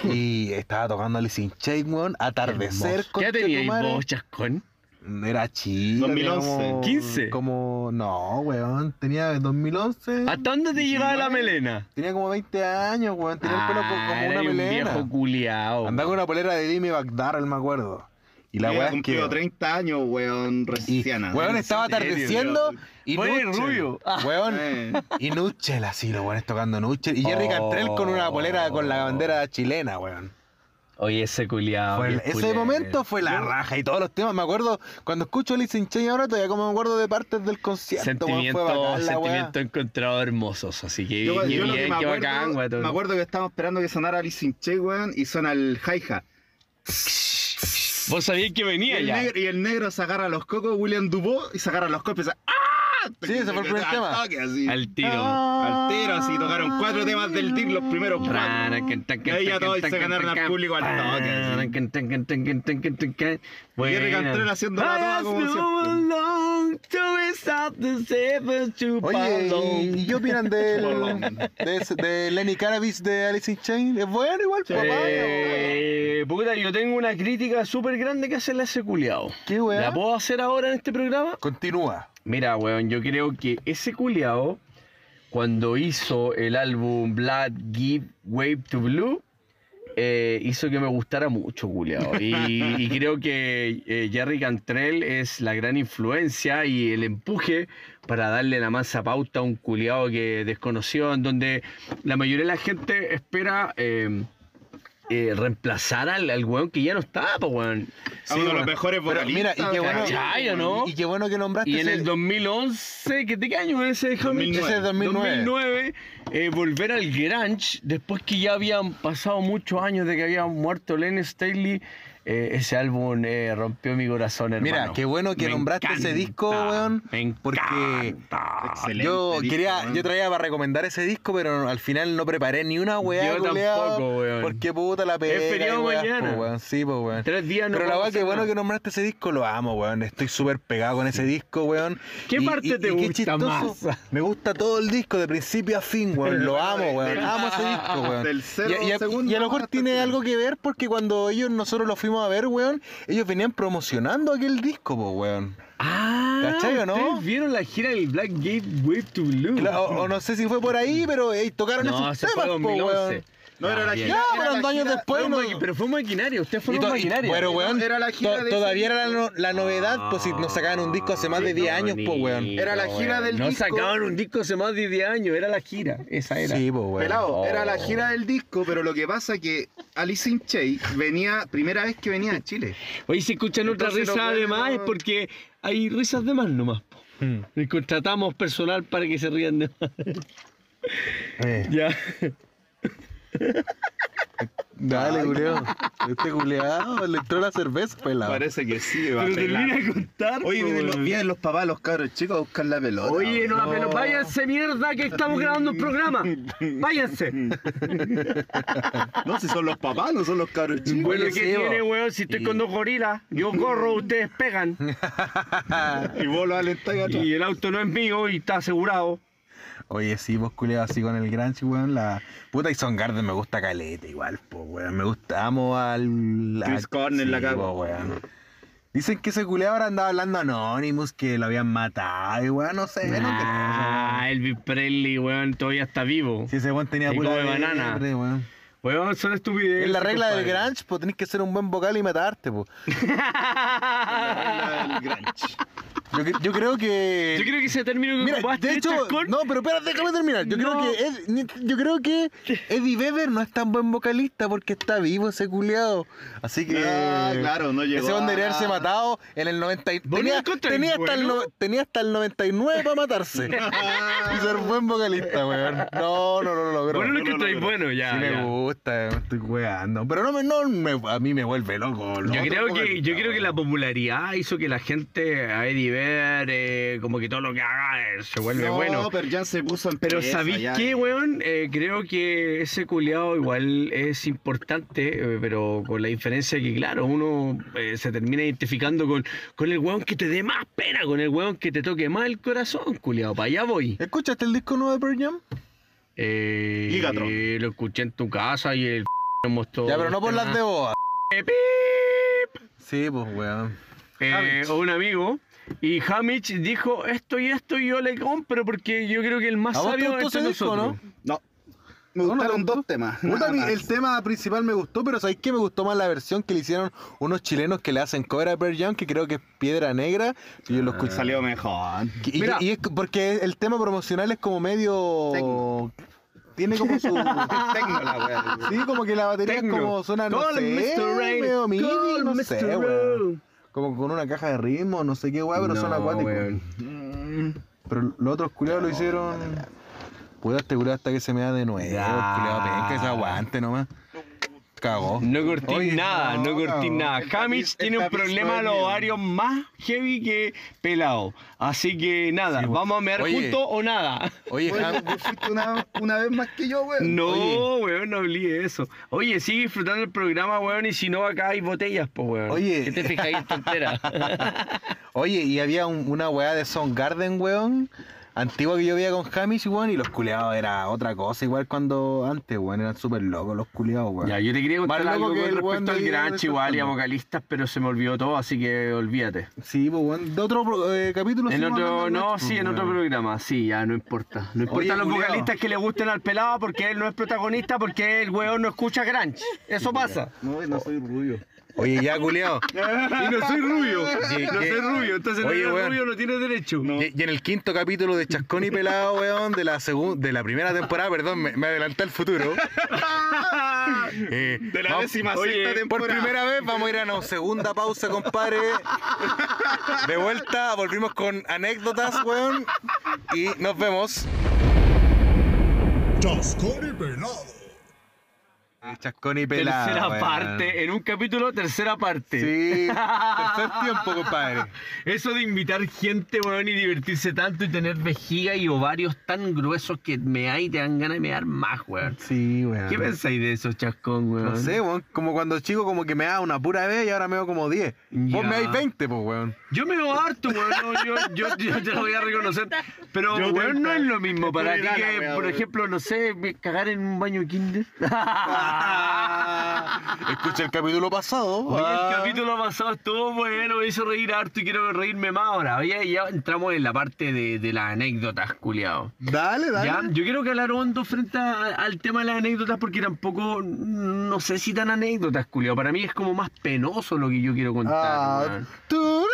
[SPEAKER 2] Y estaba tocando Alice in Chains, weón. Atardecer,
[SPEAKER 1] ¿Qué
[SPEAKER 2] conchetumare.
[SPEAKER 1] edad teníais vos, Chascón?
[SPEAKER 2] Era chido.
[SPEAKER 4] 2011.
[SPEAKER 1] 15.
[SPEAKER 2] Como, no, weón. Tenía 2011.
[SPEAKER 1] ¿Hasta dónde te llegaba la melena?
[SPEAKER 2] Tenía como 20 años, weón. Tenía el pelo co-
[SPEAKER 1] Ah,
[SPEAKER 2] como
[SPEAKER 1] era
[SPEAKER 2] una
[SPEAKER 1] un
[SPEAKER 2] melena.
[SPEAKER 1] viejo culiao.
[SPEAKER 2] Andaba con una polera de Jimmy Darrell, me acuerdo. Y la
[SPEAKER 4] Yo
[SPEAKER 2] weá es
[SPEAKER 4] cumplido
[SPEAKER 2] que.
[SPEAKER 4] 30 años, weón,
[SPEAKER 2] Y,
[SPEAKER 4] recién. ah.
[SPEAKER 2] weón, estaba
[SPEAKER 4] ¿En serio,
[SPEAKER 2] atardeciendo
[SPEAKER 4] weón?
[SPEAKER 2] y
[SPEAKER 1] Fue
[SPEAKER 2] Nuchel,
[SPEAKER 1] rubio.
[SPEAKER 2] Weón,
[SPEAKER 4] Eh.
[SPEAKER 2] y Nuchel así, los weones tocando Nuchel. Y Jerry
[SPEAKER 1] Oh.
[SPEAKER 2] Cantrell con una polera con la bandera chilena, weón.
[SPEAKER 1] Oye, ese culiao.
[SPEAKER 2] Fue el-
[SPEAKER 1] Ah, qué
[SPEAKER 2] ese
[SPEAKER 1] culero.
[SPEAKER 2] momento fue la raja y todos los temas. Me acuerdo, cuando escucho Alice in Chains ahora, todavía como me acuerdo de partes del concierto. weón,
[SPEAKER 1] Sentimiento,
[SPEAKER 2] fue bacán la weá.
[SPEAKER 1] sentimiento encontrado hermosos, así que
[SPEAKER 4] Yo,
[SPEAKER 1] qué
[SPEAKER 4] yo lo que
[SPEAKER 1] bien,
[SPEAKER 4] me
[SPEAKER 1] qué
[SPEAKER 4] acuerdo,
[SPEAKER 1] bacán, guatón.
[SPEAKER 4] me acuerdo que estábamos esperando que sonara Alice in Chains, weón, y suena el hi-hat.
[SPEAKER 1] Vos sabías que
[SPEAKER 4] Y
[SPEAKER 1] venía
[SPEAKER 4] el,
[SPEAKER 1] ya.
[SPEAKER 4] negro, y el negro se agarra los cocos, William Dubó, y se agarra los cocos y dice ¡Ah!
[SPEAKER 2] Sí, ese fue el primer
[SPEAKER 4] Al
[SPEAKER 2] tema.
[SPEAKER 4] toque, así. Ah.
[SPEAKER 1] Al tiro.
[SPEAKER 4] Al tiro, así tocaron cuatro temas del TIR, los primeros cuatro. Ahí ya todos se ganaron al público al toque, así. Jerry Cantrell haciendo la toda como
[SPEAKER 2] Oye, ¿y, y qué opinan del,
[SPEAKER 4] Bolón.
[SPEAKER 2] de, ese- de Lenny Cannabis de Alice in Chains? Es bueno igual, papá.
[SPEAKER 1] Eh, puta, yo tengo una crítica súper grande que hacerle a ese culiao.
[SPEAKER 2] ¿Qué weá?
[SPEAKER 1] ¿La puedo hacer ahora en este programa?
[SPEAKER 2] Continúa.
[SPEAKER 1] Mira, weón, yo creo que ese culiao, cuando hizo el álbum Blood Give Wave to Blue, eh, hizo que me gustara mucho, culiao. Y, y creo que eh, Jerry Cantrell es la gran influencia y el empuje para darle la masa pauta a un culiao que desconoció, en donde la mayoría de la gente espera. eh, eh, reemplazar al, al weón que ya no estaba, pues weón.
[SPEAKER 4] A uno de los mejores
[SPEAKER 2] Pero mira,
[SPEAKER 4] vocalistas.
[SPEAKER 2] y qué bueno,
[SPEAKER 1] ¿cachai o no?
[SPEAKER 2] y qué bueno que nombraste
[SPEAKER 1] Y en
[SPEAKER 2] ese-
[SPEAKER 1] el 2011, ¿qué, ¿de qué año es ese? Jaime?
[SPEAKER 4] 2009.
[SPEAKER 2] ese es 2009.
[SPEAKER 1] 2009, eh, volver al grunge, después que ya habían pasado muchos años de que había muerto Len Staley, eh, ese álbum eh, rompió mi corazón, hermano.
[SPEAKER 2] Mira, qué bueno que
[SPEAKER 1] Me
[SPEAKER 2] nombraste ese
[SPEAKER 1] encanta,
[SPEAKER 2] disco, weón.
[SPEAKER 1] Me
[SPEAKER 2] Porque
[SPEAKER 1] encanta.
[SPEAKER 4] Excelente
[SPEAKER 2] yo
[SPEAKER 4] disco,
[SPEAKER 2] quería,
[SPEAKER 4] weón.
[SPEAKER 2] yo traía para recomendar ese disco, pero al final no preparé ni una weá,
[SPEAKER 1] Yo
[SPEAKER 2] culiao,
[SPEAKER 1] tampoco, weón.
[SPEAKER 2] Porque puta la pega. y
[SPEAKER 1] feriado
[SPEAKER 2] weás,
[SPEAKER 1] mañana.
[SPEAKER 2] po, weón. Sí, po, weón.
[SPEAKER 1] Tres días Ah, no
[SPEAKER 2] Pero la
[SPEAKER 1] puedo
[SPEAKER 2] weá, qué
[SPEAKER 1] hacer
[SPEAKER 2] bueno
[SPEAKER 1] nada.
[SPEAKER 2] que nombraste ese disco, lo amo, weón. Estoy súper pegado con ese disco, weón.
[SPEAKER 1] ¿Qué parte te gusta más?
[SPEAKER 2] Me gusta todo el disco, de principio a fin, weón. Lo amo, weón. Amo ese disco, weón.
[SPEAKER 4] Del cero
[SPEAKER 2] y, y a,
[SPEAKER 4] segundo
[SPEAKER 2] y a lo mejor
[SPEAKER 4] hasta el
[SPEAKER 2] tiene
[SPEAKER 4] final.
[SPEAKER 2] algo que ver porque cuando ellos, nosotros lo fuimos a ver, weón, ellos venían promocionando aquel disco, po, weón.
[SPEAKER 1] Ah,
[SPEAKER 2] ¿Cachai o no?
[SPEAKER 1] ¿ustedes vieron la gira del Black Gate Wave to Blue?
[SPEAKER 2] Cla- O, o no sé si fue por ahí, pero ey, tocaron
[SPEAKER 1] No,
[SPEAKER 2] esos
[SPEAKER 1] se fue
[SPEAKER 2] temas, po,
[SPEAKER 1] 2011.
[SPEAKER 2] weón.
[SPEAKER 4] No,
[SPEAKER 9] Ya,
[SPEAKER 4] era la
[SPEAKER 1] Ah,
[SPEAKER 9] bien.
[SPEAKER 4] gira.
[SPEAKER 2] Ya,
[SPEAKER 4] era
[SPEAKER 2] pero
[SPEAKER 4] la
[SPEAKER 2] dos años
[SPEAKER 4] gira-
[SPEAKER 2] después no.
[SPEAKER 9] Pero fue un maquinario, usted fue
[SPEAKER 2] Y
[SPEAKER 9] un
[SPEAKER 2] to- y-
[SPEAKER 9] maquinario.
[SPEAKER 2] Pero, weón,
[SPEAKER 4] Era la gira
[SPEAKER 2] to-
[SPEAKER 4] de
[SPEAKER 2] todavía
[SPEAKER 4] ese
[SPEAKER 2] era la, no- la novedad, pues si nos sacaban un disco hace más de 10 años, pues, weón.
[SPEAKER 4] Era la gira del
[SPEAKER 9] no
[SPEAKER 4] disco.
[SPEAKER 9] No sacaban un disco hace más de 10 años, era la gira. Esa era.
[SPEAKER 2] Sí, pues, weón.
[SPEAKER 4] Pelado,
[SPEAKER 9] Oh.
[SPEAKER 4] era la gira del disco, pero lo que pasa que Alice in Chains venía, primera vez que venía a Chile.
[SPEAKER 1] Oye, si escuchan otra
[SPEAKER 4] Entonces no
[SPEAKER 1] risa
[SPEAKER 4] puede,
[SPEAKER 1] además
[SPEAKER 4] no-
[SPEAKER 1] es porque hay risas de más nomás. po.
[SPEAKER 2] Mm.
[SPEAKER 1] Y contratamos personal para que se rían de más.
[SPEAKER 2] Eh,
[SPEAKER 1] Ya.
[SPEAKER 2] Dale, culeo. Este culeado le entró la cerveza, pelado.
[SPEAKER 4] Parece que sí, va
[SPEAKER 1] Pero termina de contar.
[SPEAKER 4] Oye,
[SPEAKER 1] po,
[SPEAKER 4] vienen los,
[SPEAKER 1] weón.
[SPEAKER 4] vienen los papás, los cabros chicos a buscar la pelota.
[SPEAKER 1] Oye, no,
[SPEAKER 2] No.
[SPEAKER 1] pero váyanse mierda que estamos grabando un programa. Váyanse.
[SPEAKER 4] No, si son los papás, no son los cabros chicos.
[SPEAKER 1] Bueno,
[SPEAKER 2] Oye,
[SPEAKER 1] ¿qué
[SPEAKER 2] Seba.
[SPEAKER 1] tiene, weón? Si estoy con dos gorilas, yo corro, ustedes pegan.
[SPEAKER 4] y vos lo alentáis atrás.
[SPEAKER 1] Y el auto no es mío y está asegurado.
[SPEAKER 2] Oye, sí, vos culeado así con el Granch, weón. La puta y Son Garden me gusta caleta igual, pues, weón. Me gusta, amo al.
[SPEAKER 4] Chris
[SPEAKER 2] a-
[SPEAKER 4] Cornell,
[SPEAKER 2] sí,
[SPEAKER 4] la cago.
[SPEAKER 2] po, weón. Dicen que ese culeado ahora andaba hablando a Anonymous, que lo habían matado, y weón, no sé, no creo.
[SPEAKER 1] Ah, Elvis Presley, weón, todavía está vivo.
[SPEAKER 2] Si ese weón tenía
[SPEAKER 1] Y
[SPEAKER 2] pura
[SPEAKER 1] come banana.
[SPEAKER 2] fiebre, weón.
[SPEAKER 1] Weón, son estupideces.
[SPEAKER 2] Es la regla del
[SPEAKER 1] compadre.
[SPEAKER 2] Granch, pues tenés que ser un buen vocal y matarte, pues.
[SPEAKER 4] La del Granch.
[SPEAKER 2] Yo, cre- yo creo que.
[SPEAKER 1] Yo creo que ese término que
[SPEAKER 2] Mira,
[SPEAKER 1] ocupaste
[SPEAKER 2] de hecho,
[SPEAKER 1] Chascón,
[SPEAKER 2] no, pero espera, déjame terminar. Yo
[SPEAKER 1] No.
[SPEAKER 2] creo que Ed- ni- yo creo que Eddie Vedder no es tan buen vocalista porque está vivo ese culiado. Así que
[SPEAKER 4] Ah, claro, no llegó
[SPEAKER 2] Ese
[SPEAKER 4] a-
[SPEAKER 2] hombre debería haberse matado en el 90 y-
[SPEAKER 1] ¿Vos no
[SPEAKER 2] tenía,
[SPEAKER 1] encontrás
[SPEAKER 2] tenía hasta el
[SPEAKER 1] bueno?
[SPEAKER 2] no- tenía hasta el 99 para matarse. y ser buen vocalista, weón. No, no, no, no, no.
[SPEAKER 1] Vos no lo encontráis bueno, ya.
[SPEAKER 2] Sí me
[SPEAKER 1] ya.
[SPEAKER 2] gusta, me estoy weando. Pero no, me, no me- a mí me vuelve loco. los
[SPEAKER 1] Yo creo,
[SPEAKER 2] otros
[SPEAKER 1] que, yo
[SPEAKER 2] vocalistas,
[SPEAKER 1] creo que la
[SPEAKER 2] weón.
[SPEAKER 1] popularidad hizo que la gente a Eddie Vedder, eh, como que todo lo que haga eh, se vuelve
[SPEAKER 4] No,
[SPEAKER 1] bueno.
[SPEAKER 4] pero ya se puso en
[SPEAKER 1] Pero
[SPEAKER 4] presa,
[SPEAKER 1] ¿sabéis
[SPEAKER 4] ya.
[SPEAKER 1] qué, weón? Eh, creo que ese culiado igual es importante, eh, pero con la diferencia que, claro, uno eh, se termina identificando con, con el weón que te dé más pena, con el weón que te toque más el corazón, culiado. Para allá voy.
[SPEAKER 2] ¿Escuchaste el disco nuevo de Pearl Jam?
[SPEAKER 1] Eh,
[SPEAKER 4] Gigatron.
[SPEAKER 1] eh, lo escuché en tu casa y el nos mostró.
[SPEAKER 2] Ya, pero no por las de boa.
[SPEAKER 1] Eh, pip.
[SPEAKER 2] Este, Sí, pues, weón.
[SPEAKER 1] Eh, o un amigo. Y Hamich dijo esto y esto y yo le compro porque yo creo que el más
[SPEAKER 2] ¿A vos te
[SPEAKER 1] sabio
[SPEAKER 2] gustó
[SPEAKER 1] es
[SPEAKER 2] ese disco,
[SPEAKER 1] nosotros.
[SPEAKER 2] no?
[SPEAKER 4] No. Me
[SPEAKER 2] No, no
[SPEAKER 4] gustaron
[SPEAKER 2] te gustó.
[SPEAKER 4] dos temas.
[SPEAKER 2] Puta,
[SPEAKER 4] nada
[SPEAKER 2] a mí
[SPEAKER 4] más.
[SPEAKER 2] el tema principal me gustó, pero ¿sabéis qué? Me gustó más la versión que le hicieron unos chilenos que le hacen cover a Pearl Jam, que creo que es Piedra Negra. Y yo lo
[SPEAKER 1] Ah.
[SPEAKER 2] escuché.
[SPEAKER 4] Salió mejor.
[SPEAKER 2] Y, y-
[SPEAKER 4] Mira,
[SPEAKER 2] y es porque el tema promocional es como medio.
[SPEAKER 4] Tecno.
[SPEAKER 2] Tiene como su.
[SPEAKER 4] tecno la wea.
[SPEAKER 2] sí, como que la batería es
[SPEAKER 1] Tecno.
[SPEAKER 2] como suena. No
[SPEAKER 1] Call
[SPEAKER 2] sé,
[SPEAKER 1] Mr. Rain,
[SPEAKER 2] medio midi,
[SPEAKER 1] call
[SPEAKER 2] no
[SPEAKER 1] Mr.
[SPEAKER 2] sé,
[SPEAKER 1] Rain.
[SPEAKER 2] weón. Como con una caja de ritmo, no sé qué weá, pero suena
[SPEAKER 1] No,
[SPEAKER 2] acuático.
[SPEAKER 1] weón.
[SPEAKER 2] Pero los otros culiados lo hicieron. Puedo este culiao hasta que se me da de nuevo.
[SPEAKER 1] Ya.
[SPEAKER 2] Culiado, penca, que se aguante nomás. Cagó.
[SPEAKER 1] No corté
[SPEAKER 2] Oye,
[SPEAKER 1] nada, no,
[SPEAKER 2] no,
[SPEAKER 1] corté
[SPEAKER 2] no.
[SPEAKER 1] nada.
[SPEAKER 4] El
[SPEAKER 1] Hamish
[SPEAKER 4] tapiz- el
[SPEAKER 1] tiene un
[SPEAKER 4] tapiz
[SPEAKER 1] problema a los
[SPEAKER 4] sueño.
[SPEAKER 1] ovarios más heavy que pelado. Así que nada, vamos a mear
[SPEAKER 2] Oye.
[SPEAKER 1] juntos o nada.
[SPEAKER 2] Oye,
[SPEAKER 4] Bueno, vos fuiste una, una vez más que yo, weón.
[SPEAKER 1] No,
[SPEAKER 2] Oye.
[SPEAKER 1] weón, no hablé eso. Oye, sigue disfrutando el programa, weón, y si no, acá hay botellas, pues, weón.
[SPEAKER 2] Oye.
[SPEAKER 1] ¿Qué te fijas ahí en tontera?
[SPEAKER 2] Oye, y había un- una weá de Son Garden, weón. Antigua que yo veía con Hamish, weón, y los culiados era otra cosa, igual cuando antes, weón, eran súper locos los culiados, weón.
[SPEAKER 1] ya, yo te quería contar
[SPEAKER 2] Más
[SPEAKER 1] algo
[SPEAKER 2] loco
[SPEAKER 1] con
[SPEAKER 2] que el weón
[SPEAKER 1] respecto
[SPEAKER 2] de
[SPEAKER 1] al
[SPEAKER 2] ahí
[SPEAKER 1] gran
[SPEAKER 2] del
[SPEAKER 1] igual y a
[SPEAKER 2] Fernando.
[SPEAKER 1] vocalistas, pero se me olvidó todo, así que olvídate.
[SPEAKER 2] Sí, pues, weón, de otro pro- eh, capítulo.
[SPEAKER 1] En
[SPEAKER 2] sí,
[SPEAKER 1] otro,
[SPEAKER 2] hablando de
[SPEAKER 1] no,
[SPEAKER 2] esto,
[SPEAKER 1] sí, en otro
[SPEAKER 2] weón.
[SPEAKER 1] programa, sí, ya, no importa. No importa
[SPEAKER 2] Oye,
[SPEAKER 1] los
[SPEAKER 2] culiao.
[SPEAKER 1] vocalistas que le gusten al pelado porque él no es protagonista, porque el weón no escucha Granch. Eso pasa.
[SPEAKER 4] No, no soy rubio.
[SPEAKER 2] Oye, ya, culiado.
[SPEAKER 1] Y no soy rubio.
[SPEAKER 2] Sí,
[SPEAKER 1] No
[SPEAKER 2] que-
[SPEAKER 1] soy rubio, entonces
[SPEAKER 2] Oye,
[SPEAKER 1] no eres
[SPEAKER 2] weón.
[SPEAKER 1] rubio, no tienes derecho.
[SPEAKER 2] Y, y en el quinto capítulo de Chascón y Pelado, weón, de la segun- de la primera temporada, perdón, me, me adelanté al futuro. de
[SPEAKER 4] la décima sexta
[SPEAKER 2] Por
[SPEAKER 4] temporada.
[SPEAKER 2] primera vez vamos a ir a una segunda pausa, compadre. De vuelta, volvimos con anécdotas, weón. Y nos vemos.
[SPEAKER 3] Chascón y pelado.
[SPEAKER 2] Ah, Chascón y Pelado.
[SPEAKER 1] Tercera
[SPEAKER 2] weón.
[SPEAKER 1] parte, en un capítulo, tercera parte.
[SPEAKER 2] Sí, tercer tiempo, compadre.
[SPEAKER 1] Eso de invitar gente, weón, y divertirse tanto y tener vejiga y ovarios tan gruesos que mea y te dan ganas de mear más, weón.
[SPEAKER 2] Sí, weón.
[SPEAKER 1] ¿Qué pensáis de eso, chascón, weón?
[SPEAKER 2] No sé, weón. Como cuando chico, como que me da una pura vez y ahora me veo como 10. Vos
[SPEAKER 1] Ya.
[SPEAKER 2] me dais 20, pues, weón.
[SPEAKER 1] Yo me veo harto, weón. no, yo, yo, yo te lo voy a reconocer. Pero, weón, no es lo mismo para ti
[SPEAKER 4] Estoy
[SPEAKER 1] que,
[SPEAKER 4] gana, weón.
[SPEAKER 1] por ejemplo, no sé, me- cagar en un baño de kinder.
[SPEAKER 2] Ah. Escucha el capítulo pasado.
[SPEAKER 1] Oye,
[SPEAKER 2] Ah.
[SPEAKER 1] el capítulo pasado estuvo bueno, me hizo reír harto y quiero reírme más ahora. Oye, ya entramos en la parte de, de las anécdotas, culiao.
[SPEAKER 2] Dale, dale.
[SPEAKER 1] Ya, yo quiero que hablar hondo frente a- al tema de las anécdotas porque tampoco, no sé si tan anécdotas, culiao. Para mí es como más penoso lo que yo quiero contar.
[SPEAKER 2] Ah,
[SPEAKER 1] weón.
[SPEAKER 2] turururu.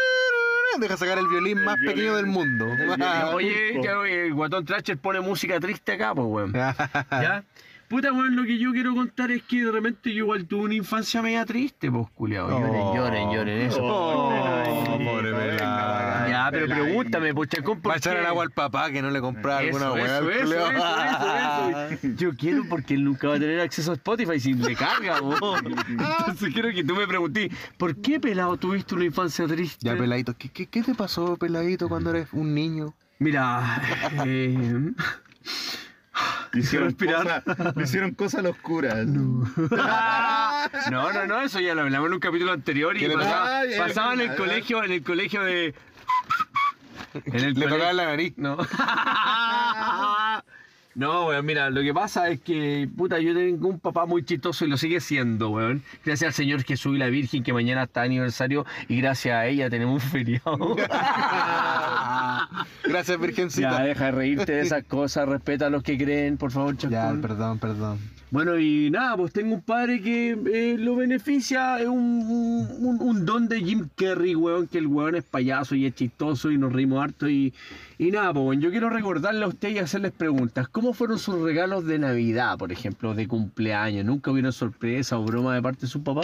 [SPEAKER 2] Deja sacar el violín más pequeño del mundo. Ah.
[SPEAKER 1] Oye, ya, oye, el guatón Tratcher pone música triste acá, pues, weón. ¿Ya? Puta, weón, lo que yo quiero contar es que de repente yo igual tuve una infancia media triste, pues, culiao.
[SPEAKER 2] Oh.
[SPEAKER 1] Lloren, lloren, lloren, eso.
[SPEAKER 2] Oh,
[SPEAKER 4] Ay,
[SPEAKER 2] pobre
[SPEAKER 4] venga,
[SPEAKER 2] pelado.
[SPEAKER 1] Ya,
[SPEAKER 4] Ay,
[SPEAKER 1] pero
[SPEAKER 4] pelai.
[SPEAKER 1] pregúntame, puchacón, ¿por
[SPEAKER 2] Va a echar
[SPEAKER 1] qué?
[SPEAKER 2] el agua al papá que no le compraba
[SPEAKER 1] Eso,
[SPEAKER 2] alguna
[SPEAKER 1] eso,
[SPEAKER 2] weá. al
[SPEAKER 1] eso,
[SPEAKER 2] culeo.
[SPEAKER 1] eso, eso, eso. Yo quiero porque él nunca va a tener acceso a Spotify si le carga, vos. Entonces quiero que tú me preguntes, ¿por qué pelado tuviste una infancia triste?
[SPEAKER 2] Ya, peladito, ¿qué, qué, qué te pasó, peladito, cuando eres un niño?
[SPEAKER 1] Mira, eh,
[SPEAKER 4] Le hicieron,
[SPEAKER 1] Respirar.
[SPEAKER 4] cosa- le hicieron cosas a los curas.
[SPEAKER 1] No, no, no, eso ya lo hablamos en un capítulo anterior y
[SPEAKER 2] ¿Qué le
[SPEAKER 1] pasaba,
[SPEAKER 4] pasa? Ay, ay,
[SPEAKER 1] pasaba en el
[SPEAKER 4] ay,
[SPEAKER 1] colegio, en el colegio de. En el
[SPEAKER 2] Le
[SPEAKER 1] colegio-
[SPEAKER 2] tocaba la nariz.
[SPEAKER 1] No. No, weón, mira, lo que pasa es que, puta, yo tengo un papá muy chistoso y lo sigue siendo, weón. Gracias al Señor Jesús y la Virgen que mañana está aniversario y gracias a ella tenemos un feriado.
[SPEAKER 2] Gracias,
[SPEAKER 1] ya,
[SPEAKER 2] virgencita.
[SPEAKER 1] deja de reírte de esas cosas, respeta a los que creen, por favor, chacón.
[SPEAKER 2] Ya, perdón, perdón.
[SPEAKER 1] Bueno, y nada, pues tengo un padre que eh, lo beneficia, es un, un- un don de Jim Carrey, weón, que el weón es payaso y es chistoso y nos rimos harto. Y, y nada, pues, weón, yo quiero recordarle a usted y hacerles preguntas. ¿Cómo fueron sus regalos de Navidad, por ejemplo, de cumpleaños? ¿Nunca hubieron sorpresa o broma de parte de su papá?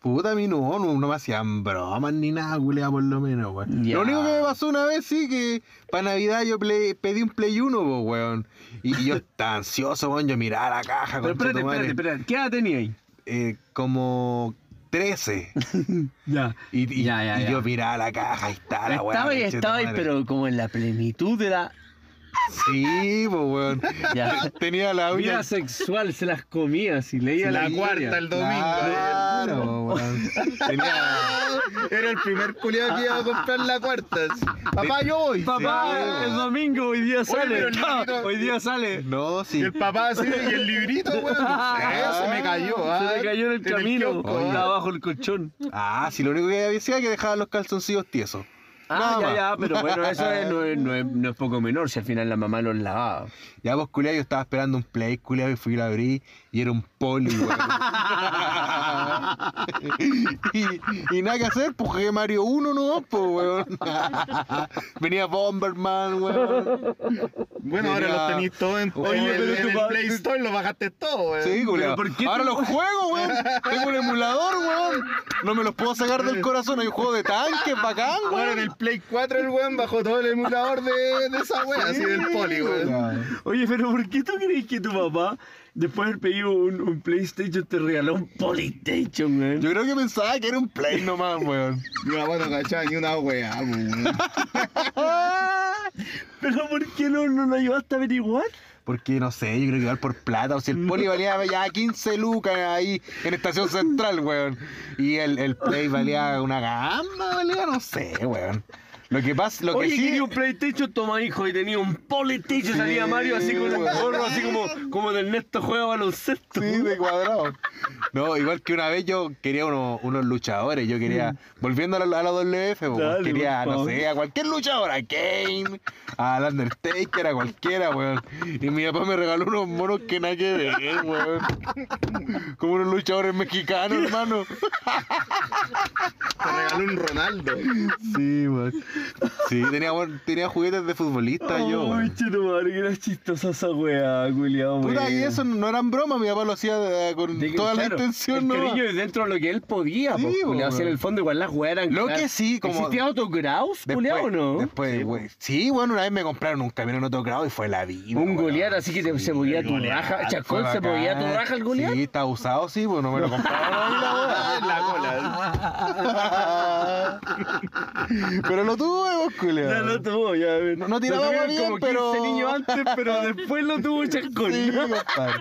[SPEAKER 2] Puta, a mí no, no, no me hacían bromas ni nada, culea, por lo menos, weón.
[SPEAKER 1] Ya.
[SPEAKER 2] Lo único que me pasó una vez, sí, que para Navidad yo play- pedí un Play 1, po, weón. Y, y yo estaba ansioso, weón, yo miraba la caja.
[SPEAKER 1] Pero espérate,
[SPEAKER 2] conchetumare.
[SPEAKER 1] espérate, espérate, ¿qué edad tenía ahí?
[SPEAKER 2] Eh, como 13.
[SPEAKER 1] Ya.
[SPEAKER 2] Y, y-
[SPEAKER 1] Ya, ya,
[SPEAKER 2] y
[SPEAKER 1] ya.
[SPEAKER 2] yo miraba la caja, ahí está la weá.
[SPEAKER 1] Estaba y estaba ahí,
[SPEAKER 2] conchetumare.
[SPEAKER 1] pero como en la plenitud de la.
[SPEAKER 2] Sí, po, weón.
[SPEAKER 1] Ya.
[SPEAKER 2] Tenía la uña.
[SPEAKER 1] Vida sexual, se las comía, si leía
[SPEAKER 4] La
[SPEAKER 1] las
[SPEAKER 4] cuarta el domingo.
[SPEAKER 1] eh,
[SPEAKER 2] Claro, weón. Tenía.
[SPEAKER 4] Era el primer culiado que iba a comprar la cuarta. así. Papá, yo voy.
[SPEAKER 1] Papá,
[SPEAKER 2] Sí.
[SPEAKER 1] es domingo, hoy día sale.
[SPEAKER 4] pero el librito-
[SPEAKER 1] hoy día sale.
[SPEAKER 2] No,
[SPEAKER 4] Y
[SPEAKER 2] sí.
[SPEAKER 4] el papá así, y el librito, weón. Eh, se me cayó.
[SPEAKER 1] Ah, Se
[SPEAKER 4] ah,
[SPEAKER 1] me cayó en el camino.
[SPEAKER 4] kiosco,
[SPEAKER 2] Oye.
[SPEAKER 1] estaba
[SPEAKER 4] ah.
[SPEAKER 1] bajo el colchón.
[SPEAKER 2] Ah, sí, lo único que decía es que dejaba los calzoncillos tiesos.
[SPEAKER 1] Ah, ya,
[SPEAKER 2] Nada más.
[SPEAKER 1] ya, pero bueno, eso es- no, es, no es- no es poco menor si al final la mamá los lavaba.
[SPEAKER 2] Ya vos, culiao, yo estaba esperando un play, culiao, y fui y lo abrí y era un poli, weón. y, y nada que hacer, pues jugué Mario 1 no, pues, weón. Venía Bomberman, weón.
[SPEAKER 4] Bueno, ahora
[SPEAKER 2] Tenía-
[SPEAKER 4] los tenéis todos en,
[SPEAKER 2] Oye,
[SPEAKER 4] en el-
[SPEAKER 2] pero
[SPEAKER 4] en
[SPEAKER 2] tu
[SPEAKER 4] el
[SPEAKER 2] pa-
[SPEAKER 4] Play Store, los bajaste todos, weón.
[SPEAKER 2] Sí, culiao.
[SPEAKER 1] ¿por qué
[SPEAKER 2] Ahora
[SPEAKER 1] tú-
[SPEAKER 2] los juego, weón. Tengo un emulador, weón. No me los puedo sacar del corazón. Hay un juego de tanques bacán,
[SPEAKER 4] Ahora
[SPEAKER 2] weón.
[SPEAKER 4] en el Play 4 el weón bajó todo el emulador de, de esa wea, así del poli, weón.
[SPEAKER 1] Oye, pero ¿por qué tú crees que tu papá, después de haber pedido un, un PlayStation, te regaló un Polystation, weón?
[SPEAKER 2] Yo creo que pensaba que era un play nomás, weón.
[SPEAKER 4] Mi papá no cachaba ni una wea, weón.
[SPEAKER 1] Pero ¿por qué no, no lo ayudaste a averiguar?
[SPEAKER 2] Porque no sé, yo creo que igual por plata. O si
[SPEAKER 1] Mm.
[SPEAKER 2] el poli valía ya 15 lucas ahí en Estación Central, weón. Y el, el play valía una gamba, valía, no sé, weón. Lo que pasa, lo
[SPEAKER 1] Oye,
[SPEAKER 2] que sí.
[SPEAKER 1] quería un PlayStation, toma hijo, y tenía un Polystation,
[SPEAKER 2] Sí,
[SPEAKER 1] salía Mario así con un
[SPEAKER 2] weón.
[SPEAKER 1] gorro, así como, como del Nesto juega baloncesto.
[SPEAKER 2] Sí, de cuadrado. No, igual que una vez yo quería uno- unos luchadores, yo quería, volviendo a la, a la WF, po,
[SPEAKER 1] Mm. Dale,
[SPEAKER 2] quería,
[SPEAKER 1] por
[SPEAKER 2] no
[SPEAKER 1] favor.
[SPEAKER 2] sé, a cualquier luchador, a Kane, a la Undertaker, a cualquiera, weón. Y mi papá me regaló unos monos que nada que ver, weón. Como unos luchadores mexicanos, hermano.
[SPEAKER 4] Te regaló un Ronaldo.
[SPEAKER 2] Sí, weón. Sí, tenía, buen- tenía juguetes de futbolista yo,
[SPEAKER 1] Ay,
[SPEAKER 2] weón.
[SPEAKER 1] chino madre, que era chistosa esa weá, culiao,
[SPEAKER 2] Puta,
[SPEAKER 1] weón.
[SPEAKER 2] y eso no eran bromas, mi papá lo hacía eh, con
[SPEAKER 1] De que,
[SPEAKER 2] toda
[SPEAKER 1] claro,
[SPEAKER 2] la intención,
[SPEAKER 1] El
[SPEAKER 2] ¿no?
[SPEAKER 1] cariño es dentro de lo que él podía,
[SPEAKER 2] Sí,
[SPEAKER 1] pues, culiao.
[SPEAKER 2] weón.
[SPEAKER 1] Si en el fondo igual las weas eran.
[SPEAKER 2] Lo
[SPEAKER 1] claras.
[SPEAKER 2] que sí, como-
[SPEAKER 1] ¿Existía autograus, culiao, o no?
[SPEAKER 2] Después, güey. Sí, bueno, una vez me compraron un camión autogrado y fue la vida.
[SPEAKER 1] Un golear
[SPEAKER 2] golear
[SPEAKER 1] así que te- se movía tu raja. Chacón, se movía tu raja el golear.
[SPEAKER 2] Sí, está usado, sí, pues no me lo compraron ahí,
[SPEAKER 4] Ah, en la
[SPEAKER 2] la
[SPEAKER 4] cola.
[SPEAKER 2] weá. Pero lo tuve, vos, culiao.
[SPEAKER 1] Ya lo tuvo, ya. a ver.
[SPEAKER 2] No- no tiraba
[SPEAKER 1] Lo tuvieron
[SPEAKER 2] bien,
[SPEAKER 1] como
[SPEAKER 2] pero-
[SPEAKER 1] niños antes, pero después lo tuvo Chacón.
[SPEAKER 2] Sí, compadre.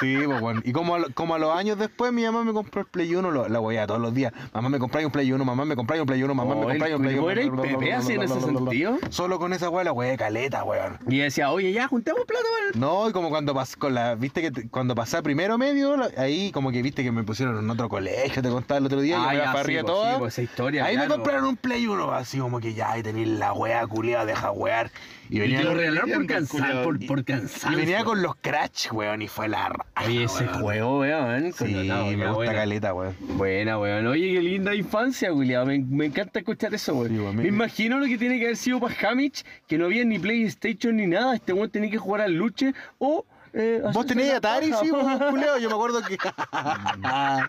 [SPEAKER 2] Sí, pues, weón. Y como a, lo- como a los años después, mi mamá me compró el Play 1, lo- la weá todos los días. Mamá, me compráis un Play 1, mamá, me compráis un Play 1, mamá, me
[SPEAKER 1] Oh, el
[SPEAKER 2] compráis un Play 1.
[SPEAKER 1] culiao era
[SPEAKER 2] bla, bla, bla,
[SPEAKER 1] el Pepe
[SPEAKER 2] bla,
[SPEAKER 1] así en
[SPEAKER 2] bla,
[SPEAKER 1] ese
[SPEAKER 2] bla, bla, bla.
[SPEAKER 1] sentido.
[SPEAKER 2] Solo con esa weá, la weá de caleta, weón.
[SPEAKER 1] Y decía, oye, ya, juntemos plata para el...
[SPEAKER 2] No, y como cuando pas- con la, viste que te- cuando pasé a primero medio, la- ahí como que viste que me pusieron en otro colegio, te contaba el otro día, yo me la
[SPEAKER 1] sí,
[SPEAKER 2] farría
[SPEAKER 1] pues,
[SPEAKER 2] toda.
[SPEAKER 1] sí, pues, esa historia.
[SPEAKER 2] ahí me
[SPEAKER 1] claro.
[SPEAKER 2] compraron un Play 1, así como que ya, ahí tenéis la weá culiada, deja wear. Y
[SPEAKER 1] Y
[SPEAKER 2] venía,
[SPEAKER 1] te lo regalaron por
[SPEAKER 4] Venía
[SPEAKER 1] cansar,
[SPEAKER 4] culiao.
[SPEAKER 1] por, por
[SPEAKER 2] y
[SPEAKER 1] cansar.
[SPEAKER 2] venía con los crash, weón, y fue la raja,
[SPEAKER 1] Oye, ese
[SPEAKER 2] weón.
[SPEAKER 1] juego, weón. con
[SPEAKER 2] Sí,
[SPEAKER 1] los lados,
[SPEAKER 2] me
[SPEAKER 1] ya,
[SPEAKER 2] gusta
[SPEAKER 1] buena.
[SPEAKER 2] caleta, weón.
[SPEAKER 1] Buena, weón. Oye, qué linda infancia, William. Me, me encanta escuchar eso, weón.
[SPEAKER 2] Sí, weón,
[SPEAKER 1] me,
[SPEAKER 2] me-
[SPEAKER 1] imagino lo que tiene que haber sido para Hamich, que no había ni PlayStation ni nada. Este weón tenía que jugar al luche o. eh,
[SPEAKER 2] Vos
[SPEAKER 1] hacerse
[SPEAKER 2] tenés
[SPEAKER 1] la
[SPEAKER 2] Atari,
[SPEAKER 1] paja.
[SPEAKER 2] sí, vos, culeo. Yo me acuerdo que. Ah.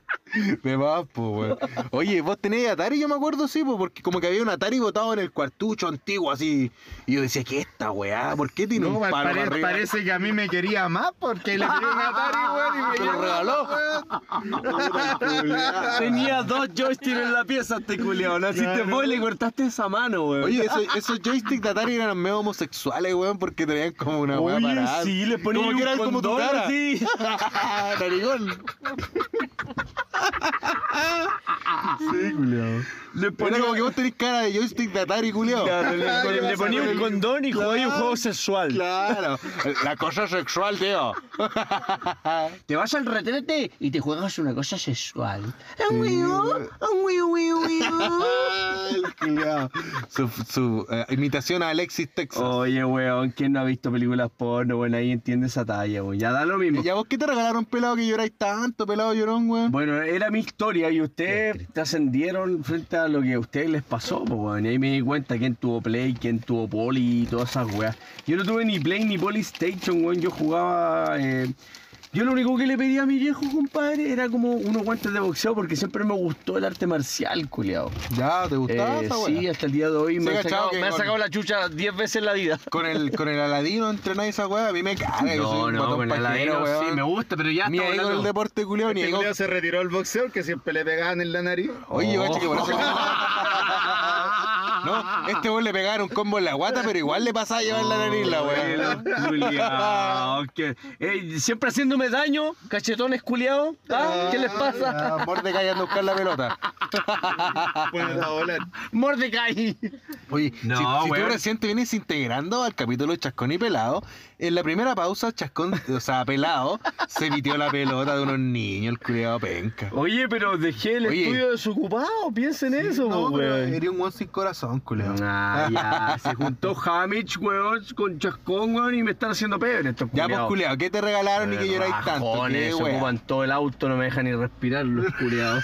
[SPEAKER 2] De más, po, weón. Oye, vos tenés Atari, yo me acuerdo, sí, po, porque como que había un Atari botado en el cuartucho antiguo, así. Y yo decía, ¿qué esta weá? ¿Por qué tiene
[SPEAKER 4] No,
[SPEAKER 2] un
[SPEAKER 4] pa-
[SPEAKER 2] palo
[SPEAKER 4] pare-
[SPEAKER 2] para arriba?
[SPEAKER 4] parece que a mí me quería más porque le quería un Atari, weón, y me
[SPEAKER 2] Te lo regaló.
[SPEAKER 1] Tenía dos joysticks en la pieza este culiao. Naciste vos y le cortaste esa mano, weón.
[SPEAKER 2] Oye, esos, esos joysticks de Atari eran medio homosexuales, weón, porque tenían como una weá
[SPEAKER 1] Oye,
[SPEAKER 2] parada.
[SPEAKER 1] sí, le ponían
[SPEAKER 2] Como
[SPEAKER 1] un
[SPEAKER 2] que eran como tu
[SPEAKER 1] condón
[SPEAKER 2] cara.
[SPEAKER 1] así.
[SPEAKER 2] Narigón.
[SPEAKER 1] Le
[SPEAKER 2] Era
[SPEAKER 1] ponía,
[SPEAKER 2] como que vos tenés cara de joystick de Atari, culeo.
[SPEAKER 1] Claro, le- le- le ponía un condón y jugaba ahí un juego sexual.
[SPEAKER 2] Claro, la cosa sexual, tío.
[SPEAKER 1] Te vas al retrete y te juegas una cosa sexual.
[SPEAKER 2] El culiao. su su, eh, imitación a Alexis Texas.
[SPEAKER 1] Oye, weón, ¿quién no ha visto películas porno? Bueno, ahí entiende esa talla, weón. Ya da lo mismo.
[SPEAKER 2] ¿Y a vos qué te regalaron pelado que lloráis tanto, pelado llorón, weón?
[SPEAKER 1] Bueno, era mi historia y ustedes trascendieron frente a lo que a ustedes les pasó, pues, weón. Y ahí me di cuenta quién tuvo Play, quién tuvo Poli y todas esas weas. Yo no tuve ni Play ni Polystation, weón. Yo jugaba. eh, Yo lo único que le pedía a mi viejo, compadre, era como unos guantes de boxeo porque siempre me gustó el arte marcial, culiao.
[SPEAKER 2] Ya, ¿te gustaba
[SPEAKER 1] Eh,
[SPEAKER 2] esa
[SPEAKER 1] sí,
[SPEAKER 2] weón?
[SPEAKER 1] hasta el día de hoy
[SPEAKER 2] Sí,
[SPEAKER 1] me, ha
[SPEAKER 2] cachado
[SPEAKER 1] sacado,
[SPEAKER 2] que
[SPEAKER 1] me ha
[SPEAKER 2] con-
[SPEAKER 1] sacado la chucha 10 veces en la vida.
[SPEAKER 2] Con el, con el Aladino entrenáis esa weá, a mí me caga. Ah, yo soy
[SPEAKER 1] No,
[SPEAKER 2] un
[SPEAKER 1] no,
[SPEAKER 2] guatón
[SPEAKER 1] con el
[SPEAKER 2] pajero,
[SPEAKER 1] Aladino sí,
[SPEAKER 2] weón.
[SPEAKER 1] me gusta, pero ya estamos
[SPEAKER 2] Ni ahí con el
[SPEAKER 1] hablando-
[SPEAKER 2] deporte culiao, ni
[SPEAKER 4] Este
[SPEAKER 2] ahí con...
[SPEAKER 4] culiao se retiró el boxeo que siempre le pegaban en la nariz.
[SPEAKER 2] Oye,
[SPEAKER 1] Oh.
[SPEAKER 2] guacho, que por eso... Ah, No, este weón le pegaron un combo en la guata, pero igual le pasaba a llevar la nariz la weá.
[SPEAKER 1] Bueno, culiao, que- eh, siempre haciéndome daño, cachetones culiados. ¿ah? ¿Qué les pasa?
[SPEAKER 2] Ah, Mordecai anda a buscar la pelota.
[SPEAKER 1] Ah,
[SPEAKER 4] Bueno, a volar.
[SPEAKER 2] Ah.
[SPEAKER 1] Mordecai.
[SPEAKER 2] Oye,
[SPEAKER 1] No,
[SPEAKER 2] si, si tú
[SPEAKER 1] weón.
[SPEAKER 2] recién te vienes integrando al capítulo de Chascón y Pelado, en la primera pausa, Chascón, o sea, Pelado, se mitió la pelota de unos niños, el culiado penca.
[SPEAKER 1] Oye, pero dejé el
[SPEAKER 2] Oye.
[SPEAKER 1] estudio desocupado, piensen eso,
[SPEAKER 2] No, pero
[SPEAKER 1] Oh, weón.
[SPEAKER 2] eres un weón sin corazón, culiado.
[SPEAKER 1] Ah, ya, se juntó Hamich, weón, con Chascón, weón, y me están haciendo pebre estos
[SPEAKER 2] Ya, pues,
[SPEAKER 1] culiao.
[SPEAKER 2] culiado, ¿qué te regalaron y que lloráis tanto?
[SPEAKER 1] Rajones,
[SPEAKER 2] ¿Qué,
[SPEAKER 1] se
[SPEAKER 2] weón?
[SPEAKER 1] ocupan todo el auto, no me dejan ni respirar los culiados.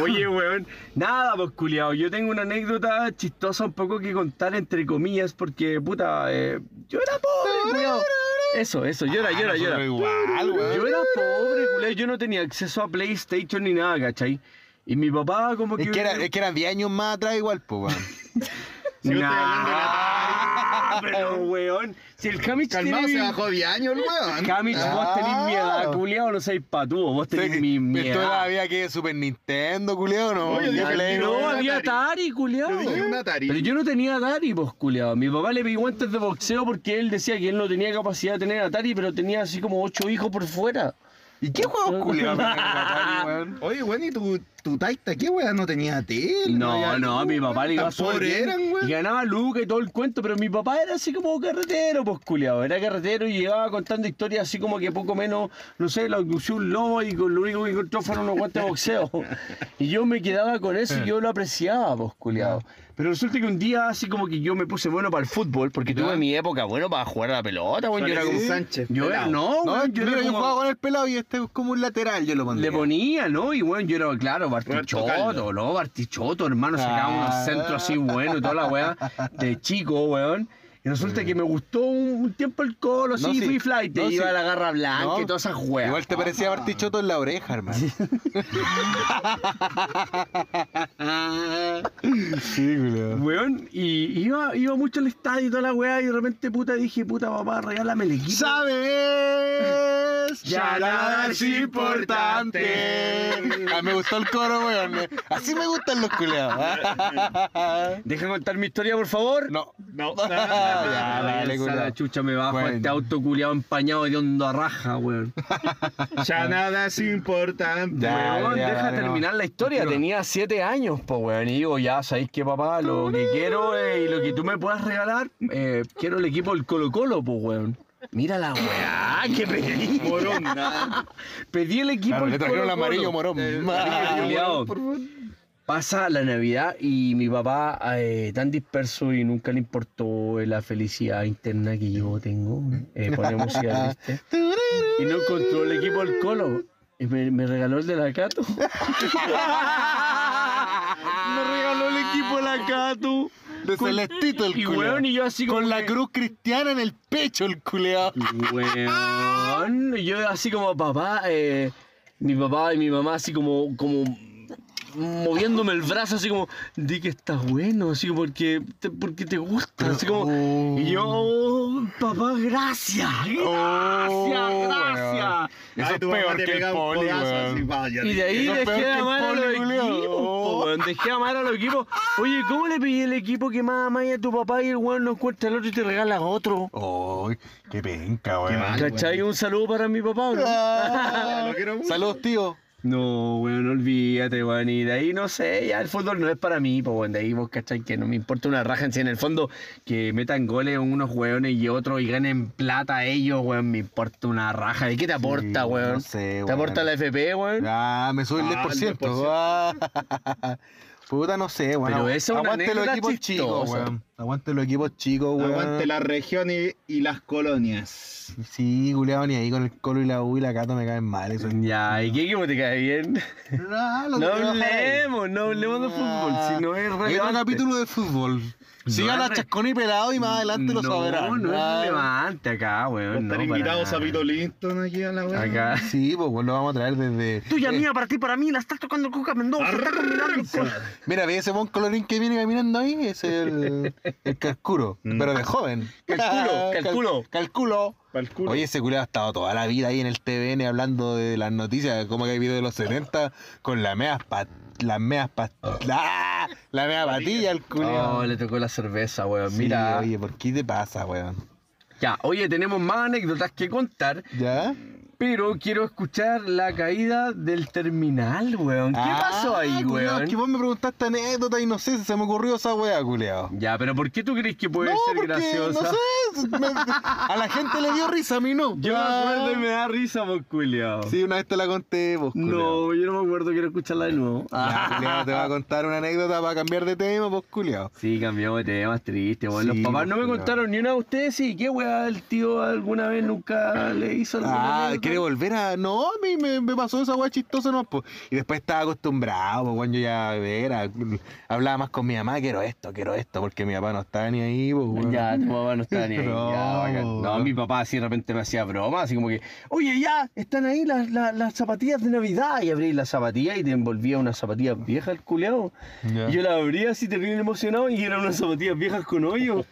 [SPEAKER 1] Oye, weón, nada, pues culiado. Yo tengo una anécdota chistosa un poco que contar, entre comillas, porque puta, eh, yo era pobre, culiao. Eso, eso, llora, llora,
[SPEAKER 2] Ah, Nosotros
[SPEAKER 1] llora.
[SPEAKER 2] Igual, weón.
[SPEAKER 1] Yo era pobre, culiao, yo no tenía acceso a PlayStation ni nada, ¿cachai? Y mi papá como que...
[SPEAKER 2] Es que, era, es que eran 10 años más atrás igual, pues, weón.
[SPEAKER 4] Si yo estoy hablando de
[SPEAKER 1] Nah, pero, weón, si el Hamich
[SPEAKER 4] Calmado,
[SPEAKER 1] tiene
[SPEAKER 4] se
[SPEAKER 1] mi-
[SPEAKER 4] bajó 10 años el weón. Ah.
[SPEAKER 1] Camich, vos tenés mi edad, culiao, no seis patúo, vos tenés mi, mi
[SPEAKER 2] Esto
[SPEAKER 1] edad.
[SPEAKER 2] había que Super Nintendo, culiado, no.
[SPEAKER 4] Oye,
[SPEAKER 2] Ya
[SPEAKER 4] dije,
[SPEAKER 2] le-
[SPEAKER 4] no,
[SPEAKER 1] No,
[SPEAKER 4] un
[SPEAKER 1] había
[SPEAKER 4] Atari.
[SPEAKER 1] Atari, culiao.
[SPEAKER 4] Yo dije un Atari.
[SPEAKER 1] Pero yo no tenía Atari, vos, culiao. Mi papá le pedí guantes de boxeo porque él decía que él no tenía capacidad de tener Atari, pero tenía así como ocho hijos por fuera.
[SPEAKER 2] ¿Y qué juegos culiados weón?
[SPEAKER 4] Oye, weón, ¿y tu, tu taita qué weón no tenía tele?
[SPEAKER 1] No,
[SPEAKER 4] había
[SPEAKER 1] no,
[SPEAKER 4] luz,
[SPEAKER 1] mi papá le
[SPEAKER 4] weón.
[SPEAKER 1] iba
[SPEAKER 4] Tan
[SPEAKER 1] súper
[SPEAKER 4] pobre
[SPEAKER 1] bien.
[SPEAKER 4] eran,
[SPEAKER 1] Y
[SPEAKER 4] weón.
[SPEAKER 1] ganaba Luca y todo el cuento, pero mi papá era así como carretero, pues culiado. Era carretero y llegaba contando historias así como que poco menos, no sé, la abducción un lobo y con lo único que encontró fueron unos guantes de boxeo. Y yo me quedaba con eso y yo lo apreciaba, pues culiado. Pero resulta que un día así como que yo me puse bueno para el fútbol, porque tuve mi época bueno para jugar a la pelota, güey. Yo era
[SPEAKER 4] Parecía
[SPEAKER 1] como.
[SPEAKER 4] Sánchez,
[SPEAKER 1] Yo era,
[SPEAKER 4] pelado.
[SPEAKER 1] no,
[SPEAKER 2] No,
[SPEAKER 1] güey,
[SPEAKER 2] yo,
[SPEAKER 1] yo era
[SPEAKER 2] mira, yo
[SPEAKER 1] como-
[SPEAKER 2] jugaba con el pelado y este es como un lateral, yo lo pondría.
[SPEAKER 1] le ponía, ¿no? Y bueno, yo era, claro, Bartichotto,
[SPEAKER 4] Caldo.
[SPEAKER 1] ¿no? Bartichotto, hermano, sacaba
[SPEAKER 2] Ah.
[SPEAKER 1] unos centros así buenos y toda la weá de chico, weón. Y resulta que me gustó un, un tiempo el colo, así,
[SPEAKER 2] No, sí.
[SPEAKER 1] fui flight,
[SPEAKER 2] No,
[SPEAKER 1] iba
[SPEAKER 2] sí.
[SPEAKER 1] a la garra blanca
[SPEAKER 2] No.
[SPEAKER 1] y todas esas weas.
[SPEAKER 2] Igual te parecía Bartichotto en la oreja, hermano. Ah. Sí, culiao.
[SPEAKER 1] Weón, y iba, iba mucho al estadio y toda la weá, y de repente, puta, dije, puta, papá, regálame el equipo.
[SPEAKER 2] ¿Sabes?
[SPEAKER 1] Ya nada es importante.
[SPEAKER 2] Ah, me gustó el coro, weón. Así me gustan los ¿ah? culeados.
[SPEAKER 1] Deja contar mi historia, por favor.
[SPEAKER 2] No.
[SPEAKER 6] No.
[SPEAKER 2] Ya, dale,
[SPEAKER 1] Esa
[SPEAKER 2] culiao.
[SPEAKER 1] la chucha me bajo a
[SPEAKER 2] Bueno.
[SPEAKER 1] este auto culiado empañado de hondo a raja, weón. Ah.
[SPEAKER 6] ya nada es importante.
[SPEAKER 2] Ya,
[SPEAKER 1] Weón,
[SPEAKER 2] ya,
[SPEAKER 1] deja
[SPEAKER 2] dale,
[SPEAKER 1] terminar
[SPEAKER 2] no.
[SPEAKER 1] la historia. Tenía siete años, po, weón. Y digo, ya sabéis que papá, lo que quiero eh, y lo que tú me puedas regalar, eh, quiero el equipo del Colo Colo, po, weón. Mira la weá, que pedí.
[SPEAKER 6] Morón, nada.
[SPEAKER 1] Pedí el equipo
[SPEAKER 2] Claro,
[SPEAKER 1] del
[SPEAKER 2] le trajeron el Eh,
[SPEAKER 1] Colo-Colo.
[SPEAKER 2] amarillo morón. Ah,
[SPEAKER 1] amarillo,
[SPEAKER 2] Ma-
[SPEAKER 1] culiao. Pasa la Navidad y mi papá eh, tan disperso y nunca le importó la felicidad interna que yo tengo. Eh, ponemos música triste. Y no encontró el equipo del Colo. Y me, me regaló el de la Cato. me regaló el equipo de la Cato.
[SPEAKER 2] De celestito el
[SPEAKER 1] Y
[SPEAKER 2] culiao.
[SPEAKER 1] weón, y yo así como
[SPEAKER 2] Con la
[SPEAKER 1] que-
[SPEAKER 2] cruz cristiana en el pecho el culeado.
[SPEAKER 1] Weón. y Yo así como papá, eh, mi papá y mi mamá así como, como moviéndome el brazo, así como, di que está bueno, así como porque te, porque te gusta, así como, y yo, "Oh, papá, gracias, gracias, Oh, gracias.
[SPEAKER 2] Eso
[SPEAKER 6] Ay,
[SPEAKER 2] es
[SPEAKER 6] tu mamá
[SPEAKER 2] peor
[SPEAKER 6] te
[SPEAKER 2] que
[SPEAKER 6] pega
[SPEAKER 2] el
[SPEAKER 6] un
[SPEAKER 2] poli,
[SPEAKER 6] codazo
[SPEAKER 2] weón.
[SPEAKER 6] así, vaya,
[SPEAKER 1] Y de ahí
[SPEAKER 2] Eso es
[SPEAKER 1] dejé
[SPEAKER 2] peor
[SPEAKER 1] de
[SPEAKER 2] que el
[SPEAKER 1] amar a
[SPEAKER 2] poli,
[SPEAKER 1] los
[SPEAKER 2] culiao. Oh.
[SPEAKER 1] equipos, po, weón, dejé de amar a los equipos. Oye, ¿cómo le pedí el equipo que más amáis a tu papá y el weón no encuentra el otro y te regala otro?
[SPEAKER 2] Uy, qué penca,
[SPEAKER 4] Qué mal.
[SPEAKER 2] weón.
[SPEAKER 1] ¿Cachai? Un saludo para mi papá, ¿no?
[SPEAKER 2] Ah,
[SPEAKER 6] Lo quiero mucho.
[SPEAKER 2] Saludos, tío.
[SPEAKER 1] No, weón, olvídate, weón. Y de ahí no sé, ya el fútbol no es para mí, pues, weón. De ahí vos, cachai, que no me importa una raja en sí. En el fondo, que metan goles unos weones y otros y ganen plata ellos, weón. Me importa una raja. ¿Y qué te aporta,
[SPEAKER 2] no
[SPEAKER 1] weón?
[SPEAKER 2] sé,
[SPEAKER 1] ¿Te
[SPEAKER 2] weón.
[SPEAKER 1] aporta la FP, weón?
[SPEAKER 2] Ah, me sube el
[SPEAKER 6] Ah, el
[SPEAKER 2] 10%.
[SPEAKER 6] 10%.
[SPEAKER 2] Ah, Puta, no sé, weón.
[SPEAKER 1] Pero esa es una
[SPEAKER 2] Aguante los
[SPEAKER 1] anécdota
[SPEAKER 2] equipos chicos,
[SPEAKER 1] chistosa.
[SPEAKER 2] weón. Aguante los equipos chicos,
[SPEAKER 1] Ah.
[SPEAKER 2] weón.
[SPEAKER 6] Aguante la región y, y las colonias.
[SPEAKER 2] Sí, culiado, ni ahí con el colo y la U y la cata me caen mal. Eso es-
[SPEAKER 1] Ya, ¿y qué equipo te cae bien?
[SPEAKER 2] Ah,
[SPEAKER 1] No
[SPEAKER 2] lo tengo que bajar ahí.
[SPEAKER 1] hablemos, no hablemos de fútbol,
[SPEAKER 2] Ah,
[SPEAKER 1] si no es
[SPEAKER 2] Otro
[SPEAKER 1] relevante.
[SPEAKER 2] capítulo de fútbol. Sigan
[SPEAKER 1] es
[SPEAKER 2] a
[SPEAKER 1] re-
[SPEAKER 2] Chascón y Pelado y más adelante lo
[SPEAKER 1] No,
[SPEAKER 2] sabrán.
[SPEAKER 1] no
[SPEAKER 2] Ah,
[SPEAKER 1] es relevante acá, weón.
[SPEAKER 6] Están
[SPEAKER 1] no, para
[SPEAKER 6] invitados a
[SPEAKER 1] nada.
[SPEAKER 6] Vito Linton aquí a la web.
[SPEAKER 1] Acá.
[SPEAKER 2] Sí, pues weón, lo vamos a traer desde.
[SPEAKER 1] Tuya,
[SPEAKER 2] Eh,
[SPEAKER 1] mía, para ti, para mí, la estás tocando Coca Mendoza, está combinando con...
[SPEAKER 2] Mira, ve ese buen colorín que viene caminando ahí, es el, el Calcuro, pero de joven.
[SPEAKER 1] Mm. Calculo, calculo.
[SPEAKER 2] Cal- calculo.
[SPEAKER 6] Pa'l culo.
[SPEAKER 2] Oye, ese culo ha estado toda la vida ahí en el TVN hablando de las noticias, como que hay videos de los 70 con las meas pat... Las meas pat...
[SPEAKER 1] Oh.
[SPEAKER 2] ¡Ah! La mea patilla, el culo.
[SPEAKER 1] No, Oh, le tocó la cerveza, weón.
[SPEAKER 2] Sí,
[SPEAKER 1] Mira.
[SPEAKER 2] Oye, ¿por qué te pasa, weón?
[SPEAKER 1] Ya, oye, tenemos más anécdotas que contar,
[SPEAKER 2] ¿Ya?
[SPEAKER 1] pero quiero escuchar la caída del terminal, weón. ¿Qué
[SPEAKER 2] Ah,
[SPEAKER 1] pasó ahí,
[SPEAKER 2] culiao,
[SPEAKER 1] weón?
[SPEAKER 2] Es que vos me preguntaste anécdota y no sé si se me ocurrió esa weá, culeado.
[SPEAKER 1] Ya, pero ¿por qué tú crees que puede
[SPEAKER 2] no,
[SPEAKER 1] ser
[SPEAKER 2] porque,
[SPEAKER 1] graciosa?
[SPEAKER 2] No sé, me- a la gente le dio risa, a mí no. Ah.
[SPEAKER 1] Yo me acuerdo y me da risa, por culiao.
[SPEAKER 2] Sí, una vez te la conté vos, culiao.
[SPEAKER 1] no, Ah. yo no me acuerdo, quiero escucharla de nuevo.
[SPEAKER 2] Ya, culiao, te voy a contar una anécdota para cambiar de tema, vos, culiao.
[SPEAKER 1] Sí, cambiamos de tema, es triste, weón. Los
[SPEAKER 2] Sí,
[SPEAKER 1] papás no me
[SPEAKER 2] culiao.
[SPEAKER 1] contaron ni una de ustedes, sí. ¿Qué weá el tío alguna vez nunca le hizo alguna
[SPEAKER 2] Ah,
[SPEAKER 1] anécdota?
[SPEAKER 2] quiere volver a. No, a mí me, me pasó esa weá chistosa, no, po. Y después estaba acostumbrado, po, cuando yo ya era. Hablaba más con mi mamá, quiero esto, quiero esto, porque mi papá no estaba ni ahí, po, weón.
[SPEAKER 1] Ya, tu papá no está ni ahí.
[SPEAKER 2] No,
[SPEAKER 1] ya, bacán. No,
[SPEAKER 2] weón.
[SPEAKER 1] mi papá así de repente me hacía broma, así como que, oye, ya, están ahí las, las, las zapatillas de Navidad. Y abrí las zapatillas y te envolvía unas zapatillas viejas el culeado.
[SPEAKER 2] Ya.
[SPEAKER 1] Y yo las abría así terrible emocionado y eran unas zapatillas viejas con hoyo.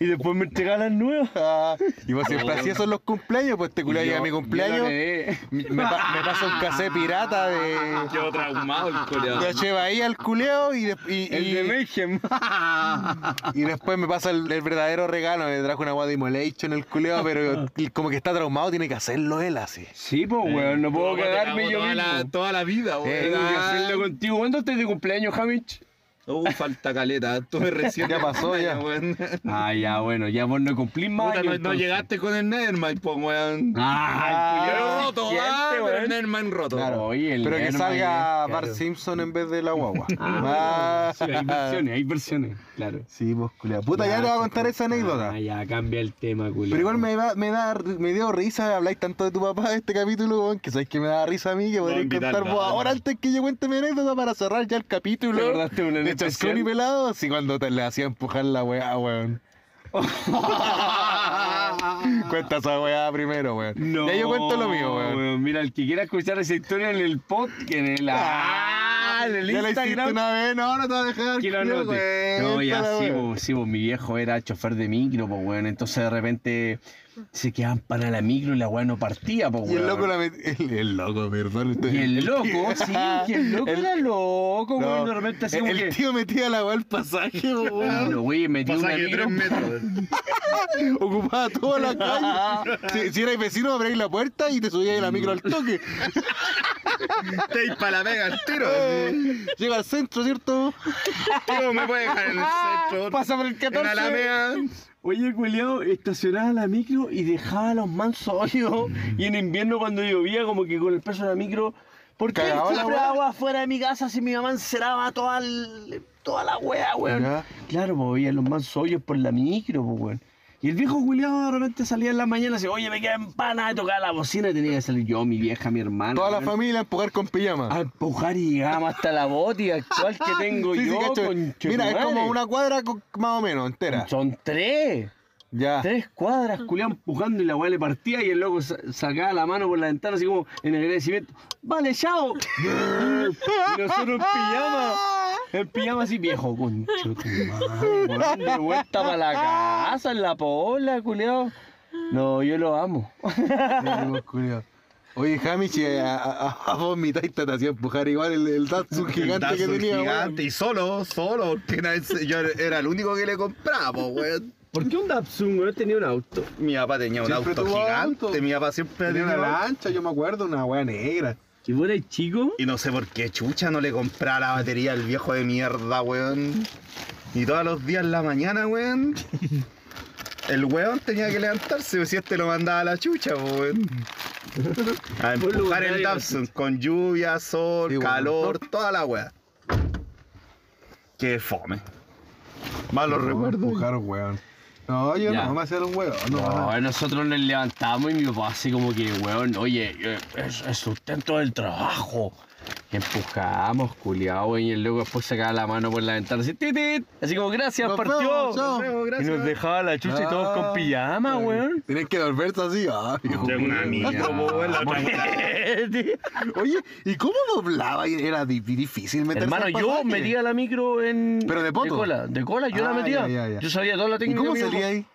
[SPEAKER 1] y después me entregaban las nuevas.
[SPEAKER 2] Ah, y vos siempre así son los cumpleaños, pues este culiao
[SPEAKER 1] Y
[SPEAKER 2] llega a
[SPEAKER 1] yo-
[SPEAKER 2] mi
[SPEAKER 1] yo lo
[SPEAKER 2] cumpleaños.
[SPEAKER 1] heredé.
[SPEAKER 2] Me, pa- me pasa un cassé pirata de.
[SPEAKER 6] Quedó traumado el
[SPEAKER 2] De
[SPEAKER 6] coleado.
[SPEAKER 2] H. Bahía al culeo y, de- y,
[SPEAKER 1] El
[SPEAKER 2] y-
[SPEAKER 1] de Mayhem.
[SPEAKER 2] y después me pasa el, el verdadero regalo. Me trajo una guada de Immolation el culeo, pero
[SPEAKER 1] Ah.
[SPEAKER 2] como que está traumado, tiene que hacerlo él así.
[SPEAKER 1] Sí, pues, weón, no puedo
[SPEAKER 6] Te cagó
[SPEAKER 1] cagarme yo
[SPEAKER 6] toda la,
[SPEAKER 1] mismo.
[SPEAKER 6] toda la vida, weón.
[SPEAKER 2] Eh,
[SPEAKER 1] Tengo que hacerlo contigo. ¿Cuándo estás de cumpleaños, Hamich?
[SPEAKER 6] Uh, falta caleta. Estuve recién.
[SPEAKER 2] Ya pasó, ya.
[SPEAKER 6] Weón.
[SPEAKER 1] Ah, ya, bueno, ya vos no cumplís más.
[SPEAKER 6] Puta,
[SPEAKER 1] años,
[SPEAKER 6] no, no
[SPEAKER 1] entonces.
[SPEAKER 6] llegaste con el Nethermind, po, weón.
[SPEAKER 1] Ah, el
[SPEAKER 6] Pero
[SPEAKER 1] culiao
[SPEAKER 6] roto,
[SPEAKER 1] exigente,
[SPEAKER 6] ah, pero el
[SPEAKER 1] weón.
[SPEAKER 6] Nethermind roto.
[SPEAKER 2] este Claro.
[SPEAKER 1] Oye, el
[SPEAKER 2] pero que
[SPEAKER 1] Nerman,
[SPEAKER 2] salga
[SPEAKER 1] eh,
[SPEAKER 2] Bart
[SPEAKER 1] claro.
[SPEAKER 2] Simpson en vez de la guagua.
[SPEAKER 1] Ah,
[SPEAKER 2] Ah.
[SPEAKER 1] sí, hay versiones, hay versiones, claro.
[SPEAKER 2] Sí, pues culeo. Puta, ya, te voy a contar esa anécdota.
[SPEAKER 1] Ah, ya, cambia el tema, culiao.
[SPEAKER 2] Pero igual me, da- me, da, me dio risa, habláis tanto de tu papá de este capítulo, weón, que sabéis que me da risa a mí, que podréis
[SPEAKER 6] invitarlo,
[SPEAKER 2] contar vos
[SPEAKER 6] ah.
[SPEAKER 2] ahora antes que yo cuente mi anécdota para cerrar ya el capítulo.
[SPEAKER 1] ¿Te acordaste de una en
[SPEAKER 2] de
[SPEAKER 1] especial?
[SPEAKER 2] Chascón y Pelado? Así cuando te le hacía empujar la weá, weón. Cuenta esa weá primero, weón.
[SPEAKER 1] No.
[SPEAKER 2] Ya yo cuento lo mío, weón.
[SPEAKER 1] Mira, el que quiera escuchar esa historia en el podcast, en el, ah, en el
[SPEAKER 2] ya la hiciste
[SPEAKER 1] Instagram.
[SPEAKER 2] una vez, no, no te voy a dejar.
[SPEAKER 1] que lo
[SPEAKER 2] culiao,
[SPEAKER 1] anote.
[SPEAKER 2] weón,
[SPEAKER 1] No, ya
[SPEAKER 2] para,
[SPEAKER 1] sí,
[SPEAKER 2] weón.
[SPEAKER 1] bo, sí, bo, mi viejo era chofer de micro, pues, weón. Entonces de repente
[SPEAKER 7] se quedaban para la micro y la weá no partía, po,
[SPEAKER 2] Y el
[SPEAKER 7] weón.
[SPEAKER 2] loco la met- el, el loco, perdón. estoy-
[SPEAKER 7] Y el loco, sí, y el loco
[SPEAKER 2] El-
[SPEAKER 7] era loco,
[SPEAKER 2] No,
[SPEAKER 7] weón. De repente así
[SPEAKER 2] el,
[SPEAKER 7] como
[SPEAKER 2] el
[SPEAKER 7] que.
[SPEAKER 2] tío metía la weá al pasaje, po, weón.
[SPEAKER 7] Claro, güey, metió una
[SPEAKER 4] Pasaje de
[SPEAKER 7] micro.
[SPEAKER 4] tres metros.
[SPEAKER 2] Ocupaba toda la calle. Si, si erais vecino, abríais la puerta y te subíais a la micro al toque.
[SPEAKER 4] Te ir para la pega al tiro.
[SPEAKER 2] Llega al centro, ¿cierto?
[SPEAKER 4] ¿Cómo me puede dejar en el
[SPEAKER 2] Ah,
[SPEAKER 4] centro?
[SPEAKER 2] Pasa por el
[SPEAKER 4] En
[SPEAKER 2] 14.
[SPEAKER 4] la Alameda.
[SPEAKER 7] Oye, culiao, estacionaba la micro y dejaba los mansos hoyos. Y en invierno, cuando llovía, como que con el peso de la micro. Porque
[SPEAKER 2] Cagaba la
[SPEAKER 7] siempre
[SPEAKER 2] weá.
[SPEAKER 7] agua afuera de mi casa si mi mamá enceraba toda, el- toda la weá, weón.
[SPEAKER 2] Ya.
[SPEAKER 7] Claro, pues veía los mansos hoyos por la micro, pues, weón. Y el viejo culiao de repente salía en la mañana y decía, oye, me queda en pana, y tocaba la bocina y tenía que salir yo, mi vieja, mi hermana.
[SPEAKER 2] Toda la
[SPEAKER 7] weón.
[SPEAKER 2] familia a empujar con pijama.
[SPEAKER 7] A empujar y llegamos hasta la boti actual que tengo
[SPEAKER 2] Sí, sí,
[SPEAKER 7] yo.
[SPEAKER 2] cacho.
[SPEAKER 7] conchetumare.
[SPEAKER 2] Mira, es como una cuadra co- más o menos entera.
[SPEAKER 7] Son tres.
[SPEAKER 2] Ya.
[SPEAKER 7] Tres cuadras, culián, empujando y la weá le partía y el loco sa- sacaba la mano por la ventana así como en agradecimiento. Vale, chao. y nosotros en pijama. En pijama así viejo, concho tu madre, weón, De vuelta para la casa, en la pola, culiao. No, yo lo amo.
[SPEAKER 2] Digo, culiao. Oye, Hamish, eh, a, a, a vos mi taita te hacía empujar igual el, el Datsun gigante
[SPEAKER 4] Dazo
[SPEAKER 2] que tenía. weón.
[SPEAKER 4] gigante y solo, solo. porque era ese- Yo era el único que le compraba, po, weón.
[SPEAKER 1] ¿Por qué un Datsun, weón, tenía un auto?
[SPEAKER 4] Mi papá tenía un
[SPEAKER 2] Siempre
[SPEAKER 4] auto
[SPEAKER 2] tuvo
[SPEAKER 4] gigante.
[SPEAKER 2] auto.
[SPEAKER 4] Mi papá siempre
[SPEAKER 2] Tenía
[SPEAKER 4] tenía,
[SPEAKER 2] una
[SPEAKER 4] un auto.
[SPEAKER 2] lancha, yo me acuerdo, una wea negra.
[SPEAKER 7] Si fuera chico,
[SPEAKER 4] Y no sé por qué chucha no le compraba la batería al viejo de mierda, weón. Y todos los días en la mañana, weón. El weón tenía que levantarse, pues, si este lo mandaba a la chucha, po, weón. A
[SPEAKER 7] Vos lo
[SPEAKER 4] empujar
[SPEAKER 7] mandabas a
[SPEAKER 4] el
[SPEAKER 7] la
[SPEAKER 4] Datsun con lluvia, sol,
[SPEAKER 2] eh, Sí, weón.
[SPEAKER 4] calor, toda la weá. Qué fome. Malos recuerdos.
[SPEAKER 2] Empujar, weón. No, yo
[SPEAKER 1] Ya.
[SPEAKER 2] no, me hacía un weón. No,
[SPEAKER 1] No, nosotros nos levantamos y mi papá así como que, weón, oye, eh, es el sustento del trabajo. Y empujamos, culiao, weón, y el loco después sacaba la mano por la ventana así, "Tit, tit". así como, gracias,
[SPEAKER 2] Nos
[SPEAKER 1] partió.
[SPEAKER 2] vemos, chao.
[SPEAKER 4] Nos vemos,
[SPEAKER 1] y
[SPEAKER 4] gracias.
[SPEAKER 1] nos dejaba la chucha y todos con pijama, Ah, weón.
[SPEAKER 2] Tienes Ah, que volverse así, ah, viejo.
[SPEAKER 4] De una micro, po, weón, la otra weá.
[SPEAKER 2] Oye, ¿y cómo doblaba? Era di- difícil meterse
[SPEAKER 1] Hermano,
[SPEAKER 2] al
[SPEAKER 1] yo
[SPEAKER 2] pasaje.
[SPEAKER 1] metía la micro en.
[SPEAKER 2] Pero de poto.
[SPEAKER 1] cola, de cola, yo
[SPEAKER 2] Ah,
[SPEAKER 1] la metía.
[SPEAKER 2] ya, ya, ya.
[SPEAKER 1] Yo sabía toda la
[SPEAKER 2] ¿Y
[SPEAKER 1] técnica.
[SPEAKER 2] cómo
[SPEAKER 1] de mi
[SPEAKER 2] salía
[SPEAKER 1] papá.
[SPEAKER 2] ahí?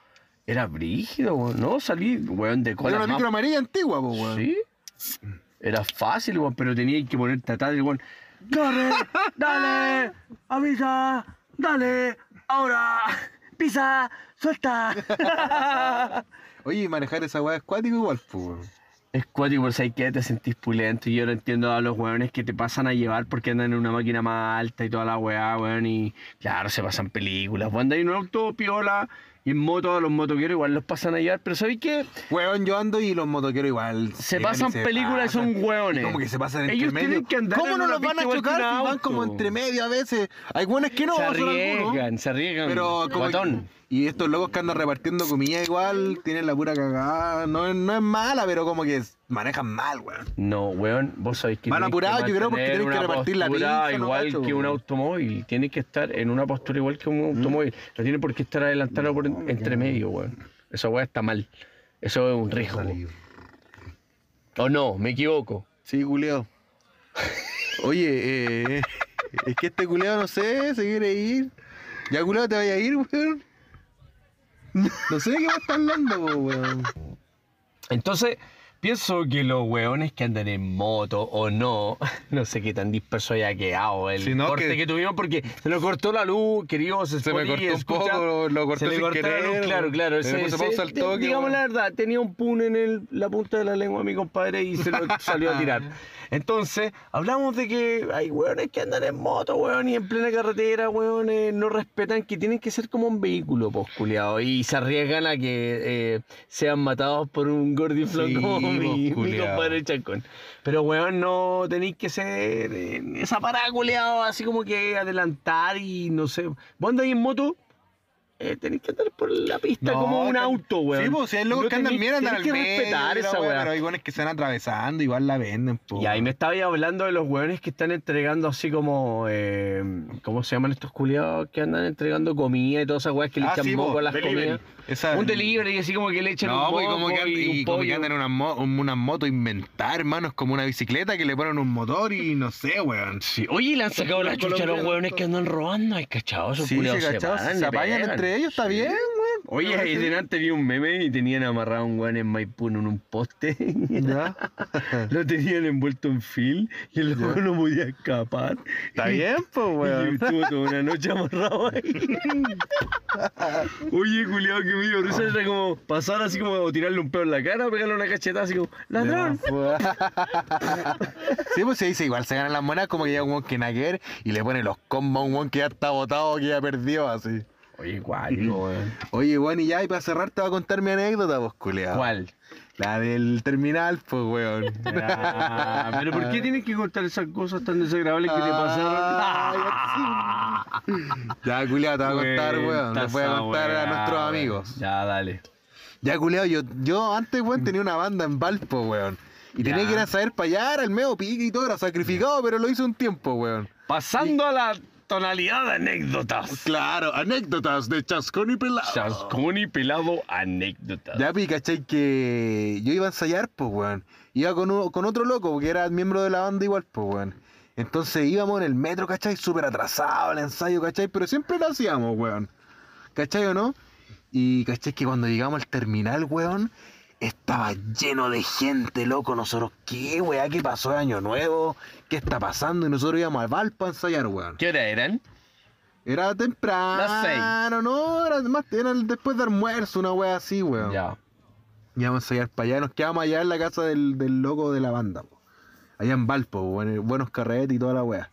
[SPEAKER 1] Era brígido, weón. No, salí, weón, de cola.
[SPEAKER 2] Era una
[SPEAKER 1] más
[SPEAKER 2] micro amarilla antigua, po, weón.
[SPEAKER 1] Sí. Era fácil, weón, pero tenía que ponerte atrás del weón. ¡Corre! ¡Dale! ¡Avisa! ¡Dale! ¡Ahora! ¡Pisa! ¡Suelta!
[SPEAKER 2] Oye, y manejar esa weá es cuático igual, po, weón.
[SPEAKER 1] es cuático, por si que te sentís pulento. Y yo no entiendo a los weones que te pasan a llevar porque andan en una máquina más alta y toda la weá, weón. Y claro, se pasan películas. Cuando hay un auto, piola. Y en moto, a los motoqueros igual los pasan a llevar. Pero ¿sabéis qué?
[SPEAKER 2] Weón, yo ando y los motoqueros igual.
[SPEAKER 1] Se
[SPEAKER 2] llegan y
[SPEAKER 1] pasan
[SPEAKER 2] se
[SPEAKER 1] películas y
[SPEAKER 2] pasan.
[SPEAKER 1] son hueones.
[SPEAKER 2] Y Como que se pasan entre
[SPEAKER 1] Ellos
[SPEAKER 2] medio.
[SPEAKER 1] tienen que andar
[SPEAKER 2] ¿Cómo
[SPEAKER 1] en
[SPEAKER 2] no
[SPEAKER 1] una
[SPEAKER 2] los van a
[SPEAKER 1] pista igual
[SPEAKER 2] chocar
[SPEAKER 1] que un
[SPEAKER 2] si van
[SPEAKER 1] auto?
[SPEAKER 2] como entre medio a veces? Hay buenos que no,
[SPEAKER 1] se
[SPEAKER 2] son algunos.
[SPEAKER 1] arriesgan, se arriesgan.
[SPEAKER 2] Pero como
[SPEAKER 1] Guatón.
[SPEAKER 2] Y estos locos que andan repartiendo comida igual tienen la pura cagada. No, es- no es mala, pero como que es- manejan mal, weón.
[SPEAKER 1] No, weón, vos sabés que.
[SPEAKER 2] Van
[SPEAKER 1] tenés
[SPEAKER 2] apurados, yo creo, porque
[SPEAKER 1] mantener
[SPEAKER 2] tienen que
[SPEAKER 1] una
[SPEAKER 2] repartir la
[SPEAKER 1] postura
[SPEAKER 2] pinza, ¿no,
[SPEAKER 1] Igual
[SPEAKER 2] macho?
[SPEAKER 1] que un automóvil. Tienes que estar en una postura igual que un
[SPEAKER 2] Mm.
[SPEAKER 1] automóvil. No tiene por qué estar adelantado por en- entre medio, weón. Esa weá está mal. Eso es un riesgo. O no, me equivoco.
[SPEAKER 2] Sí, culeo. Oye, eh, es que este culeo no sé, se quiere ir. Ya culeo te vaya a ir, weón. No sé de qué me estás hablando, po, weón.
[SPEAKER 1] Entonces, pienso que los weones que andan en moto o no, no sé qué tan disperso haya quedado el
[SPEAKER 2] Si no,
[SPEAKER 1] corte
[SPEAKER 2] que-
[SPEAKER 1] que... tuvimos porque se nos cortó la luz, queridos.
[SPEAKER 2] Se me cortó un poco, lo- lo corté
[SPEAKER 1] se le
[SPEAKER 2] sin
[SPEAKER 1] cortó
[SPEAKER 2] querer,
[SPEAKER 1] la luz, claro, claro.
[SPEAKER 2] le puse pausa al
[SPEAKER 1] de-
[SPEAKER 2] toque,
[SPEAKER 1] digamos
[SPEAKER 2] weón.
[SPEAKER 1] la verdad, tenía un pun en el- la punta de la lengua mi compadre y se lo salió a tirar. Entonces, hablamos de que hay weones que andan en moto, weón, y en plena carretera, weones, no respetan que tienen que ser como un vehículo, pues, culiao, y se arriesgan a que eh, sean matados por un gordiflón
[SPEAKER 2] Sí,
[SPEAKER 1] como
[SPEAKER 2] vos,
[SPEAKER 1] mi, mi
[SPEAKER 2] culiao.
[SPEAKER 1] compadre Chacón. Pero, weón, no tenéis que ser eh, esa parada, culiao, así como que adelantar y no sé. ¿Vos andáis en moto? Eh, tenéis que andar por la pista
[SPEAKER 2] No,
[SPEAKER 1] como un
[SPEAKER 2] ten-
[SPEAKER 1] auto, weón.
[SPEAKER 2] Sí, pues si hay locos
[SPEAKER 1] No
[SPEAKER 2] que andan
[SPEAKER 1] tenéis-
[SPEAKER 2] bien, andan al
[SPEAKER 1] tenéis
[SPEAKER 2] medio.
[SPEAKER 1] que respetar
[SPEAKER 2] y la
[SPEAKER 1] esa
[SPEAKER 2] weá,
[SPEAKER 1] weá.
[SPEAKER 2] Pero hay buenos que se van atravesando, igual la venden, po.
[SPEAKER 1] Y ahí
[SPEAKER 2] weón.
[SPEAKER 1] me estaba hablando de los hueones que están entregando así como. eh, ¿Cómo se llaman estos culiados que andan entregando comida y todas esas weas que le
[SPEAKER 2] Ah,
[SPEAKER 1] echan
[SPEAKER 2] sí,
[SPEAKER 1] moco
[SPEAKER 2] po,
[SPEAKER 1] a las
[SPEAKER 2] delivery.
[SPEAKER 1] comidas?
[SPEAKER 2] Esa-
[SPEAKER 1] Un delivery y así como que le echan
[SPEAKER 2] No,
[SPEAKER 1] un
[SPEAKER 2] pues
[SPEAKER 1] moco
[SPEAKER 2] y como que, and-
[SPEAKER 1] y un
[SPEAKER 2] y como que
[SPEAKER 1] pollo.
[SPEAKER 2] andan en una, mo- una moto inventada, hermano. Es como una bicicleta que le ponen un motor y no sé, weón.
[SPEAKER 1] Sí, Oye, le han sacado la chucha a los hueones que andan robando. Ay, cachado, esos
[SPEAKER 2] Sí,
[SPEAKER 1] culiados
[SPEAKER 2] se,
[SPEAKER 1] se,
[SPEAKER 2] cachados,
[SPEAKER 1] paran,
[SPEAKER 2] se
[SPEAKER 1] le
[SPEAKER 2] apañan
[SPEAKER 1] pegan.
[SPEAKER 2] entre ellos, está
[SPEAKER 1] Sí.
[SPEAKER 2] bien, weón.
[SPEAKER 1] Oye, ahí de antes vi un meme y tenían amarrado a un weón en Maipú en un poste.
[SPEAKER 2] ¿Ya?
[SPEAKER 1] Lo tenían envuelto en fil y el loco no podía escapar.
[SPEAKER 2] Está bien, pues,
[SPEAKER 1] Y
[SPEAKER 2] weón.
[SPEAKER 1] estuvo toda una noche amarrado ahí. Oye, culiao, que me dio risa. Era como pasar así como o tirarle un pedo en la cara, pegarle una cachetada así como, ladrón.
[SPEAKER 2] Sí, pues se dice, igual se ganan las monedas como que llega un weón que naguer y le pone los combos a un weón que ya está botado, que ya perdió, así.
[SPEAKER 1] Oye, igual, weón.
[SPEAKER 2] Oye, weón, y ya, y para cerrar te voy a contar mi anécdota, vos, culeado.
[SPEAKER 1] ¿Cuál?
[SPEAKER 2] La del terminal, pues, weón.
[SPEAKER 7] Ah, pero ¿por qué tienes que contar esas cosas tan desagradables que te pasaron?
[SPEAKER 2] Ah, Ya, sí. Ya, culiao, te voy a contar, weón. Les voy a
[SPEAKER 1] Taza,
[SPEAKER 2] contar a
[SPEAKER 1] weón.
[SPEAKER 2] nuestros amigos.
[SPEAKER 1] Ya, dale.
[SPEAKER 2] Ya, culiao, yo, yo antes, weón, tenía una banda en Valpo, weón. Y tenía
[SPEAKER 1] Ya.
[SPEAKER 2] que ir a saber para allá, era el medio pique y todo, era sacrificado, pero lo hice un tiempo, weón.
[SPEAKER 1] Pasando a la tonalidad de anécdotas.
[SPEAKER 2] Claro, anécdotas de Chascón y Pelado.
[SPEAKER 1] Chascón y pelado, anécdotas.
[SPEAKER 2] Ya, pues, ¿cachai? Que yo iba a ensayar, pues, weón. Iba con, un- con otro loco, que era miembro de la banda igual, pues, weón. Entonces íbamos en el metro, ¿cachai? Súper atrasado el ensayo, ¿cachai? Pero siempre lo hacíamos, weón. ¿Cachai o no? Y, ¿cachai? Que cuando llegamos al terminal, weón, estaba lleno de gente, loco. Nosotros, ¿qué, weón? ¿Qué pasó de Año Nuevo? ¿Qué está pasando? Y nosotros íbamos al Valpo a ensayar, weón.
[SPEAKER 1] ¿Qué hora eran?
[SPEAKER 2] Era temprano,
[SPEAKER 1] Las seis.
[SPEAKER 2] no, era, más, era después de almuerzo, una wea así, weón.
[SPEAKER 1] Ya.
[SPEAKER 2] Y vamos a ir para allá, nos quedamos allá en la casa del, del loco de la banda, po. allá en Valpo, po, en el- buenos carretes y toda la wea.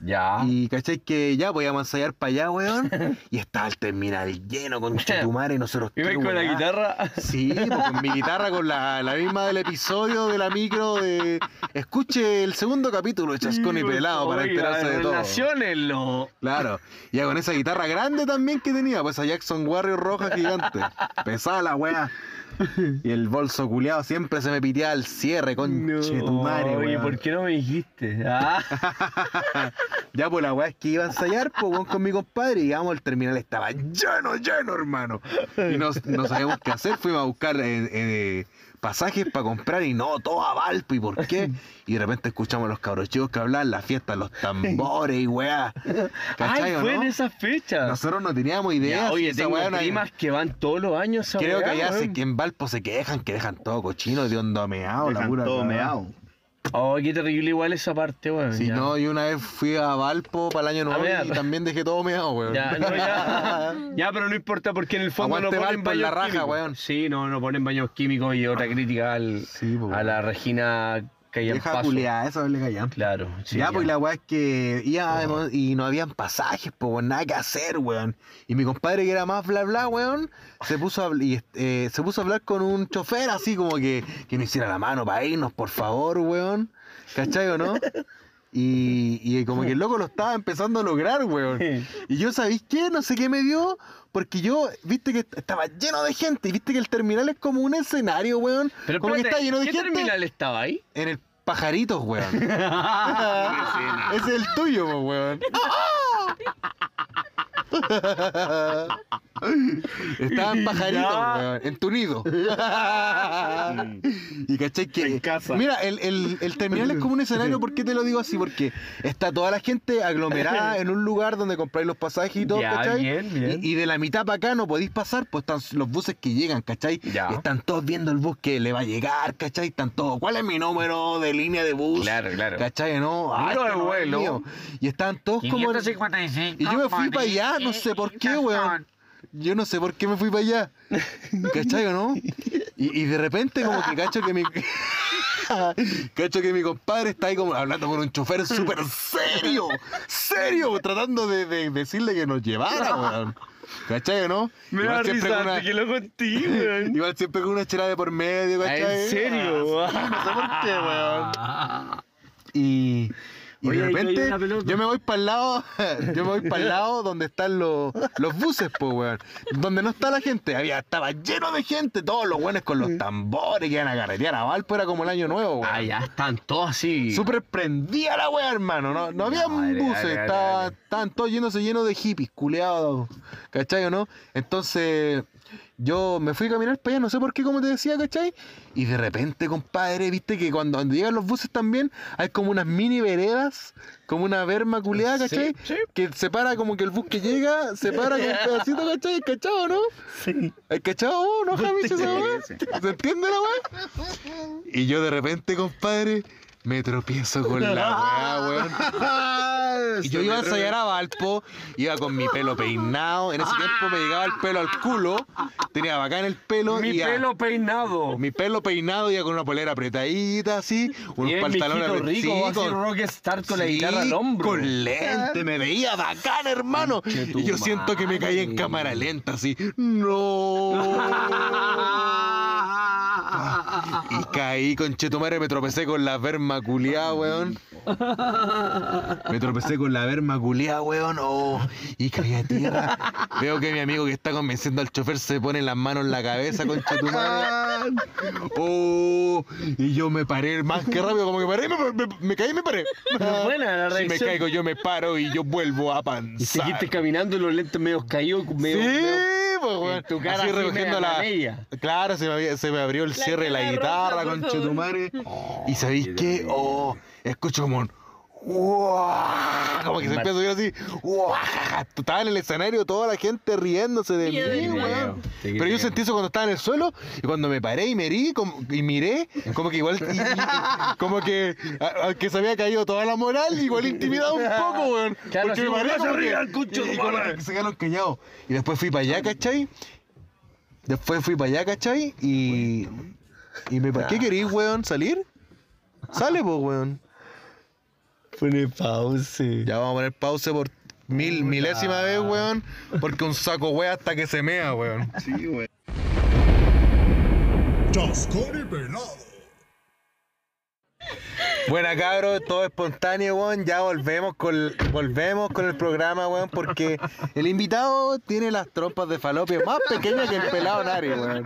[SPEAKER 1] Ya.
[SPEAKER 2] Y cachai que ya podíamos ensayar para allá, weón. y estaba el terminal lleno con Chetumare y nosotros.
[SPEAKER 1] ¿Iba
[SPEAKER 2] tres,
[SPEAKER 1] con la
[SPEAKER 2] weá.
[SPEAKER 1] guitarra?
[SPEAKER 2] Sí, po, con mi guitarra, con la, la misma del episodio de la micro de. Escuche el segundo capítulo de Chascón y Pelado para
[SPEAKER 1] Oiga,
[SPEAKER 2] enterarse de todo.
[SPEAKER 1] Relaciónenlo.
[SPEAKER 2] Claro, ya con esa guitarra grande también que tenía, pues esa Jackson Warrior roja gigante. Pesada la weá. Y el bolso culeado siempre se me piteaba el cierre, con tu madre,
[SPEAKER 1] Oye, ¿por qué no me dijiste? Ah.
[SPEAKER 2] Ya pues la weá es que iba a ensayar, pues weón, con mi compadre, y llegamos al terminal, estaba lleno, lleno, hermano. Y no, no sabíamos qué hacer, fuimos a buscar eh, eh, pasajes para comprar y no, todo a Valpo, ¿y por qué? Y de repente escuchamos a los cabros chicos que hablaban, la fiesta, los tambores y weá.
[SPEAKER 1] Ay,
[SPEAKER 2] ¿Cachai o
[SPEAKER 1] fue
[SPEAKER 2] no?
[SPEAKER 1] en esa fecha.
[SPEAKER 2] Nosotros no teníamos idea.
[SPEAKER 1] Ya,
[SPEAKER 2] si
[SPEAKER 1] oye,
[SPEAKER 2] esa
[SPEAKER 1] tengo
[SPEAKER 2] weá no hay-
[SPEAKER 1] primas que van todos los años a esa
[SPEAKER 2] Creo que
[SPEAKER 1] weá,
[SPEAKER 2] allá se,
[SPEAKER 1] weón.
[SPEAKER 2] que en Valpo se quejan, que dejan todo cochino, de hondo meado, la
[SPEAKER 4] Dejan
[SPEAKER 2] pura.
[SPEAKER 4] todo
[SPEAKER 2] cagada.
[SPEAKER 4] meado.
[SPEAKER 1] Oh, qué terrible igual esa parte, weón.
[SPEAKER 2] Sí,
[SPEAKER 1] ya.
[SPEAKER 2] no, yo una vez fui a Valpo para el año nuevo
[SPEAKER 1] mear.
[SPEAKER 2] y también dejé todo meado, weón.
[SPEAKER 1] Ya, no, ya. Ya, pero no importa porque en el fondo
[SPEAKER 2] Aguante
[SPEAKER 1] no ponen
[SPEAKER 2] Valpo en la
[SPEAKER 1] baños
[SPEAKER 2] raja,
[SPEAKER 1] químicos.
[SPEAKER 2] weón.
[SPEAKER 1] Sí, no, no ponen baños químicos y otra crítica al,
[SPEAKER 2] Sí, po,
[SPEAKER 1] a la Regina
[SPEAKER 2] Deja
[SPEAKER 1] Callampaso.
[SPEAKER 2] culiada, eso le callan.
[SPEAKER 1] Claro. sí,
[SPEAKER 2] ya,
[SPEAKER 1] ya.
[SPEAKER 2] pues la weá es que íbamos y no habían pasajes, pues weón, nada que hacer, weón. Y mi compadre que era más bla bla, weón, se puso a, habl- y, eh, se puso a hablar con un chofer así como que, que no hiciera la mano para irnos, por favor, weón. ¿Cachai o no? Y, y como que el loco lo estaba empezando a lograr, weón. Y yo, ¿sabéis qué? No sé qué me dio, porque yo, viste que est- estaba lleno de gente, y viste que el terminal es como un escenario, weón.
[SPEAKER 1] Pero
[SPEAKER 2] como que
[SPEAKER 1] espérate,
[SPEAKER 2] está lleno de
[SPEAKER 1] ¿qué
[SPEAKER 2] gente
[SPEAKER 1] terminal estaba ahí?
[SPEAKER 2] en el pajaritos, weón. Ese es el tuyo, po, weón. Estaba en pajaritos,
[SPEAKER 1] Ya.
[SPEAKER 2] weón. En tu nido.
[SPEAKER 1] Mm,
[SPEAKER 2] y caché que.
[SPEAKER 4] En casa.
[SPEAKER 2] Mira, el, el- el terminal es como un escenario. ¿Por qué te lo digo así? Porque está toda la gente aglomerada en un lugar donde compráis los pasajes y todo,
[SPEAKER 1] Ya,
[SPEAKER 2] ¿cachai?
[SPEAKER 1] bien, bien.
[SPEAKER 2] Y, y de la mitad para acá no podéis pasar, pues están los buses que llegan, ¿cachai?
[SPEAKER 1] Ya.
[SPEAKER 2] Están todos viendo el bus que le va a llegar, ¿cachai? Están todos, ¿cuál es mi número de línea de bus?
[SPEAKER 1] Claro, claro.
[SPEAKER 2] ¿Cachai? No, ah,
[SPEAKER 1] Número
[SPEAKER 2] este
[SPEAKER 1] de
[SPEAKER 2] no es
[SPEAKER 1] vuelo.
[SPEAKER 2] mío. Y estaban todos como... Y yo me fui para allá, no sé por qué, weón. Yo no sé por qué me fui para allá. ¿Cachai o no? Y, y de repente como que cacho que mi... cacho que mi compadre está ahí como hablando con un chofer súper serio. Serio, tratando de, de decirle que nos llevara, weón. ¿Cachai o no?
[SPEAKER 1] Me da
[SPEAKER 2] siempre
[SPEAKER 1] risa,
[SPEAKER 2] con una-
[SPEAKER 1] que lo contigo, weón.
[SPEAKER 2] Igual siempre con una chela de por medio, ¿cachai? Ah,
[SPEAKER 1] ¿En serio?
[SPEAKER 2] No sé por qué, weón. Y, y
[SPEAKER 7] Oye,
[SPEAKER 2] de
[SPEAKER 7] ahí cayó
[SPEAKER 2] repente
[SPEAKER 7] una pelota.
[SPEAKER 2] yo me voy para el lado, yo me voy para el lado donde están los, los buses, pues, weón. Donde no está la gente. Había, estaba lleno de gente, todos los weones con los tambores que iban a carretear a Valpo, era como el año nuevo, weón.
[SPEAKER 1] Ah, ya están todos así.
[SPEAKER 2] Súper prendía la wea, hermano. No, no había
[SPEAKER 1] Madre,
[SPEAKER 2] buses,
[SPEAKER 1] dale, dale,
[SPEAKER 2] estaba-
[SPEAKER 1] dale.
[SPEAKER 2] estaban todos yéndose llenos de hippies, culeados, ¿cachai o no? Entonces, Yo me fui a caminar para allá, no sé por qué, como te decía, ¿cachai? Y de repente, compadre, viste que cuando, cuando llegan los buses también, hay como unas mini veredas, como una verma culeada, ¿cachai? Que separa como que el bus que llega, se para con un pedacito, ¿cachai? ¿Cachado, no?
[SPEAKER 7] Sí.
[SPEAKER 2] ¿Hay cachado? Oh, ¿No, Javi? esa weá?
[SPEAKER 4] sí.
[SPEAKER 2] ¿Se entiende la weá? Y yo de repente, compadre, me tropiezo con la weá, weón. Y yo iba a ensayar a Valpo, iba con mi pelo peinado. En ese tiempo me llegaba el pelo al culo, tenía bacán el pelo.
[SPEAKER 1] Mi
[SPEAKER 2] iba-
[SPEAKER 1] pelo peinado.
[SPEAKER 2] Mi pelo peinado, iba con una polera apretadita, así, unos
[SPEAKER 1] Bien, mijito
[SPEAKER 2] pantalones apre-
[SPEAKER 1] rico,
[SPEAKER 2] sí,
[SPEAKER 1] vos así
[SPEAKER 2] con-
[SPEAKER 1] rockstar con la
[SPEAKER 2] sí,
[SPEAKER 1] guitarra al hombro. Ah,
[SPEAKER 2] Con lente, me veía bacán, hermano.
[SPEAKER 1] tu
[SPEAKER 2] Y yo siento que me caí en
[SPEAKER 1] madre.
[SPEAKER 2] cámara lenta, así. ¡No! Y caí con Chetumare, me tropecé con la verma culiá, weón. Me tropecé con la verma culiá, weón. Oh, y caí a tierra. Veo que mi amigo que está convenciendo al chofer se pone las manos en la cabeza con Chetumare. Oh, y yo me paré más que rápido, como que paré, me, me- me caí y me paré.
[SPEAKER 1] Pero buena la
[SPEAKER 2] Si me
[SPEAKER 1] reacción.
[SPEAKER 2] caigo, yo me paro y yo vuelvo a
[SPEAKER 1] Y
[SPEAKER 2] panzar.
[SPEAKER 1] seguiste caminando y los lentes medio caídos, medio, medio-
[SPEAKER 2] Sí, pues,
[SPEAKER 1] en
[SPEAKER 2] weón.
[SPEAKER 1] tu cara
[SPEAKER 2] así
[SPEAKER 1] así
[SPEAKER 2] recogiendo
[SPEAKER 1] media
[SPEAKER 2] la.
[SPEAKER 1] media.
[SPEAKER 2] Claro, se me, había- se me abrió el cierre de la
[SPEAKER 10] cara
[SPEAKER 2] guitarra
[SPEAKER 10] roja, por
[SPEAKER 2] con
[SPEAKER 10] favor.
[SPEAKER 2] Chetumare. Y sabéis qué? Oh, escucho como un. ¡Uah! Como que se empieza a subir así. ¡Uah! Estaba en el escenario toda la gente riéndose de mí,
[SPEAKER 10] Miedo, miedo.
[SPEAKER 2] weón.
[SPEAKER 7] Te
[SPEAKER 2] Pero yo
[SPEAKER 7] creo.
[SPEAKER 2] sentí eso cuando estaba en el suelo y cuando me paré y me herí como- y miré, como que igual, y- y- como que, a- aunque se había caído toda la moral, igual intimidado un poco, weón.
[SPEAKER 1] Claro,
[SPEAKER 2] porque
[SPEAKER 1] así
[SPEAKER 2] me
[SPEAKER 1] como,
[SPEAKER 2] paré
[SPEAKER 1] "No se
[SPEAKER 2] como que-
[SPEAKER 1] rían, concho de
[SPEAKER 2] y como
[SPEAKER 1] madre".
[SPEAKER 2] que se quedaron callados. Y después fui para allá, ¿cachai? Después fui para allá, ¿cachai? Y, y me ¿qué querís, weón? ¿Salir? Sale, pues, weón.
[SPEAKER 7] Pone pause.
[SPEAKER 2] Ya vamos a poner pausa por mil, milésima vez, weón. Porque un saco, weón, hasta que se mea, weón.
[SPEAKER 4] Sí, weón.
[SPEAKER 3] Chascón y Pelado.
[SPEAKER 2] Buena cabros, todo espontáneo, weón. Ya volvemos con, volvemos con el programa, weón, porque el invitado tiene las trompas de falopio más pequeñas que el pelado Nari, weón.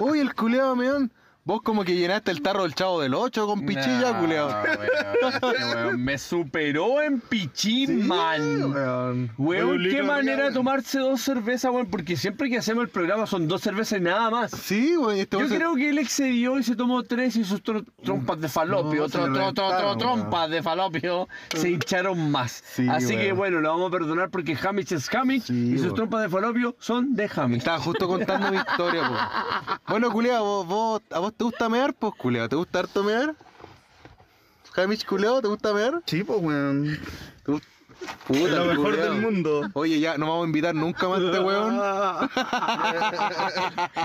[SPEAKER 2] Uy, el culeado, meón. Vos como que llenaste el tarro del chavo del 8 con pichilla,
[SPEAKER 1] Nah,
[SPEAKER 2] culeado.
[SPEAKER 1] weón, este weón me superó en pichín, man.
[SPEAKER 2] Weón.
[SPEAKER 1] Weón, qué manera de tomarse dos cervezas, weón, porque siempre que hacemos el programa son dos cervezas y nada más.
[SPEAKER 2] Sí, weón. Este
[SPEAKER 1] Yo
[SPEAKER 2] weón se-
[SPEAKER 1] creo que él excedió y se tomó tres y sus tro- trompas de falopio,
[SPEAKER 2] Mm. No, se
[SPEAKER 1] tro-
[SPEAKER 2] le
[SPEAKER 1] tro- tro- tro-
[SPEAKER 2] reventaron,
[SPEAKER 1] trompas de falopio, se hincharon más.
[SPEAKER 2] Sí,
[SPEAKER 1] Así que
[SPEAKER 2] weón.
[SPEAKER 1] bueno, lo vamos a perdonar porque Hamish es Hamish
[SPEAKER 2] Sí,
[SPEAKER 1] y sus
[SPEAKER 2] weón.
[SPEAKER 1] trompas de falopio son de Hamish.
[SPEAKER 2] Estaba justo contando mi historia, weón. Bueno, culeado, ¿vos, vos, ¿a vos te gusta mear, pues, culeado? ¿Te gusta harto mear? Hamish, culeado, ¿te gusta mear?
[SPEAKER 4] Sí, pues, weón.
[SPEAKER 2] Puta,
[SPEAKER 4] Lo mejor
[SPEAKER 2] culeado.
[SPEAKER 4] del mundo.
[SPEAKER 2] Oye, ya, no vamos a invitar nunca más a este weón.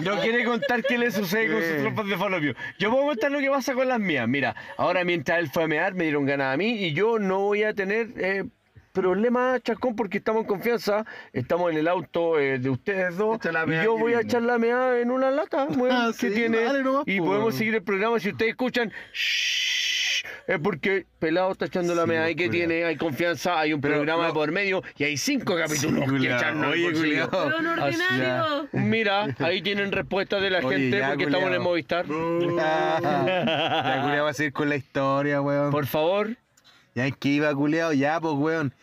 [SPEAKER 1] No quiere contar qué le sucede con sus trompas de falopio. Yo puedo contar lo que pasa con las mías. Mira, ahora mientras él fue a mear, me dieron ganas a mí y yo no voy a tener eh, problemas, Chascón, porque estamos en confianza. Estamos en el auto eh, de ustedes dos.
[SPEAKER 4] Echa la
[SPEAKER 1] Y
[SPEAKER 4] meada
[SPEAKER 1] yo
[SPEAKER 4] aquí
[SPEAKER 1] voy a
[SPEAKER 4] mismo.
[SPEAKER 1] echar la meada en una lata, weón,
[SPEAKER 2] Ah, Sí,
[SPEAKER 1] que tiene.
[SPEAKER 2] dale nomás,
[SPEAKER 1] y
[SPEAKER 2] po,
[SPEAKER 1] podemos
[SPEAKER 2] weón.
[SPEAKER 1] seguir el programa. Si ustedes escuchan, shh, es porque Pelado está echando la meada. Hay que tiene, hay confianza, hay un programa de por medio y hay cinco capítulos que echarnos al bolsillo.
[SPEAKER 10] Weón
[SPEAKER 1] Así-
[SPEAKER 10] ordinario.
[SPEAKER 1] Mira, ahí tienen respuestas de la
[SPEAKER 2] Oye,
[SPEAKER 1] gente
[SPEAKER 2] ya,
[SPEAKER 1] porque
[SPEAKER 2] culiao.
[SPEAKER 1] estamos en el Movistar.
[SPEAKER 2] Ya, culiao, va a seguir con la historia, weón.
[SPEAKER 1] Por favor.
[SPEAKER 2] Ya es que iba, culiao, ya, pues, weón.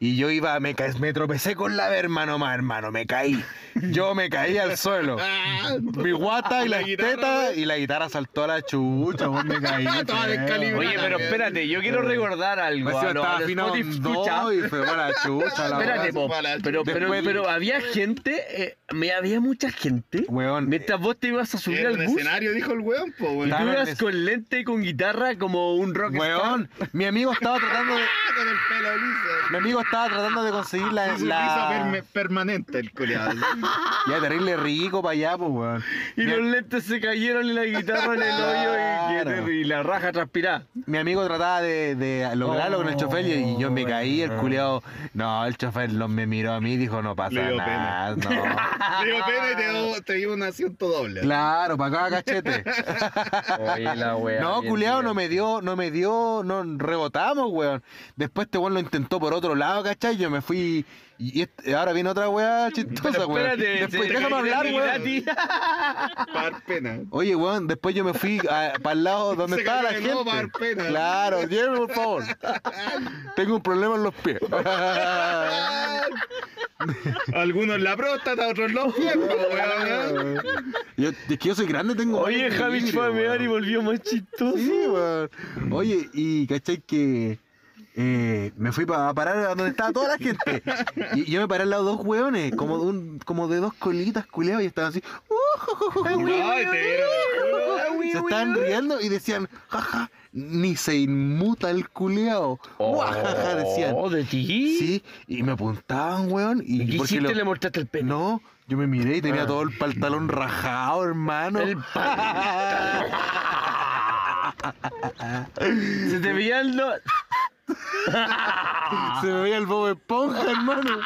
[SPEAKER 2] Y yo iba, me, ca- me tropecé con la verma nomás, hermano, me caí. Yo me caí al suelo. Mi guata y la tetas y la guitarra saltó a la chucha, weón, me caí. culiao.
[SPEAKER 1] Oye, pero espérate, yo quiero recordar algo.
[SPEAKER 2] Me decía,
[SPEAKER 1] a los-
[SPEAKER 2] Pues estaba
[SPEAKER 1] a los
[SPEAKER 2] afinado en
[SPEAKER 1] Spotify,
[SPEAKER 2] do
[SPEAKER 1] escucha.
[SPEAKER 2] y fue para la chucha, la
[SPEAKER 1] Espérate,
[SPEAKER 2] weá.
[SPEAKER 1] po, pero, pero,
[SPEAKER 2] Después-
[SPEAKER 1] pero había gente, eh, me había mucha gente.
[SPEAKER 2] Weón.
[SPEAKER 1] Mientras vos te ibas a subir
[SPEAKER 4] En
[SPEAKER 1] al
[SPEAKER 4] el
[SPEAKER 1] bus,
[SPEAKER 4] escenario dijo el weón, pues, weón.
[SPEAKER 1] tú
[SPEAKER 2] Estaba en el
[SPEAKER 1] ibas
[SPEAKER 2] es-
[SPEAKER 1] con lente y con guitarra como un rockstar.
[SPEAKER 2] Weón, mi amigo estaba tratando de.
[SPEAKER 4] Ah, Con el pelo liso.
[SPEAKER 2] Mi amigo estaba tratando de conseguir la.
[SPEAKER 4] Su
[SPEAKER 2] la-
[SPEAKER 4] risa perme- permanente, el culiado.
[SPEAKER 2] Ya terrible rico para allá, pues, weón.
[SPEAKER 1] Y los lentes se cayeron y la guitarra en el hoyo y-
[SPEAKER 2] Claro.
[SPEAKER 1] y, y la raja transpirada.
[SPEAKER 2] Mi amigo trataba de, de lograrlo con el chofer y, y yo me caí, el culiao. No, el chofer lo- me miró a mí y dijo, no pasa
[SPEAKER 4] Le dio
[SPEAKER 2] nada. no".
[SPEAKER 4] Digo, pena y te, do- te dio un asiento doble.
[SPEAKER 2] Claro, para acá cachete.
[SPEAKER 1] Oye, la wea.
[SPEAKER 2] No,
[SPEAKER 1] bien
[SPEAKER 2] culiao, no
[SPEAKER 1] día.
[SPEAKER 2] me dio, no me dio, no rebotamos, weón. Después este weón lo intentó por otro lado, ¿cachai? Yo me fui. Y, y este- ahora viene otra weá chistosa, weón.
[SPEAKER 1] Espérate,
[SPEAKER 2] Después,
[SPEAKER 1] se-
[SPEAKER 2] déjame hablar,
[SPEAKER 1] se-
[SPEAKER 2] weón.
[SPEAKER 1] Gratis.
[SPEAKER 4] Para dar pena.
[SPEAKER 2] Oye, weón, después yo me fui para el lado donde
[SPEAKER 4] Se
[SPEAKER 2] estaba la
[SPEAKER 4] cayó de nuevo
[SPEAKER 2] gente.
[SPEAKER 4] para dar pena.
[SPEAKER 2] Claro, lléveme por favor. Tengo un problema en los pies.
[SPEAKER 4] Algunos la próstata, otros los pies, po, weón.
[SPEAKER 2] Yo, es que yo soy grande, tengo.
[SPEAKER 7] Oye,
[SPEAKER 2] varios
[SPEAKER 7] Javi
[SPEAKER 2] delirios,
[SPEAKER 7] fue a mear
[SPEAKER 2] weón.
[SPEAKER 7] y volvió más chistoso.
[SPEAKER 2] Sí, weón. Oye, y cachai que eh, me fui pa- a parar a donde estaba toda la gente. Y yo me paré al lado de dos hueones, como de, un, como de dos colitas culeados, y estaban así. ¡Uh,
[SPEAKER 4] Ay, te dieron el culo.
[SPEAKER 2] se estaban riendo y decían, jaja, ni se inmuta el culeado. Guajaja, decían.
[SPEAKER 1] Oh, de ti.
[SPEAKER 2] Sí, y me apuntaban, weón.
[SPEAKER 1] ¿Y
[SPEAKER 2] Y
[SPEAKER 1] qué
[SPEAKER 2] porque
[SPEAKER 1] hiciste?
[SPEAKER 2] lo-
[SPEAKER 1] Le mostraste el pene.
[SPEAKER 2] No, yo me miré y tenía todo el pantalón rajado, hermano.
[SPEAKER 1] El Se te veía el
[SPEAKER 2] Pues
[SPEAKER 1] no-
[SPEAKER 2] Se me veía el bobo esponja, hermano.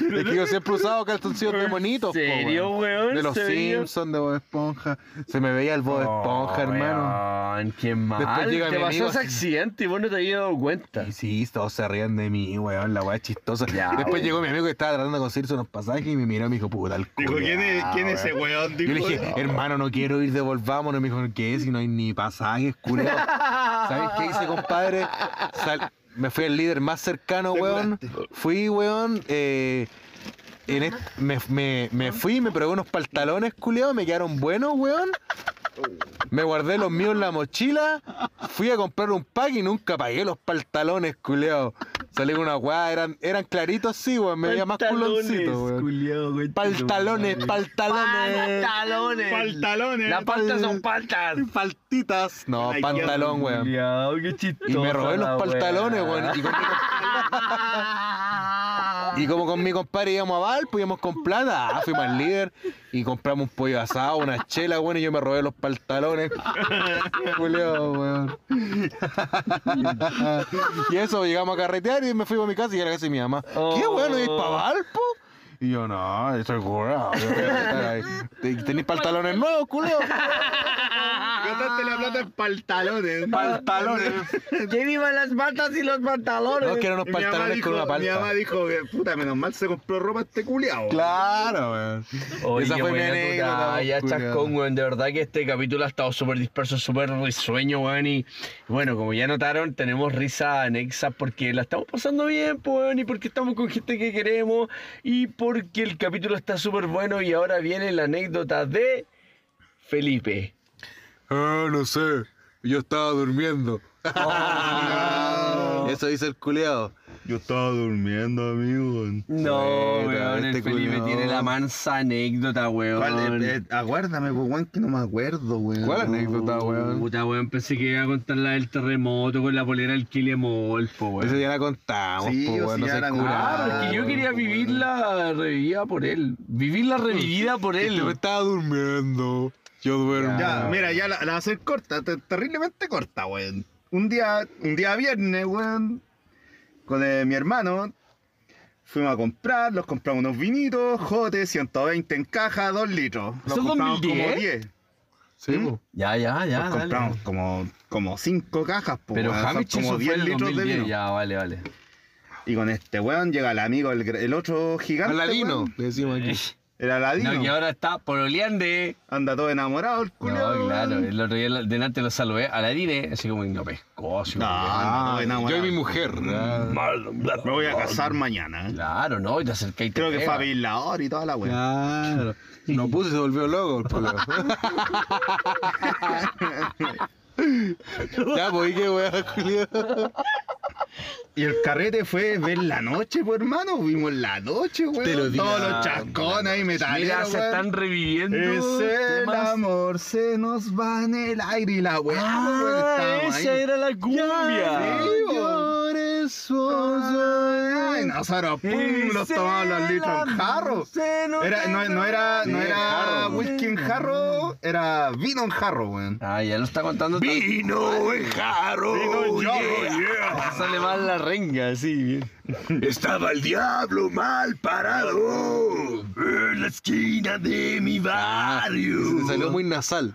[SPEAKER 2] es que yo siempre he usado calzoncillos de bonitos, po, weón.
[SPEAKER 1] serio, weón?
[SPEAKER 2] De los
[SPEAKER 1] ¿Se veía?
[SPEAKER 2] Simpsons, de Bob Esponja. Se me veía el Bob Esponja,
[SPEAKER 1] Oh,
[SPEAKER 2] hermano.
[SPEAKER 1] weón, qué mal.
[SPEAKER 2] llega
[SPEAKER 1] te
[SPEAKER 2] mi
[SPEAKER 1] pasó
[SPEAKER 2] amigo
[SPEAKER 1] ese
[SPEAKER 2] así.
[SPEAKER 1] accidente y vos no te habías dado cuenta.
[SPEAKER 2] Y sí, todos se rían de mí, weón, la weá es chistosa.
[SPEAKER 1] Ya,
[SPEAKER 2] y después
[SPEAKER 1] weón.
[SPEAKER 2] llegó mi amigo que estaba tratando de conseguirse unos pasajes y me miró y me dijo, puta, el
[SPEAKER 4] Dijo, ¿quién es,
[SPEAKER 2] culiao,
[SPEAKER 4] ¿quién es ese weón?
[SPEAKER 2] eh". Yo
[SPEAKER 4] Dijo,
[SPEAKER 2] le dije, hermano, no quiero ir, devolvámonos. Me dijo, ¿qué es? Si no hay ni pasajes, culiao. ¿Sabes qué hice, compadre? Sal- me fui al líder más cercano, weón. Fui, weón. eh, en est- me, me- me fui, me probé unos pantalones, culiao. Me quedaron buenos, weón. Me guardé los míos en la mochila. Fui a comprar un pack y nunca pagué los pantalones, culiao. Salí con una weá, eran, eran claritos, sí, weón. Me veía más culoncito, weón. Pantalones, pantalones.
[SPEAKER 1] Pantalones.
[SPEAKER 4] Pantalones.
[SPEAKER 1] Las paltas son paltas.
[SPEAKER 2] Faltitas. No,
[SPEAKER 4] Ay, qué
[SPEAKER 2] pantalón, weón.
[SPEAKER 1] Culiao, qué chistoso.
[SPEAKER 2] Y me robé los pantalones, weón. Y, con mi compadre- Y como con mi compadre íbamos a Valpo, íbamos con plata, ah, fuimos al líder y compramos un pollo asado, una chela, weón, y yo me robé los pantalones. Julio, weón. y eso, llegamos a carretear y me fui a mi casa y era casi mi mamá. ¿Qué, weón, no ir para Valpo? Y yo, no, estoy curado. ¿Tenéis pantalones nuevos, culeo?
[SPEAKER 4] Gastaste la plata en pantalones.
[SPEAKER 2] Pantalones.
[SPEAKER 1] ¡Que vivan las patas y los pantalones!
[SPEAKER 2] No, que eran
[SPEAKER 4] Y
[SPEAKER 2] unos
[SPEAKER 4] mi mamá
[SPEAKER 2] pantalones
[SPEAKER 4] dijo-
[SPEAKER 2] con una palta.
[SPEAKER 4] Mi mamá dijo que, puta, menos mal se compró ropa este culiao.
[SPEAKER 2] Claro, weón.
[SPEAKER 1] Oye,
[SPEAKER 2] Esa
[SPEAKER 1] qué
[SPEAKER 2] fue mi
[SPEAKER 1] buena tu
[SPEAKER 2] anécdota,
[SPEAKER 1] talla,
[SPEAKER 2] pues, culiao.
[SPEAKER 1] chascón, weón. De verdad que este capítulo ha estado súper disperso, súper risueño, weón. Y bueno, como ya notaron, tenemos risa anexa porque la estamos pasando bien, pues, weón. Y porque estamos con gente que queremos. Y porque el capítulo está súper bueno. Y ahora viene la anécdota de Felipe.
[SPEAKER 2] Ah, no sé. Yo estaba durmiendo.
[SPEAKER 4] Ah.
[SPEAKER 2] Eso dice el culeado.
[SPEAKER 4] Yo estaba durmiendo, amigo.
[SPEAKER 1] No,
[SPEAKER 2] Puta,
[SPEAKER 1] weón, el
[SPEAKER 2] este
[SPEAKER 1] Felipe
[SPEAKER 2] culiao.
[SPEAKER 1] tiene la mansa anécdota, weón.
[SPEAKER 4] ¿Cuál? Eh, eh, aguárdame, pues, weón, que no me acuerdo, weón.
[SPEAKER 2] ¿Cuál anécdota, weón?
[SPEAKER 1] Puta, weón, pensé que iba a contar la del terremoto con la polera del Quilemol, po, weón.
[SPEAKER 2] Ese ya la contamos,
[SPEAKER 4] Sí,
[SPEAKER 2] po,
[SPEAKER 4] o
[SPEAKER 2] weón.
[SPEAKER 4] sí,
[SPEAKER 2] No
[SPEAKER 4] ya
[SPEAKER 2] se
[SPEAKER 4] la
[SPEAKER 2] cura.
[SPEAKER 4] contamos.
[SPEAKER 1] Ah, es que yo
[SPEAKER 4] weón,
[SPEAKER 1] quería
[SPEAKER 4] weón.
[SPEAKER 1] vivirla revivida por él. Vivirla revivida por
[SPEAKER 2] Yo
[SPEAKER 1] él.
[SPEAKER 2] estaba durmiendo. Yo duermo.
[SPEAKER 1] Ah.
[SPEAKER 4] Ya, mira, ya la, la va a hacer corta, te- terriblemente corta, weón. Un día, un día viernes, weón, con eh, mi hermano, fuimos a comprar, los compramos unos vinitos, jote, 120 en caja, 2 litros. Los
[SPEAKER 1] ¿Son
[SPEAKER 4] compramos
[SPEAKER 1] 2010?
[SPEAKER 4] como 10.
[SPEAKER 2] Sí,
[SPEAKER 4] ¿Mm?
[SPEAKER 2] po.
[SPEAKER 1] Ya, ya, ya.
[SPEAKER 4] Los compramos como, como 5 cajas, po,
[SPEAKER 1] Pero
[SPEAKER 4] weón, son
[SPEAKER 1] Hamich
[SPEAKER 4] como
[SPEAKER 1] eso fue
[SPEAKER 4] 10
[SPEAKER 1] el
[SPEAKER 4] litros
[SPEAKER 1] 2010.
[SPEAKER 4] de vino.
[SPEAKER 1] Ya, vale, vale.
[SPEAKER 4] Y con este weón llega el amigo, el, gr- el otro gigante.
[SPEAKER 2] Aladino,
[SPEAKER 4] weón,
[SPEAKER 2] le decimos aquí.
[SPEAKER 4] el Aladino.
[SPEAKER 1] No, que ahora está pololeante.
[SPEAKER 4] Anda todo enamorado, el
[SPEAKER 1] No,
[SPEAKER 4] culiao, weón.
[SPEAKER 1] claro. El otro día delante lo saludé a la Dine, así como en lo pescó. así como que-
[SPEAKER 4] Ah, No, no,
[SPEAKER 2] yo y
[SPEAKER 4] enamorado.
[SPEAKER 2] mi mujer. ah.
[SPEAKER 4] Me voy a casar mañana. eh.
[SPEAKER 1] Claro, no, y te acerqué y te
[SPEAKER 4] Creo que fue
[SPEAKER 1] pega.
[SPEAKER 4] abilador y toda la weón.
[SPEAKER 2] Claro. No puse y se volvió loco el poleo. ya, pues, ¿y qué weón, culiao?
[SPEAKER 4] Y el carrete fue ver la noche, pues hermano. Vimos la noche, weón.
[SPEAKER 2] Te lo digo.
[SPEAKER 4] Todos los chascones
[SPEAKER 1] Mira,
[SPEAKER 4] y metaleros,
[SPEAKER 1] se
[SPEAKER 4] weón.
[SPEAKER 1] están reviviendo.
[SPEAKER 4] Ese el
[SPEAKER 1] temas.
[SPEAKER 4] amor se nos va en el aire y la weá, pues, weón.
[SPEAKER 1] Ah,
[SPEAKER 4] estábamos
[SPEAKER 1] esa
[SPEAKER 4] ahí.
[SPEAKER 1] era la cumbia.
[SPEAKER 4] sí. Ay, nosotros, pum, los tomamos los litros en jarro. Era, no, no era, no
[SPEAKER 2] Sí,
[SPEAKER 4] era
[SPEAKER 2] jarro.
[SPEAKER 4] whisky en jarro, era vino en jarro, weón.
[SPEAKER 1] Ah, ya lo está contando. tal-
[SPEAKER 2] Vino en jarro.
[SPEAKER 1] Ah, Sale mal la renga, sí. bien.
[SPEAKER 2] Estaba el diablo mal parado en la esquina de mi barrio. Se salió muy nasal.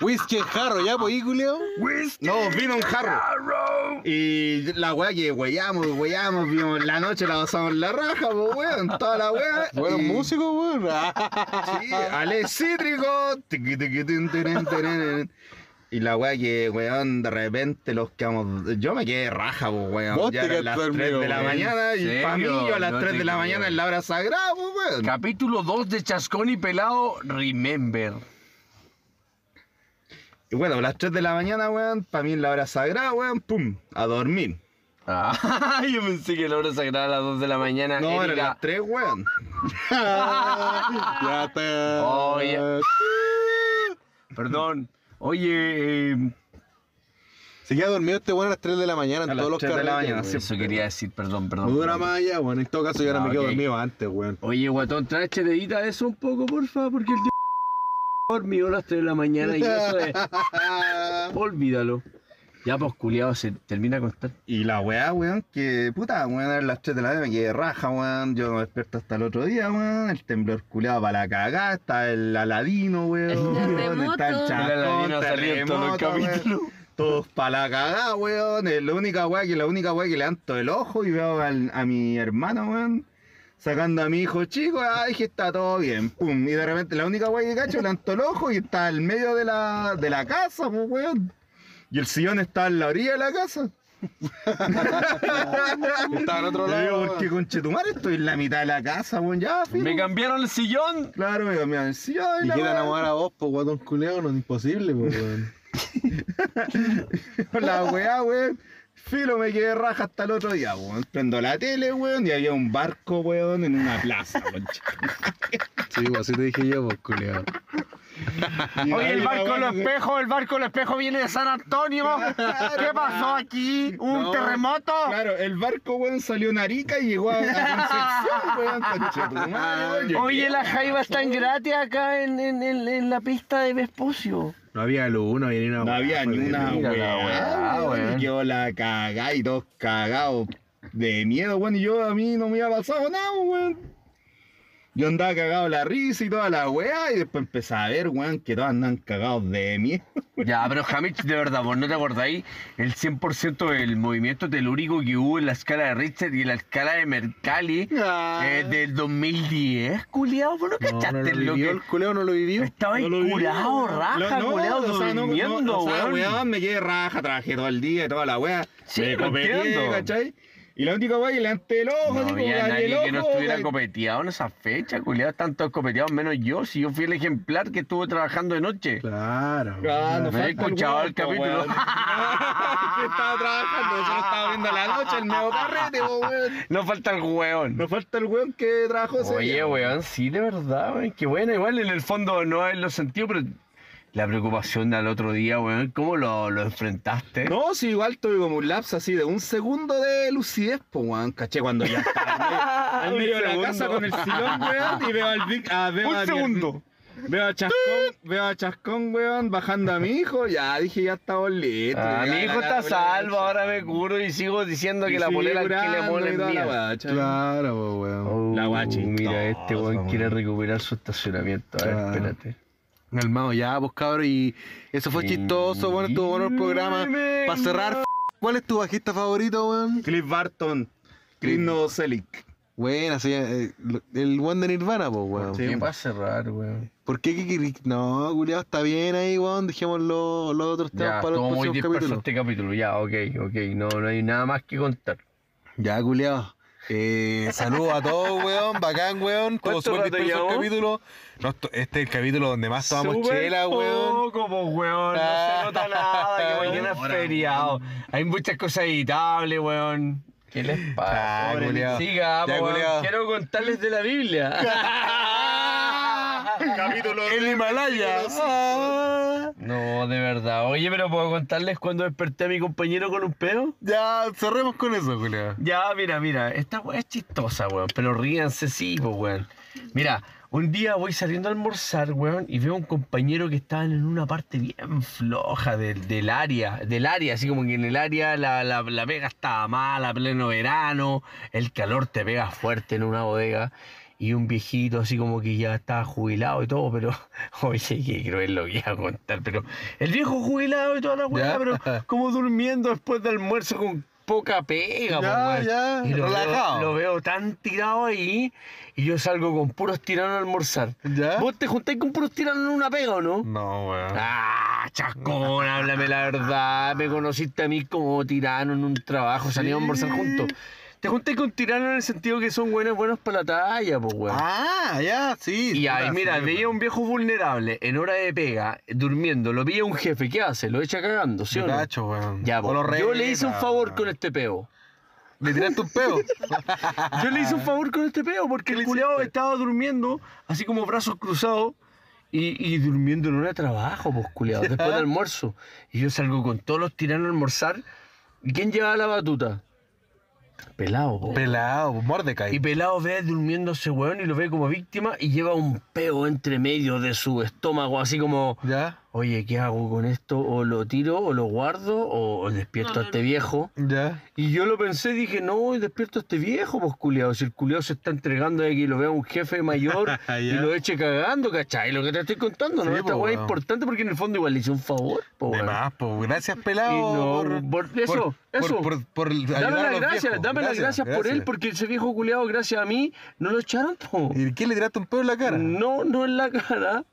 [SPEAKER 2] Whisky en jarro, ya, pues, Julio.
[SPEAKER 4] No, vino en jarro. Y la weá que weyamos, weyamos, vimos la noche, la pasamos la raja, pues weón, toda la weá.
[SPEAKER 2] Bueno,
[SPEAKER 4] Y-
[SPEAKER 2] músico, weón.
[SPEAKER 4] Sí, Ale Cítrico. tiqui, tiqui, tin, tirin, tirin. Y la weá que, weón, de repente los quedamos. Yo me quedé raja, po, weón.
[SPEAKER 2] Vos
[SPEAKER 4] ya
[SPEAKER 2] te
[SPEAKER 4] eran
[SPEAKER 2] quedaste
[SPEAKER 4] las 3
[SPEAKER 2] dormido,
[SPEAKER 4] de la
[SPEAKER 2] weón.
[SPEAKER 4] mañana y
[SPEAKER 1] ¿En
[SPEAKER 4] para mí
[SPEAKER 1] serio?
[SPEAKER 4] yo a las
[SPEAKER 1] No
[SPEAKER 4] 3
[SPEAKER 1] te
[SPEAKER 4] de la
[SPEAKER 1] creo.
[SPEAKER 4] mañana es la hora sagrada, po, weón.
[SPEAKER 1] Capítulo 2 de Chascón y Pelado, Remember.
[SPEAKER 4] Y bueno, a las 3 de la mañana, weón, para mí es la hora sagrada, weón, pum, a dormir.
[SPEAKER 1] Ah, yo pensé que la hora sagrada a las 2 de la mañana.
[SPEAKER 4] No, eran
[SPEAKER 1] Erika.
[SPEAKER 4] las 3, weón.
[SPEAKER 2] ya está.
[SPEAKER 4] Oh,
[SPEAKER 1] Oye. Perdón. Oye, eh,
[SPEAKER 2] Se queda dormido este weón a las 3 de la mañana en
[SPEAKER 4] A las
[SPEAKER 2] todos los
[SPEAKER 4] 3 de la
[SPEAKER 2] carretes,
[SPEAKER 4] mañana,
[SPEAKER 2] weón.
[SPEAKER 4] sí.
[SPEAKER 1] eso quería decir, perdón,
[SPEAKER 2] No
[SPEAKER 1] perdón.
[SPEAKER 2] dura
[SPEAKER 1] perdón.
[SPEAKER 2] más allá, weón. En todo caso, yo ahora
[SPEAKER 1] Ah,
[SPEAKER 2] me quedo
[SPEAKER 1] ok.
[SPEAKER 2] dormido antes, weón.
[SPEAKER 1] Oye, guatón, tráete de edita eso un poco, porfa, porque el tío dormido a las 3 de la mañana y eso es. Olvídalo. Ya, pues, culiado, se termina de contar.
[SPEAKER 4] Y la weá, weón, que puta, weón, a las 3 de la mañana me quedé raja, weón. Yo no me despierto hasta el otro día, weón. El temblor culeado para la cagada, está el aladino, weón.
[SPEAKER 10] El terremoto.
[SPEAKER 4] Está el chacón,
[SPEAKER 1] El Aladino salió en todos los
[SPEAKER 4] terremoto, weón.
[SPEAKER 1] capítulos.
[SPEAKER 4] Todos para la cagada, weón. Es la única weá que la única weá que levanto el ojo y veo al- a mi hermano, weón. Sacando a mi hijo chico, ay, que está todo bien, pum. Y de repente la única weá que cacho, levanto el ojo y está al medio de la, de la casa, pues, weón. Y el sillón está en la orilla de la casa.
[SPEAKER 2] Estaba en otro
[SPEAKER 4] Le digo,
[SPEAKER 2] lado.
[SPEAKER 4] ¿por qué
[SPEAKER 2] weón.
[SPEAKER 4] conchetumar estoy en la mitad de la casa, weón? Ya, filo.
[SPEAKER 1] Me cambiaron el sillón.
[SPEAKER 4] Claro, me cambiaron el sillón.
[SPEAKER 2] Y
[SPEAKER 4] la
[SPEAKER 2] queda
[SPEAKER 4] weá.
[SPEAKER 2] enamorar a vos, po, guatón culeo, no es imposible, po, weón.
[SPEAKER 4] La weá, weón. Filo, me quedé raja hasta el otro día, weón. Prendo la tele, weón, y había un barco, weón, en una plaza, concha.
[SPEAKER 2] Sí, po, así te dije yo, po, culeo.
[SPEAKER 4] Y
[SPEAKER 1] Oye, el
[SPEAKER 4] la
[SPEAKER 1] barco
[SPEAKER 4] weá,
[SPEAKER 1] los
[SPEAKER 4] weón.
[SPEAKER 1] espejos, el barco los espejos viene de San Antonio. ¿Qué pasó aquí? ¿Un
[SPEAKER 4] No.
[SPEAKER 1] terremoto?
[SPEAKER 4] Claro, el barco, weón, salió en Arica y llegó a, a Concepción, weón, conchetumare, weón. Yo
[SPEAKER 1] Oye, la jaiba está en gratis acá en, en- en- en la pista de Vespucio.
[SPEAKER 7] No había luz, no había ni una
[SPEAKER 4] No
[SPEAKER 7] weá,
[SPEAKER 4] había
[SPEAKER 7] fue
[SPEAKER 4] ni
[SPEAKER 2] pues,
[SPEAKER 4] una
[SPEAKER 7] terrible.
[SPEAKER 1] mira la
[SPEAKER 4] weá,
[SPEAKER 1] weá,
[SPEAKER 4] weón.
[SPEAKER 1] weón.
[SPEAKER 4] Y Yo la cagá y todos cagados de miedo, weón. Y yo a mí no me había pasado nada, weón. Yo andaba cagado la risa y toda la weá. Y después empecé a ver, weón, que todos andan cagados de miedo.
[SPEAKER 1] Ya, pero Hamich, de verdad, vos no te acordáis el 100% del movimiento telúrico que hubo en la escala de Richter y en la escala de Mercalli eh, del 2010, culiado. ¿Vos no
[SPEAKER 2] No, no
[SPEAKER 1] cachaste
[SPEAKER 2] lo
[SPEAKER 1] lo
[SPEAKER 2] vivió, el
[SPEAKER 1] que
[SPEAKER 2] culeo no lo vivió.
[SPEAKER 1] estaba ahí
[SPEAKER 4] No lo vi,
[SPEAKER 1] curado,
[SPEAKER 4] weón.
[SPEAKER 1] raja,
[SPEAKER 4] Lo- no,
[SPEAKER 1] culiao,
[SPEAKER 4] o sea, no,
[SPEAKER 1] durmiendo,
[SPEAKER 4] no, o sea,
[SPEAKER 1] weón.
[SPEAKER 4] weón, me quedé raja, trabajé todo el día y toda la weá.
[SPEAKER 1] Sí,
[SPEAKER 4] me
[SPEAKER 1] lo entiendo.
[SPEAKER 4] ¿cachai? Y la única weá que levanté el ojo,
[SPEAKER 1] No
[SPEAKER 4] así como
[SPEAKER 1] había
[SPEAKER 4] abrí el
[SPEAKER 1] nadie que no
[SPEAKER 4] ojo,
[SPEAKER 1] estuviera
[SPEAKER 4] weón.
[SPEAKER 1] copeteado en esa fecha, culiado. Están todos copeteados, menos yo. Si yo fui el ejemplar que estuvo trabajando de noche.
[SPEAKER 7] Claro.
[SPEAKER 4] Ah, no
[SPEAKER 1] Me he
[SPEAKER 4] falta el
[SPEAKER 1] escuchado el
[SPEAKER 4] guapo,
[SPEAKER 1] capítulo.
[SPEAKER 4] weón. Que estaba trabajando, solo estaba viendo la noche el nuevo carrete, po, weón.
[SPEAKER 1] No falta el hueón.
[SPEAKER 4] Nos falta el weón que trabajó ese
[SPEAKER 1] Oye,
[SPEAKER 4] día.
[SPEAKER 1] weón, sí, de verdad, weón. Qué bueno, igual en el fondo no es lo sentido, pero la preocupación del otro día, weón, ¿cómo lo, lo enfrentaste?
[SPEAKER 4] No, sí, igual tuve como un lapso así de un segundo de lucidez, po, weón. Caché cuando ya estaba al medio- al medio de la casa con el sillón, weón, y veo al Vic. ah, veo a mi- Veo a Chascón, veo a Chascón, weón, bajando a mi hijo. Ya dije, ya está listo.
[SPEAKER 1] Ah,
[SPEAKER 4] ya,
[SPEAKER 1] mi hijo
[SPEAKER 4] la-
[SPEAKER 1] está
[SPEAKER 4] la-
[SPEAKER 1] salvo, ahora me curo y sigo diciendo
[SPEAKER 4] Y
[SPEAKER 1] que la
[SPEAKER 4] sigue
[SPEAKER 1] polera que le
[SPEAKER 4] curando
[SPEAKER 1] mola
[SPEAKER 4] y
[SPEAKER 1] es
[SPEAKER 4] toda la
[SPEAKER 1] mía.
[SPEAKER 4] weá, ¿cachai?
[SPEAKER 2] Claro, po, weón.
[SPEAKER 1] Oh,
[SPEAKER 4] La guachi.
[SPEAKER 1] Mira, este weón quiere recuperar su estacionamiento. A ver,
[SPEAKER 2] Claro.
[SPEAKER 1] espérate.
[SPEAKER 2] Hermano, ya, pues cabrón, y eso fue chistoso, bueno, estuvo bueno el programa. Para cerrar, f- ¿cuál es tu bajista favorito, weón?
[SPEAKER 4] Cliff Barton, Cliff Novoselic.
[SPEAKER 2] Buena, sí, eh, lo- el one de Nirvana, pues, weón.
[SPEAKER 1] ¿Qué va a cerrar, weón?
[SPEAKER 2] ¿Por qué? que- que- No, culiado, está bien ahí, weón. Dejemos los, los otros temas
[SPEAKER 1] Ya,
[SPEAKER 2] para los
[SPEAKER 1] todo muy
[SPEAKER 2] próximos
[SPEAKER 1] disperso
[SPEAKER 2] capítulos.
[SPEAKER 1] este capítulo. Ya, ok, ok. No, no hay nada más que contar.
[SPEAKER 2] Ya, culiado. Eh, saludos a todos, weón. Bacán, weón. Estuvo
[SPEAKER 1] ¿Cuánto
[SPEAKER 2] súper
[SPEAKER 1] rato
[SPEAKER 2] disperso el
[SPEAKER 1] llevamos?
[SPEAKER 2] capítulo. No, esto- este es el capítulo donde más tomamos
[SPEAKER 1] Súper
[SPEAKER 2] chela, weón. Ah.
[SPEAKER 1] poco, po, weón. No se nota nada, que mañana es feriado. Hay muchas cosas editables, weón. ¿Qué les pasa?
[SPEAKER 2] Ah,
[SPEAKER 1] Pobre,
[SPEAKER 2] culiao.
[SPEAKER 1] Siga,
[SPEAKER 2] Ya,
[SPEAKER 1] po, weón.
[SPEAKER 2] culiao.
[SPEAKER 1] Quiero contarles de la Biblia.
[SPEAKER 4] Capítulo
[SPEAKER 2] El Himalaya. Ah.
[SPEAKER 1] no, de verdad. Oye, pero puedo contarles cuando desperté a mi compañero con un pedo.
[SPEAKER 2] Ya, cerremos con eso, culiado.
[SPEAKER 1] Ya, mira, mira, esta weá es chistosa, weón, pero ríanse, sí, po, weón. Mira, un día voy saliendo a almorzar, weón, y veo a un compañero que estaba en una parte bien floja del, del área, del área, así como que en el área la, la, la pega estaba mala, pleno verano, el calor te pega fuerte en una bodega, y un viejito así como que ya estaba jubilado y todo, pero, oye, qué cruel lo que iba a contar, pero el viejo jubilado y toda la weá,
[SPEAKER 2] Ya.
[SPEAKER 1] pero como durmiendo después del almuerzo con poca pega, po,
[SPEAKER 2] Ya,
[SPEAKER 1] pues, weón.
[SPEAKER 2] ya,
[SPEAKER 1] Y lo, veo,
[SPEAKER 2] relajado.
[SPEAKER 1] lo veo tan tirado ahí y yo salgo con puros tiranos a almorzar.
[SPEAKER 2] ¿Ya?
[SPEAKER 1] ¿Vos te juntáis con puros tiranos en una pega o no?
[SPEAKER 2] No, weón.
[SPEAKER 1] Ah, chascón, háblame la verdad. Me conociste a mí como tirano en un trabajo, salíamos a almorzar juntos. Te junté con tirano en el sentido que son buenos, buenos para la talla, pues, weón.
[SPEAKER 2] Ah, ya, sí.
[SPEAKER 1] y ahí,
[SPEAKER 2] puta,
[SPEAKER 1] mira,
[SPEAKER 2] sí,
[SPEAKER 1] veía a
[SPEAKER 2] weón.
[SPEAKER 1] un viejo vulnerable en hora de pega, durmiendo, lo veía un jefe, ¿qué hace? Lo echa cagando, ¿sí o
[SPEAKER 2] Lo
[SPEAKER 1] no?
[SPEAKER 2] cacho, weón.
[SPEAKER 1] Ya,
[SPEAKER 2] O
[SPEAKER 1] po.
[SPEAKER 2] lo
[SPEAKER 1] Yo le hice un
[SPEAKER 2] revela,
[SPEAKER 1] favor
[SPEAKER 2] weón.
[SPEAKER 1] con este peo.
[SPEAKER 2] Le tiraste un pedo.
[SPEAKER 1] Yo le hice un favor con este peo porque el culeado estaba durmiendo, así como brazos cruzados, y, y durmiendo en hora de trabajo, pues culeado, después del almuerzo. Y yo salgo con todos los tiranos a almorzar. ¿Y quién llevaba la batuta? Pelado, po.
[SPEAKER 2] Pelado,
[SPEAKER 1] Y
[SPEAKER 2] Mordecai.
[SPEAKER 1] Pelado ve durmiendo a ese weón y lo ve como víctima y lleva un peo entre medio de su estómago, así como,
[SPEAKER 2] Ya,
[SPEAKER 1] oye, ¿qué hago con esto? ¿O lo tiro, o lo guardo, o, o despierto a este viejo?
[SPEAKER 2] ya.
[SPEAKER 1] Y yo lo pensé, dije, no, y despierto a este viejo, pues culiado. Si el culiado se está entregando de que lo vea un jefe mayor y lo eche cagando, ¿cachai? Lo que te estoy contando, ¿no?
[SPEAKER 2] Sí,
[SPEAKER 1] Esta
[SPEAKER 2] po,
[SPEAKER 1] weá es
[SPEAKER 2] weón.
[SPEAKER 1] importante porque en el fondo igual le hice un favor, po,
[SPEAKER 2] De
[SPEAKER 1] weón.
[SPEAKER 2] más, po. Gracias,
[SPEAKER 1] Pues. Y
[SPEAKER 2] pelado.
[SPEAKER 1] no,
[SPEAKER 2] por,
[SPEAKER 1] por- eso,
[SPEAKER 2] por-
[SPEAKER 1] eso.
[SPEAKER 2] Por, por ayudar
[SPEAKER 1] Dame
[SPEAKER 2] a
[SPEAKER 1] las
[SPEAKER 2] los
[SPEAKER 1] gracias,
[SPEAKER 2] viejos.
[SPEAKER 1] dame las gracias, por él, porque ese viejo culiado, gracias a mí, no lo echaron, po.
[SPEAKER 2] ¿Y qué le tiraste un pedo en la cara?
[SPEAKER 1] No, no en la cara.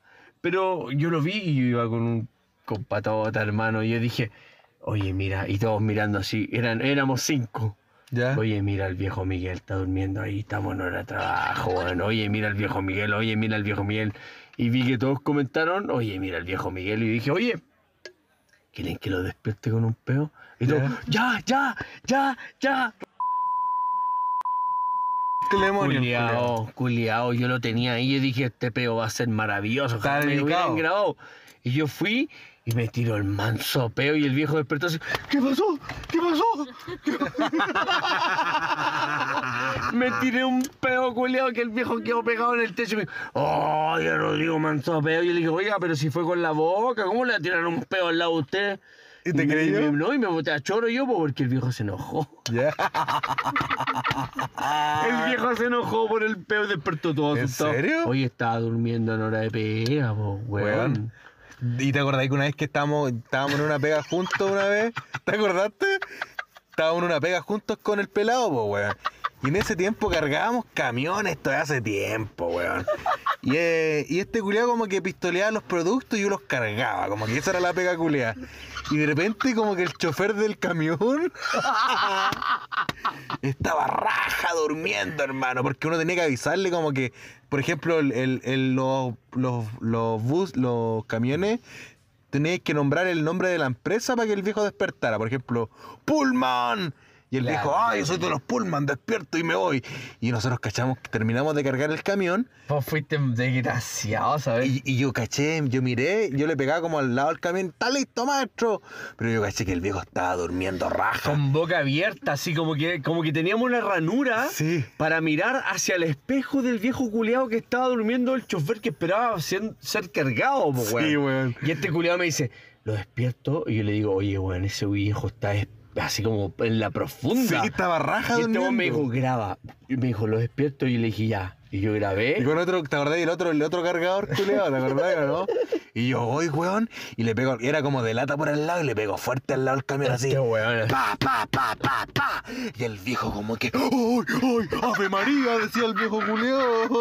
[SPEAKER 1] Pero yo lo vi y yo iba con un con patota, hermano. Y yo dije, oye, mira, y todos mirando así. Eran, éramos cinco.
[SPEAKER 2] Ya.
[SPEAKER 1] Oye, mira, el viejo Miguel está durmiendo ahí, estamos en hora de trabajo, weón. Oye, mira el viejo Miguel, oye, mira el viejo Miguel. Y vi que todos comentaron, oye, mira el viejo Miguel. Y dije, oye, ¿quieren que lo despierte con un peo? Y todos, ya, ya, ya, ya.
[SPEAKER 2] ¿Qué demonio?
[SPEAKER 1] Culiao, culiao, yo lo tenía ahí. Yo dije, este peo va a ser maravilloso.
[SPEAKER 2] Está
[SPEAKER 1] ojalá me lo
[SPEAKER 2] dedicado.
[SPEAKER 1] hubieran grabado. Y yo fui y me tiró el manso peo y el viejo despertó así. ¿Qué pasó? ¿Qué pasó? me tiré un peo culiao que el viejo quedó pegado en el techo. y me dijo, oh, yo no digo manso peo. Y yo le dije, oiga, pero si fue con la boca, ¿cómo le tiraron un peo al lado de usted?
[SPEAKER 2] ¿Y te creyó?
[SPEAKER 1] me- No, y me boté a choro yo po, porque el viejo se enojó.
[SPEAKER 2] Ya.
[SPEAKER 1] El viejo se enojó por el peo y despertó todo
[SPEAKER 2] Ah. ¿En
[SPEAKER 1] asustado.
[SPEAKER 2] serio?
[SPEAKER 1] Hoy estaba durmiendo en hora de pega, po, weón.
[SPEAKER 2] Weón. ¿Y te acordáis que una vez que estábamos, estábamos en una pega juntos una vez? ¿Te acordaste? Estábamos en una pega juntos con el pelado, po, weón. Y en ese tiempo cargábamos camiones, todo hace tiempo, weón. Y, eh, y este culiado como que pistoleaba los productos y yo los cargaba, como que esa era la pega culiada. Y de repente como que el chofer del camión estaba raja durmiendo, hermano, porque uno tenía que avisarle como que, por ejemplo, el, el- el- los, los, los bus, los camiones, tenías que nombrar el nombre de la empresa para que el viejo despertara. Por ejemplo, Pullman. Y el viejo, ay, yo soy de los Pullman, despierto y me voy. Y nosotros cachamos, que terminamos de cargar el camión
[SPEAKER 1] Vos fuiste desgraciado, ¿sabes?
[SPEAKER 2] y, y yo caché, yo miré, yo le pegaba como al lado del camión, está listo, maestro. Pero yo caché que el viejo estaba durmiendo raja.
[SPEAKER 1] Con boca abierta, así como que, como que teníamos una ranura
[SPEAKER 2] Sí.
[SPEAKER 1] para mirar hacia el espejo del viejo culeado que estaba durmiendo el chofer que esperaba ser, ser cargado, po, weón.
[SPEAKER 2] weón.
[SPEAKER 1] Y este culiado me dice, lo despierto y yo le digo, oye, weón, ese viejo está es- así como en la
[SPEAKER 2] Sí,
[SPEAKER 1] profunda.
[SPEAKER 2] estaba raja
[SPEAKER 1] y este
[SPEAKER 2] durmiendo.
[SPEAKER 1] weón me dijo, graba. Y me dijo, lo despierto y le dije, ya. Y yo grabé.
[SPEAKER 2] Y con otro, ¿te acordás del otro, el otro cargador, culeado? ¿Te acordás o no? Y yo voy, weón, y le pego, era como de lata por el lado, y le pego fuerte al lado del camión así.
[SPEAKER 1] Este weón.
[SPEAKER 2] Pa, pa, pa, pa, pa. Y el viejo como que, ¡ay, ay! ¡Ave María! decía el viejo culeado.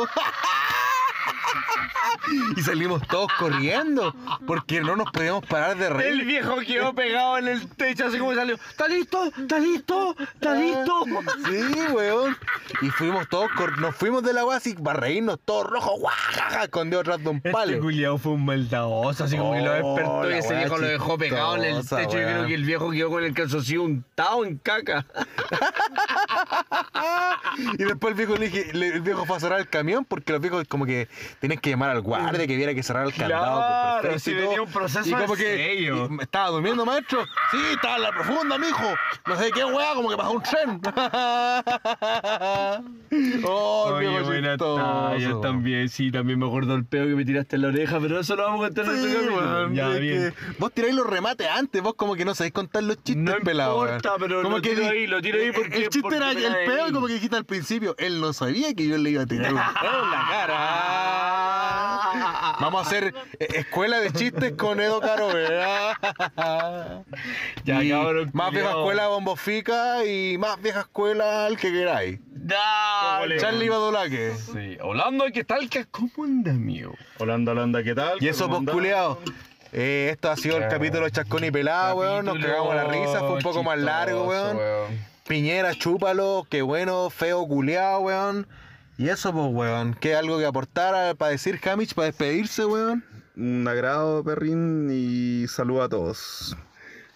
[SPEAKER 2] Y salimos todos corriendo, porque no nos podíamos parar de reír.
[SPEAKER 1] El viejo quedó pegado en el techo, así como salió. ¿Está listo? ¿Está listo? ¿Está listo?
[SPEAKER 2] Sí, weón. Y fuimos todos, cor- nos fuimos de la guasa y para reírnos todos rojos, guajaja, escondido atrás de un palo.
[SPEAKER 1] Este culiao fue un maldadoso, así como que lo despertó y
[SPEAKER 2] Oh,
[SPEAKER 1] ese
[SPEAKER 2] la
[SPEAKER 1] viejo
[SPEAKER 2] weá
[SPEAKER 1] lo dejó pegado en el
[SPEAKER 2] chistosa,
[SPEAKER 1] techo. Yo
[SPEAKER 2] weá.
[SPEAKER 1] creo que el viejo quedó con el calzoncillo untado en caca.
[SPEAKER 2] Y después el viejo, le dije- le- el viejo fue a cerrar el camión porque los viejos como que tenías que llamar al guardia que viera que cerrar el candado.
[SPEAKER 1] Claro,
[SPEAKER 2] con perfecto
[SPEAKER 1] sí,
[SPEAKER 2] y todo.
[SPEAKER 1] venía un proceso
[SPEAKER 2] Y como
[SPEAKER 1] de
[SPEAKER 2] que
[SPEAKER 1] sello.
[SPEAKER 2] y- estaba durmiendo, maestro. Sí, estaba en la profunda, mijo. No sé qué weá, como que pasó un tren. oh, el viejo chistoso.
[SPEAKER 1] yo también, sí, también me acuerdo el peo que me tiraste en la oreja, pero eso lo vamos a contar en
[SPEAKER 2] Sí,
[SPEAKER 1] otro capítulo.
[SPEAKER 2] weón,
[SPEAKER 1] Ya,
[SPEAKER 2] es
[SPEAKER 1] bien.
[SPEAKER 2] que vos tiráis los remates antes, vos como que no sabéis contar los chistes
[SPEAKER 1] No
[SPEAKER 2] pelados.
[SPEAKER 1] importa, pero lo tiro
[SPEAKER 2] di-
[SPEAKER 1] ahí, lo tiro ahí porque-
[SPEAKER 2] El chiste
[SPEAKER 1] porque
[SPEAKER 2] era
[SPEAKER 1] me la
[SPEAKER 2] el
[SPEAKER 1] di.
[SPEAKER 2] peor
[SPEAKER 1] ¡Oh,
[SPEAKER 2] como que dijiste al principio, él no sabía que yo le iba a tirar un pedo en la cara. Vamos a hacer eh, escuela de chistes con Edo Caro, ¿verdad?
[SPEAKER 7] Ya,
[SPEAKER 2] Y
[SPEAKER 7] cabrón,
[SPEAKER 2] Más vieja
[SPEAKER 7] culiao.
[SPEAKER 2] escuela bombofica y más vieja escuela al que queráis.
[SPEAKER 7] Dale.
[SPEAKER 2] Charlie Badulaque.
[SPEAKER 1] Sí. Holanda, ¿qué tal? ¿Qué- ¿Cómo anda, amigo?
[SPEAKER 4] Holanda, Holanda, ¿qué tal?
[SPEAKER 2] Y eso, pues, culiao. Eh, esto ha sido el capítulo Chascón y Pelado, Ah, weón. Nos cagamos la risa, fue un poco más largo, weón. Piñera, chúpalo, qué bueno, feo, culiao, weón. Y eso, pues, weón. ¿Qué algo que aportar ah, para decir Hamich, para despedirse, weón?
[SPEAKER 4] Un agrado, perrín, y saludo a todos.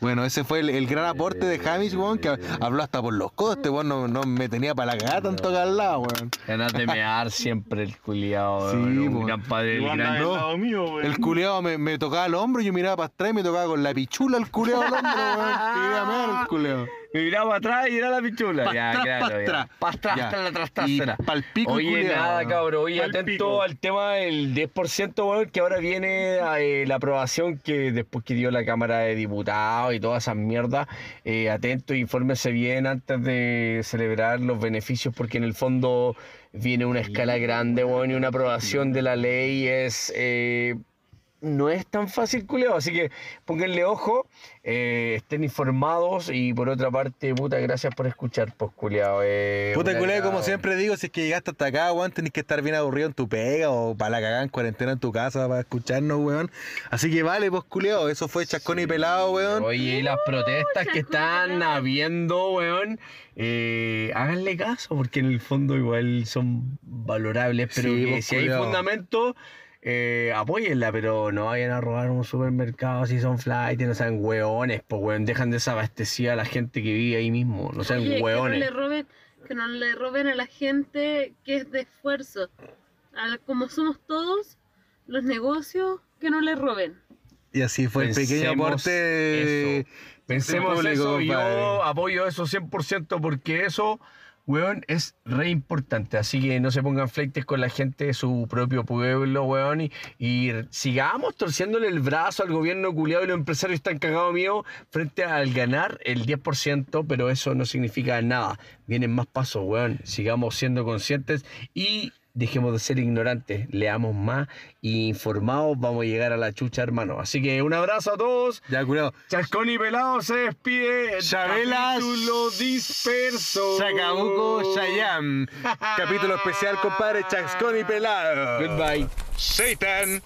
[SPEAKER 2] Bueno, ese fue el, el gran aporte de Hamish, weón, que habló hasta por los costes, weón. No, no me tenía para la cagada tanto que hablaba, weón.
[SPEAKER 1] Ganas de mear siempre el culiao.
[SPEAKER 2] Sí,
[SPEAKER 1] weón, un
[SPEAKER 2] po.
[SPEAKER 1] gran padre del gran-
[SPEAKER 2] no. El culeado me, me tocaba el hombro, yo miraba para atrás y me tocaba con la pichula el culeado al hombro, weón. Y iba a mear el culeado.
[SPEAKER 1] Y miraba atrás y era la pichula.
[SPEAKER 2] Pa'
[SPEAKER 1] ya,
[SPEAKER 2] atrás,
[SPEAKER 1] claro,
[SPEAKER 2] pa'
[SPEAKER 1] ya.
[SPEAKER 2] atrás.
[SPEAKER 1] Pa' atrás,
[SPEAKER 2] Ya.
[SPEAKER 1] tras la tras,
[SPEAKER 2] Y
[SPEAKER 1] trasera.
[SPEAKER 2] pa'l pico el
[SPEAKER 1] Oye,
[SPEAKER 2] culiao,
[SPEAKER 1] nada,
[SPEAKER 2] ¿no?
[SPEAKER 1] cabrón. Oye,
[SPEAKER 4] Pa'l
[SPEAKER 1] atento
[SPEAKER 4] pico.
[SPEAKER 1] al tema del 10%, weón, que ahora viene eh, la aprobación que después que dio la Cámara de Diputados y todas esas mierdas. Eh, atento, infórmese bien antes de celebrar los beneficios, porque en el fondo viene una
[SPEAKER 2] pues,
[SPEAKER 1] escala grande, weón, y una aprobación de la ley es... eh, no es tan fácil, culeo. Así que pónganle ojo, eh, estén informados y por otra parte, puta, gracias por escuchar, pues, culeado. Eh,
[SPEAKER 2] Puta
[SPEAKER 1] una
[SPEAKER 2] culé,
[SPEAKER 1] cagada,
[SPEAKER 2] como
[SPEAKER 1] weón.
[SPEAKER 2] siempre digo, si es que llegaste hasta acá, weón, tenés que estar bien aburrido en tu pega o para la cagada en cuarentena en tu casa para escucharnos, weón. Así que vale, pues culeado, eso fue Chascón y Pelado, weón.
[SPEAKER 1] Oye, y las protestas que están habiendo, weón, eh, háganle caso, porque en el fondo igual son valorables, pero
[SPEAKER 2] Sí,
[SPEAKER 1] que
[SPEAKER 2] vos,
[SPEAKER 1] si hay
[SPEAKER 2] culiao.
[SPEAKER 1] fundamento, eh, apóyenla, pero no vayan a robar un supermercado si son flight, no sean weones, pues weón, dejan desabastecida a la gente que vive ahí mismo, no sean
[SPEAKER 10] Oye, que no
[SPEAKER 1] weones.
[SPEAKER 10] le roben, que no le roben a la gente que es de esfuerzo. A la- como somos todos, los negocios que no le roben.
[SPEAKER 2] Y así fue el pequeño
[SPEAKER 1] Pensemos
[SPEAKER 2] aporte. de-
[SPEAKER 1] eso. Pensemos
[SPEAKER 2] público,
[SPEAKER 1] eso, yo
[SPEAKER 2] compadre.
[SPEAKER 1] apoyo eso 100% porque eso, weón, es re importante. Así que no se pongan fleites con la gente de su propio pueblo, weón, y, y sigamos torciéndole el brazo al gobierno culiado y los empresarios están cagados mío frente al ganar el 10%, pero eso no significa nada. Vienen más pasos, weón. Sigamos siendo conscientes y dejemos de ser ignorantes, leamos más y informados vamos a llegar a la chucha, hermano. Así que un abrazo a todos.
[SPEAKER 2] Ya, culeado.
[SPEAKER 1] Chascón y Pelado se despide.
[SPEAKER 2] Chabela,
[SPEAKER 1] Capítulo disperso.
[SPEAKER 2] Chacabuco, Chayam. Capítulo especial, compadre, Chascón y Pelado.
[SPEAKER 1] Goodbye.
[SPEAKER 2] Satan.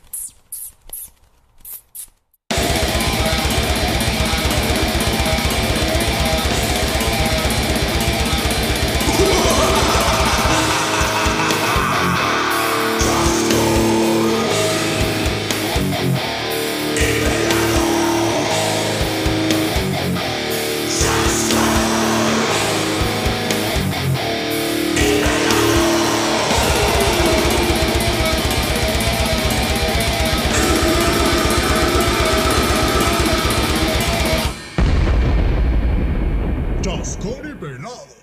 [SPEAKER 3] Chascón y Pelado.